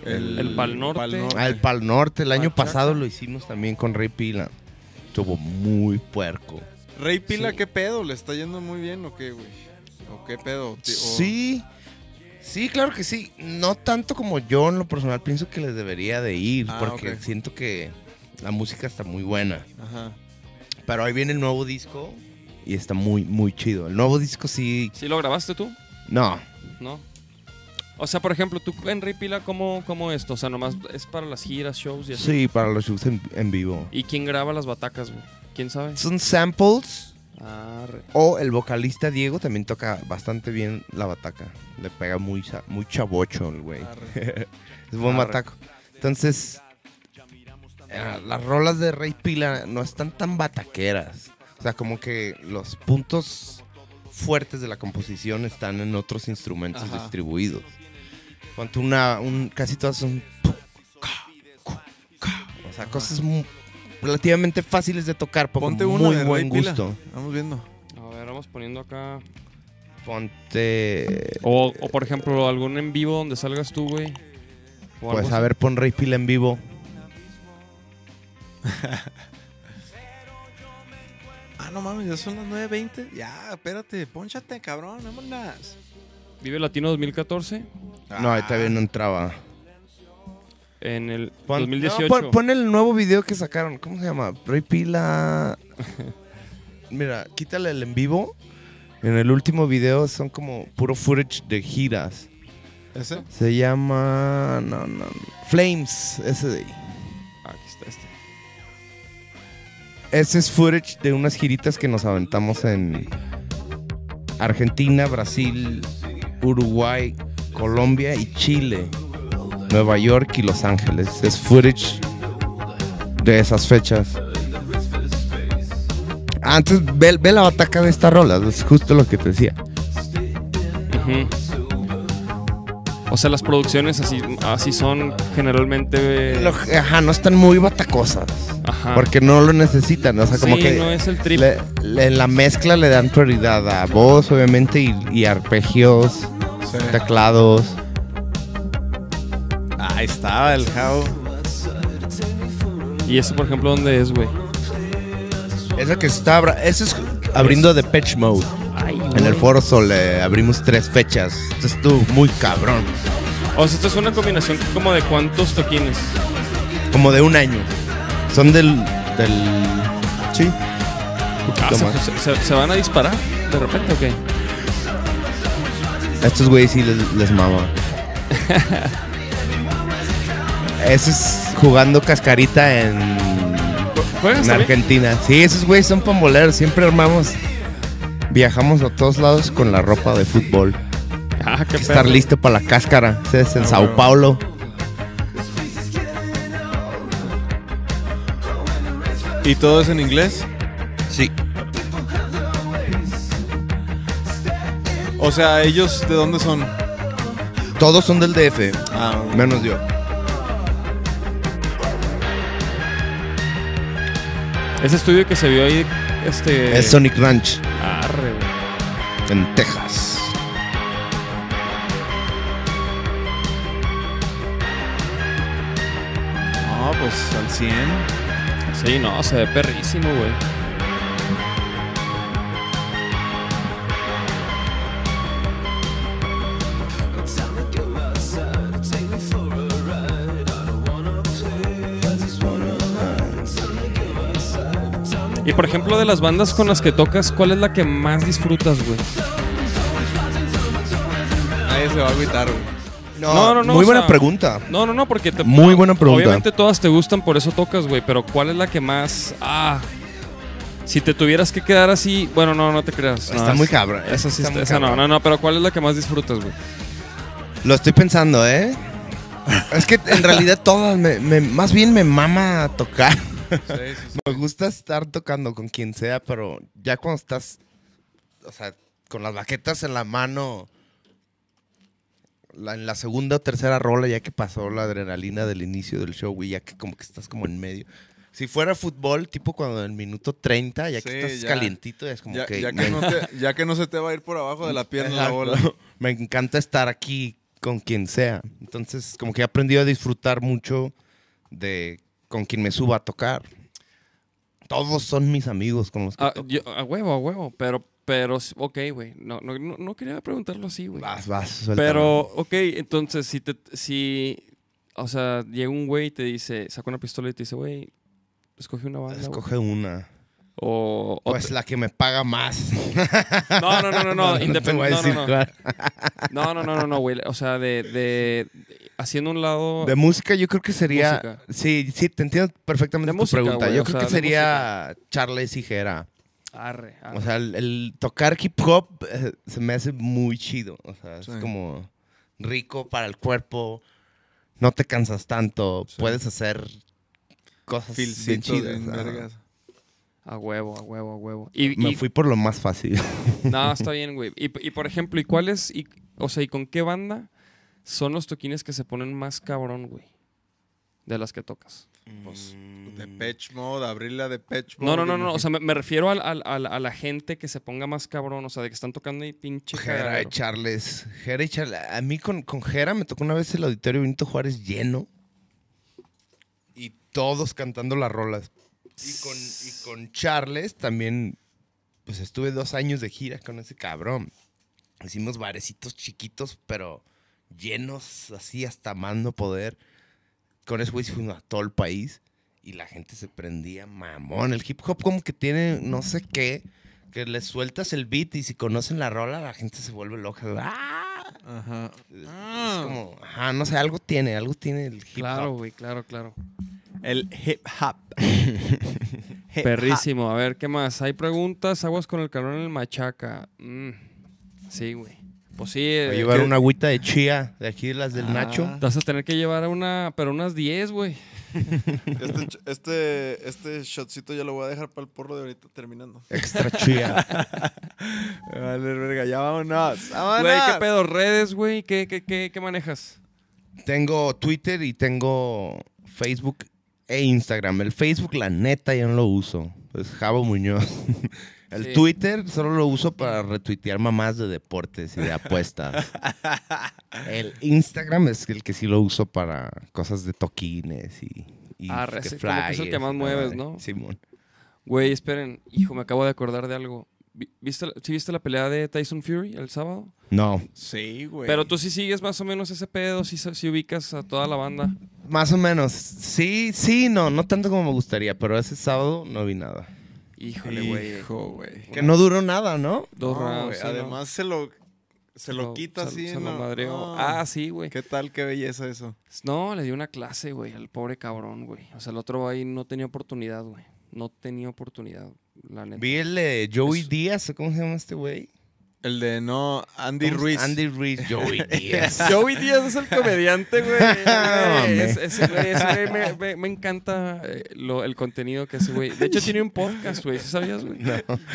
Speaker 3: El Pal Norte.
Speaker 1: Ah, el Pal Norte. El año
Speaker 3: Pachaca.
Speaker 1: pasado lo hicimos también con Rey Pila. Estuvo muy puerco.
Speaker 2: Rey Pila,
Speaker 1: Sí.
Speaker 2: ¿qué pedo? ¿Le está yendo muy bien o qué, güey? ¿O qué pedo? Ti- o-
Speaker 1: Sí, oh. sí, claro que sí. No tanto como yo en lo personal pienso que les debería de ir,
Speaker 2: Ah,
Speaker 1: porque
Speaker 2: ok.
Speaker 1: siento que la música está muy buena.
Speaker 2: Ajá.
Speaker 1: Pero ahí viene el nuevo disco y está muy, muy chido. El nuevo disco sí...
Speaker 3: ¿Sí lo grabaste tú?
Speaker 1: No,
Speaker 3: ¿No? O sea, por ejemplo, tú en Ripila, ¿cómo, ¿cómo es? O sea, nomás es para las giras, shows y así.
Speaker 1: sí, para los shows en, en vivo.
Speaker 3: ¿Y quién graba las batacas, güey? ¿Quién sabe?
Speaker 1: Son samples
Speaker 3: Arre.
Speaker 1: o el vocalista Diego también toca bastante bien la bataca. Le pega muy, sa- muy chabocho el güey.
Speaker 2: Arre.
Speaker 1: Es buen
Speaker 3: Arre.
Speaker 1: bataco. Entonces, eh, las rolas de Rey Pila no están tan bataqueras. O sea, como que los puntos fuertes de la composición están en otros instrumentos
Speaker 2: Ajá.
Speaker 1: distribuidos. Cuanto una, un, casi todas son... O sea, cosas mu- relativamente fáciles de tocar, pero
Speaker 2: Ponte
Speaker 1: con
Speaker 2: una
Speaker 1: muy
Speaker 2: de
Speaker 1: buen
Speaker 2: Rey Pila.
Speaker 1: gusto.
Speaker 2: Vamos viendo.
Speaker 3: A ver, vamos poniendo acá.
Speaker 1: Eh, Ponte...
Speaker 3: O, o, por ejemplo, algún en vivo donde salgas tú, güey. O algo
Speaker 1: Pues a
Speaker 3: así.
Speaker 1: ver, pon Rey Pila en vivo.
Speaker 2: Ah, no mames, ya son las 9.20. Ya, espérate, ponchate, cabrón, vámonos.
Speaker 3: Vive Latino 2014
Speaker 1: No, ahí todavía no entraba.
Speaker 3: en el
Speaker 1: Ah. Pon,
Speaker 3: 2018.
Speaker 1: no, pon- pon el nuevo video que sacaron. ¿Cómo se llama? Rey Pila. Mira, quítale el en vivo. En el último video son como puro footage de giras.
Speaker 2: ¿Ese?
Speaker 1: Se llama. No, no. Flames, ese de ahí.
Speaker 3: Aquí está este.
Speaker 1: Ese es footage de unas giritas que nos aventamos en Argentina, Brasil, Uruguay, Colombia y Chile. Nueva York y Los Ángeles. Es footage de esas fechas. Antes, ve, ve la bataca de esta rola, es justo lo que te decía.
Speaker 3: Ujú. O sea, las producciones así, así son generalmente.
Speaker 1: Lo- ajá, no están muy batacosas.
Speaker 3: Ajá.
Speaker 1: Porque no lo necesitan, o sea, como
Speaker 3: Ah. sí,
Speaker 1: que...
Speaker 3: no es el trip.
Speaker 1: Le- le- en la mezcla le dan prioridad a voz, obviamente, y, y arpegios,
Speaker 2: Sí.
Speaker 1: teclados.
Speaker 2: Ahí estaba el Jao.
Speaker 3: ¿Y eso, por ejemplo, dónde es, güey?
Speaker 1: Esa que está abra- eso es abriendo Depeche Mode. en el Foro Sol eh, abrimos tres fechas. Esto estuvo muy cabrón.
Speaker 3: O sea, esto es una combinación como de cuántos toquines.
Speaker 1: Como de un año. Son del. del sí.
Speaker 3: Ah,
Speaker 1: poquito
Speaker 3: se,
Speaker 1: más.
Speaker 3: se- se- se van a disparar de repente o qué?
Speaker 1: A estos güeyes sí les, les mama. Eso es jugando cascarita en,
Speaker 3: ¿Juegas
Speaker 1: en
Speaker 3: también?
Speaker 1: Argentina. Sí, esos güeyes son pamboleros. Siempre armamos. Viajamos a todos lados con la ropa de fútbol.
Speaker 3: Ah, qué
Speaker 1: Hay que estar
Speaker 3: perro.
Speaker 1: listo para la cáscara. Ese es en
Speaker 2: Ah,
Speaker 1: Sao
Speaker 2: huevo.
Speaker 1: Paulo.
Speaker 2: ¿Y todo es en inglés?
Speaker 1: Sí.
Speaker 2: O sea, ¿ellos de dónde son?
Speaker 1: Todos son del DF,
Speaker 2: Ah,
Speaker 1: menos yo.
Speaker 3: Ese estudio que se vio ahí, este...
Speaker 1: Es Sonic Ranch,
Speaker 3: Arre, güey.
Speaker 1: en Texas.
Speaker 2: no, pues al 100.
Speaker 3: Sí, no, se ve perrísimo, güey. Y por ejemplo, de las bandas con las que tocas, ¿cuál es la que más disfrutas, güey?
Speaker 2: Nadie se va a agüitar, güey.
Speaker 3: No, no, no,
Speaker 1: Muy
Speaker 3: o
Speaker 1: buena
Speaker 3: sea-
Speaker 1: pregunta.
Speaker 3: No, no, no, porque te-
Speaker 1: Muy buena pregunta.
Speaker 3: Obviamente todas te gustan, por eso tocas, güey, pero ¿cuál es la que más ah si te tuvieras que quedar así, bueno, no, no te creas. no,
Speaker 1: Está
Speaker 3: es-
Speaker 1: muy cabra.
Speaker 3: Esa sí
Speaker 1: está
Speaker 3: está-
Speaker 1: muy
Speaker 3: esa no,
Speaker 1: cabra.
Speaker 3: no, no, pero ¿cuál es la que más disfrutas, güey?
Speaker 1: Lo estoy pensando, ¿eh? Es que en realidad todas, me, me- más bien me mama tocar. Me gusta estar tocando con quien sea, pero ya cuando estás, o sea, con las baquetas en la mano, la- en la segunda o tercera rola, ya que pasó la adrenalina del inicio del show, güey, ya que como que estás como en medio. Si fuera fútbol, tipo cuando en el minuto 30, ya que
Speaker 2: Sí,
Speaker 1: estás
Speaker 2: ya.
Speaker 1: calientito, es como
Speaker 2: Ya,
Speaker 1: que...
Speaker 2: ya
Speaker 1: me-
Speaker 2: que no te- ya que no se te va a ir por abajo de la pierna la
Speaker 1: Exacto.
Speaker 2: bola.
Speaker 1: Me encanta estar aquí con quien sea. Entonces, como que he aprendido a disfrutar mucho de con quien me suba a tocar. Todos son mis amigos con los que
Speaker 3: Ah,
Speaker 1: toco.
Speaker 3: yo- a huevo, a huevo, pero pero ok, güey. No, no, no, no quería preguntarlo así, güey.
Speaker 1: Vas, vas, suéltalo.
Speaker 3: Pero ok, entonces si te si o sea, llega un güey y te dice, saca una pistola y te dice, "Güey, escoge una banda." güey".
Speaker 1: Escoge una.
Speaker 3: O, o
Speaker 1: Pues la que me paga más.
Speaker 3: te- no, no, no, no, no,
Speaker 1: No te voy a
Speaker 3: independiente.
Speaker 1: decir
Speaker 3: no, no.
Speaker 1: cuál.
Speaker 3: No, no, no, no, no, güey. O sea, de, de, de- haciendo un lado.
Speaker 1: De música yo creo que sería...
Speaker 3: Oh. música.
Speaker 1: Sí, sí, te entiendo perfectamente
Speaker 3: De
Speaker 1: tu
Speaker 3: música,
Speaker 1: pregunta.
Speaker 3: güey,
Speaker 1: yo
Speaker 3: o
Speaker 1: creo
Speaker 3: sea,
Speaker 1: que
Speaker 3: de
Speaker 1: sería Charles Higuera.
Speaker 3: Arre, arre.
Speaker 1: O sea, el, el tocar hip hop eh, se me hace muy chido. O sea,
Speaker 2: Sí.
Speaker 1: es como rico para el cuerpo. No te cansas tanto. Puedes hacer cosas bien
Speaker 2: Filcitos,
Speaker 1: chidas.
Speaker 2: bien
Speaker 1: ajá.
Speaker 2: vergas.
Speaker 3: a huevo, a huevo, a huevo. Y,
Speaker 1: Me
Speaker 3: y-
Speaker 1: fui por lo más fácil.
Speaker 3: No, está bien, güey. Y, y, por ejemplo, ¿y cuál es? Y, o sea, ¿y con qué banda son los toquines que se ponen más cabrón, güey? De las que tocas.
Speaker 2: Pues, de
Speaker 1: Mm.
Speaker 2: Patch Mode, abrirla de Patch Mode.
Speaker 3: No, no, no, no. O sea, me, me refiero al- al- al- a la gente que se ponga más cabrón. O sea, de que están tocando y pinche.
Speaker 1: Jera y
Speaker 3: cagadero.
Speaker 1: Charles. Jera y Charles. A mí con, con Jera me tocó una vez el auditorio Benito Juárez lleno. Y todos cantando las rolas. Y con, y con Charles también, pues estuve dos años de gira con ese cabrón. Hicimos barecitos chiquitos, pero llenos así hasta más no poder. Con ese güey sí fuimos a todo el país y la gente se prendía mamón. El hip hop como que tiene no sé qué, que le sueltas el beat y si conocen la rola la gente se vuelve loca. ¡Ah!
Speaker 2: Ajá. Ah.
Speaker 1: Es como, ajá, no sé, algo tiene, algo tiene el hip hop. Eh,
Speaker 3: Claro, güey, claro, claro.
Speaker 2: El hip hop. Hip
Speaker 3: Perrísimo. A ver, ¿qué más? Hay preguntas. Aguas con el calor en el machaca. Mm. Sí, güey. Pues sí. eh,
Speaker 1: Voy a llevar
Speaker 3: que-
Speaker 1: una agüita de chía de aquí, las del
Speaker 2: Ah.
Speaker 1: Nacho.
Speaker 3: Te vas a tener que llevar a una, pero unas 10, güey.
Speaker 6: Este, ch- este, este shotcito ya lo voy a dejar para el porro de ahorita terminando.
Speaker 1: Extra chía.
Speaker 2: hop. Vale, verga, ya vámonos.
Speaker 3: Güey, ¿qué
Speaker 2: ¡Vámonos!
Speaker 3: pedo? ¿Redes, güey? ¿Qué, qué, qué, qué manejas?
Speaker 1: Tengo Twitter y tengo Facebook e Instagram. El Facebook, la neta, ya no lo uso. Es Javo Muñoz. El
Speaker 3: Sí.
Speaker 1: Twitter solo lo uso para retuitear mamás de deportes y de apuestas. el Instagram es el que sí lo uso para cosas de toquines y. y
Speaker 3: Arre,
Speaker 1: que
Speaker 3: ese Ah, como que es el que más
Speaker 1: flyers y la
Speaker 3: mueves,
Speaker 1: madre.
Speaker 3: ¿no?
Speaker 1: Simón.
Speaker 3: Güey, esperen. Hijo, me acabo de acordar de algo. Vi- ¿Viste, la- sí viste la pelea de Tyson Fury el sábado?
Speaker 1: No.
Speaker 2: Sí, güey.
Speaker 3: Pero tú sí sigues más o menos ese pedo, si ubicas a toda la banda.
Speaker 1: Más o menos. Sí, sí, no. No tanto como me gustaría, pero ese sábado no vi nada.
Speaker 3: Híjole, güey.
Speaker 2: Hijo, güey.
Speaker 1: Que no duró nada, ¿no?
Speaker 3: Dos
Speaker 2: No,
Speaker 3: rounds.
Speaker 2: güey,
Speaker 3: sí, ¿no?
Speaker 2: además
Speaker 6: se lo, se lo,
Speaker 3: Lo-
Speaker 6: quita
Speaker 3: se-
Speaker 6: así.
Speaker 3: se lo
Speaker 6: ¿no?
Speaker 3: madreó.
Speaker 6: No.
Speaker 3: Ah, sí, güey.
Speaker 6: ¿Qué tal? Qué belleza eso.
Speaker 3: No, le dio una clase, güey, al pobre cabrón, güey. O sea, el otro ahí no tenía oportunidad, güey. No tenía oportunidad, la neta.
Speaker 1: Vi el de Joey
Speaker 3: Es-
Speaker 1: Díaz, ¿o ¿cómo se llama este güey?
Speaker 6: El de no, Andy
Speaker 1: ¿Cómo se-
Speaker 6: Ruiz.
Speaker 1: Andy Ruiz. Joey Díaz.
Speaker 3: Joey Díaz es el comediante, güey. Güey,
Speaker 1: Hombre.
Speaker 3: es- Ese güey, ese güey me, me- me encanta eh, lo- el contenido que hace, güey. De hecho, tiene un podcast, güey. ¿Sí sabías, güey?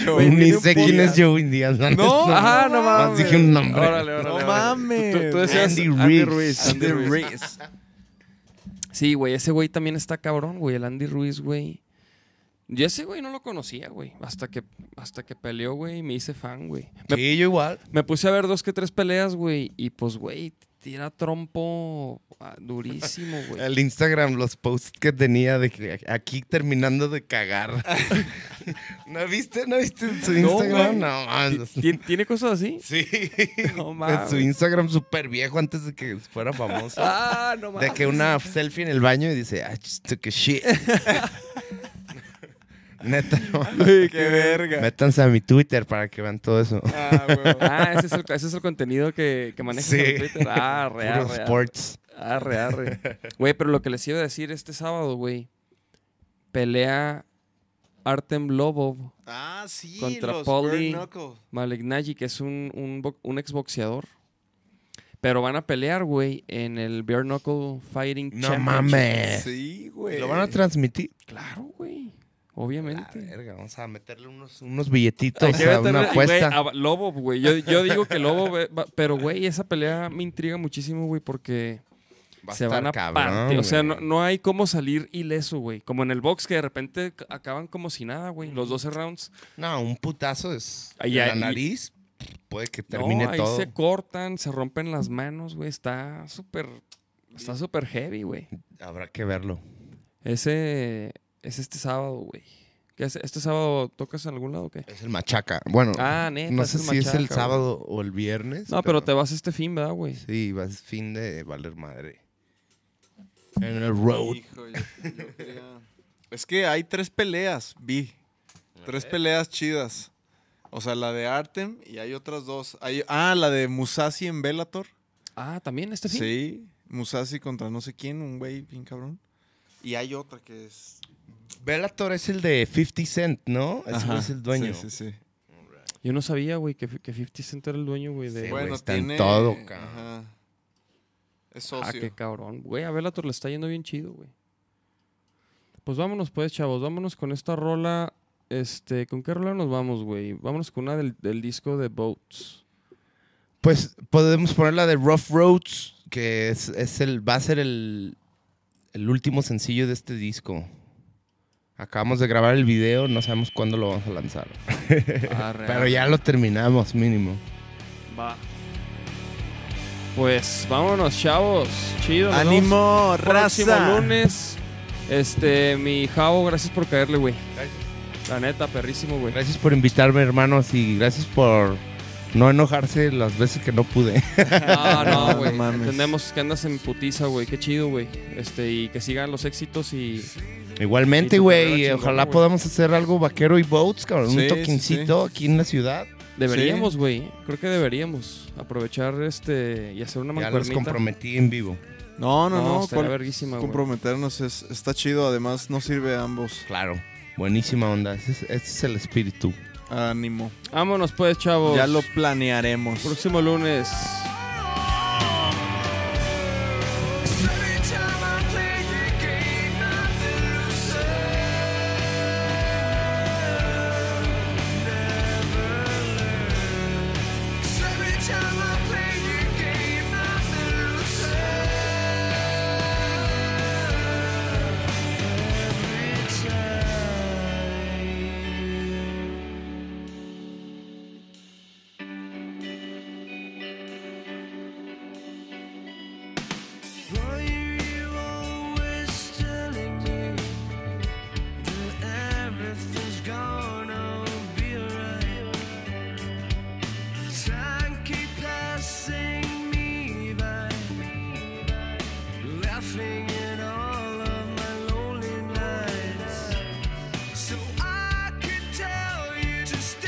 Speaker 3: Güey,
Speaker 1: Ni
Speaker 3: tiene un
Speaker 1: sé quién es
Speaker 3: podcast.
Speaker 1: Joey Díaz. No,
Speaker 3: No, ajá, no
Speaker 1: Nomás
Speaker 3: mames.
Speaker 1: dije un nombre.
Speaker 3: Órale, órale,
Speaker 6: No
Speaker 3: órale.
Speaker 6: mames.
Speaker 3: Tú, tú decías
Speaker 1: Andy
Speaker 3: Andy
Speaker 1: Ruiz.
Speaker 3: Ruiz.
Speaker 6: Andy
Speaker 3: Andy Ruiz.
Speaker 6: Ruiz.
Speaker 3: Sí, güey, ese güey también está cabrón, güey. El Andy Ruiz, güey. Yo ese güey no lo conocía, güey. Hasta que, hasta que peleó, güey, y me hice fan, güey. Me,
Speaker 1: Sí, yo igual.
Speaker 3: me puse a ver dos que tres peleas, güey. Y pues, güey, tira trompo ah, durísimo, güey.
Speaker 1: El Instagram, los posts que tenía de que aquí terminando de cagar. ¿No viste? ¿No viste en su
Speaker 3: No,
Speaker 1: Instagram?
Speaker 3: güey.
Speaker 1: No, mames.
Speaker 3: ¿Ti- ¿Tiene, tiene cosas así?
Speaker 1: Sí.
Speaker 3: No
Speaker 1: En
Speaker 3: mames.
Speaker 1: su Instagram súper viejo antes de que fuera famoso.
Speaker 3: Ah, no mames.
Speaker 1: De que una selfie en el baño y dice, I just took a shit. Neta, no.
Speaker 6: Qué verga.
Speaker 1: Métanse a mi Twitter para que vean todo eso.
Speaker 6: Ah, güey.
Speaker 3: Ah, ese es el, ese es el contenido que, que manejas
Speaker 1: Sí.
Speaker 3: en Twitter. Ah, real.
Speaker 1: Puro sports.
Speaker 3: Arre, arre. Güey, pero lo que les iba a decir este sábado, güey. Pelea Artem Lobov,
Speaker 6: Ah, sí,
Speaker 3: Contra
Speaker 6: los
Speaker 3: Pauli.
Speaker 6: Bare Knuckle.
Speaker 3: Malignaggi, que es un, un, bo- un exboxeador. Pero van a pelear, güey, en el Bare Knuckle Fighting
Speaker 1: No
Speaker 3: Championship.
Speaker 1: mames.
Speaker 6: Sí, güey.
Speaker 1: Eh. ¿Lo van a transmitir?
Speaker 3: Claro, güey.
Speaker 1: La
Speaker 3: Obviamente.
Speaker 1: verga, vamos a meterle unos, unos
Speaker 3: Hay
Speaker 1: billetitos
Speaker 3: que
Speaker 1: a
Speaker 3: meterle-
Speaker 1: una apuesta.
Speaker 3: güey, a Lobov, güey. Yo, yo digo que Lobov... eh, va- Pero, güey, esa pelea me intriga muchísimo, güey, porque...
Speaker 1: Va a
Speaker 3: se
Speaker 1: estar
Speaker 3: van a
Speaker 1: cabrón,
Speaker 3: partir. O sea,
Speaker 1: güey.
Speaker 3: no, no hay cómo salir ileso, güey. Como en el box que de repente c- acaban como si nada, güey. Los 12 rounds.
Speaker 1: No, un putazo es
Speaker 3: Ay,
Speaker 1: en
Speaker 3: ay,
Speaker 1: la
Speaker 3: y-
Speaker 1: nariz. Puede que termine
Speaker 3: no, ahí
Speaker 1: todo.
Speaker 3: se cortan, se rompen las manos, güey. Está súper. Está súper heavy, güey.
Speaker 1: Habrá que verlo.
Speaker 3: Ese. Es este sábado, güey. ¿Qué es? ¿Este sábado tocas en algún lado o qué?
Speaker 1: Es el machaca. Bueno,
Speaker 3: Ah, neta.
Speaker 1: no
Speaker 3: es
Speaker 1: sé
Speaker 3: el
Speaker 1: si es el
Speaker 3: machaca,
Speaker 1: sábado o el viernes.
Speaker 3: güey. No, pero te vas este fin, ¿verdad, güey?
Speaker 1: Sí, va es fin de valer madre. En el road.
Speaker 6: Hijo, yo- yo quería- Es que hay tres peleas, vi. Tres peleas chidas. O sea, la de Artem y hay otras dos. Hay- Ah, la de Musashi en Velator.
Speaker 3: Ah, también este fin.
Speaker 6: Sí, Musashi contra no sé quién, un güey bien cabrón. Y hay otra que es...
Speaker 1: Velator es el de 50 Cent, ¿no? Ese
Speaker 6: Ajá,
Speaker 1: güey es el dueño. Eh,
Speaker 6: Sí, sí, sí.
Speaker 3: Yo no sabía, güey, que, que 50 Cent era el dueño, güey, de.
Speaker 1: Sí, güey.
Speaker 6: Bueno,
Speaker 1: está en
Speaker 6: tiene...
Speaker 1: todo, cabrón.
Speaker 6: Ajá. Es
Speaker 3: Ah,
Speaker 6: socio.
Speaker 3: qué cabrón. Güey, a Velator le está yendo bien chido, güey. Pues vámonos, pues, chavos. Vámonos con esta rola. Este, ¿con qué rola nos vamos, güey? Vámonos con una del, del disco de Boats.
Speaker 1: Pues podemos poner la de Rough Roads, que es, es el, va a ser el, el último sencillo de este disco. Acabamos de grabar el video, no sabemos cuándo lo vamos a lanzar. Pero ya lo terminamos, mínimo.
Speaker 3: Ah, Va. Pues vámonos, chavos. Chido. nos vemos
Speaker 6: ¡Ánimo,
Speaker 3: Próximo
Speaker 6: raza!
Speaker 3: lunes. Este, mi Javo, gracias por caerle, güey. La neta, perrísimo, güey.
Speaker 1: Gracias por invitarme, hermanos, y gracias por no enojarse las veces que no pude.
Speaker 3: No, no,
Speaker 6: No
Speaker 3: güey.
Speaker 6: mames.
Speaker 3: Entendemos que andas en putiza, güey. Qué chido, güey. Este, y que sigan los éxitos y
Speaker 1: Igualmente,
Speaker 3: Y tu carrera
Speaker 1: güey,
Speaker 3: chingona,
Speaker 1: ojalá
Speaker 3: güey.
Speaker 1: podamos hacer algo vaquero y boats, cabrón,
Speaker 6: Sí,
Speaker 1: un
Speaker 6: sí,
Speaker 1: toquincito aquí en la ciudad.
Speaker 3: Deberíamos, güey. Creo que deberíamos aprovechar este y hacer una
Speaker 1: Ya los
Speaker 3: mancuernita.
Speaker 1: comprometí en vivo.
Speaker 6: No, no,
Speaker 3: no,
Speaker 6: no.
Speaker 3: estaría
Speaker 6: ¿cuál-
Speaker 3: verguísima, güey.
Speaker 6: comprometernos es, está chido, además nos sirve a ambos.
Speaker 1: Claro, buenísima onda. Ese es, ese es el espíritu.
Speaker 6: Ánimo.
Speaker 3: Vámonos pues, chavos.
Speaker 6: Ya lo planearemos.
Speaker 3: próximo lunes.
Speaker 4: Every time I play your game, nothing to say. Never learn. 'Cause every time I play your game, nothing to say. Every time.
Speaker 7: to stay.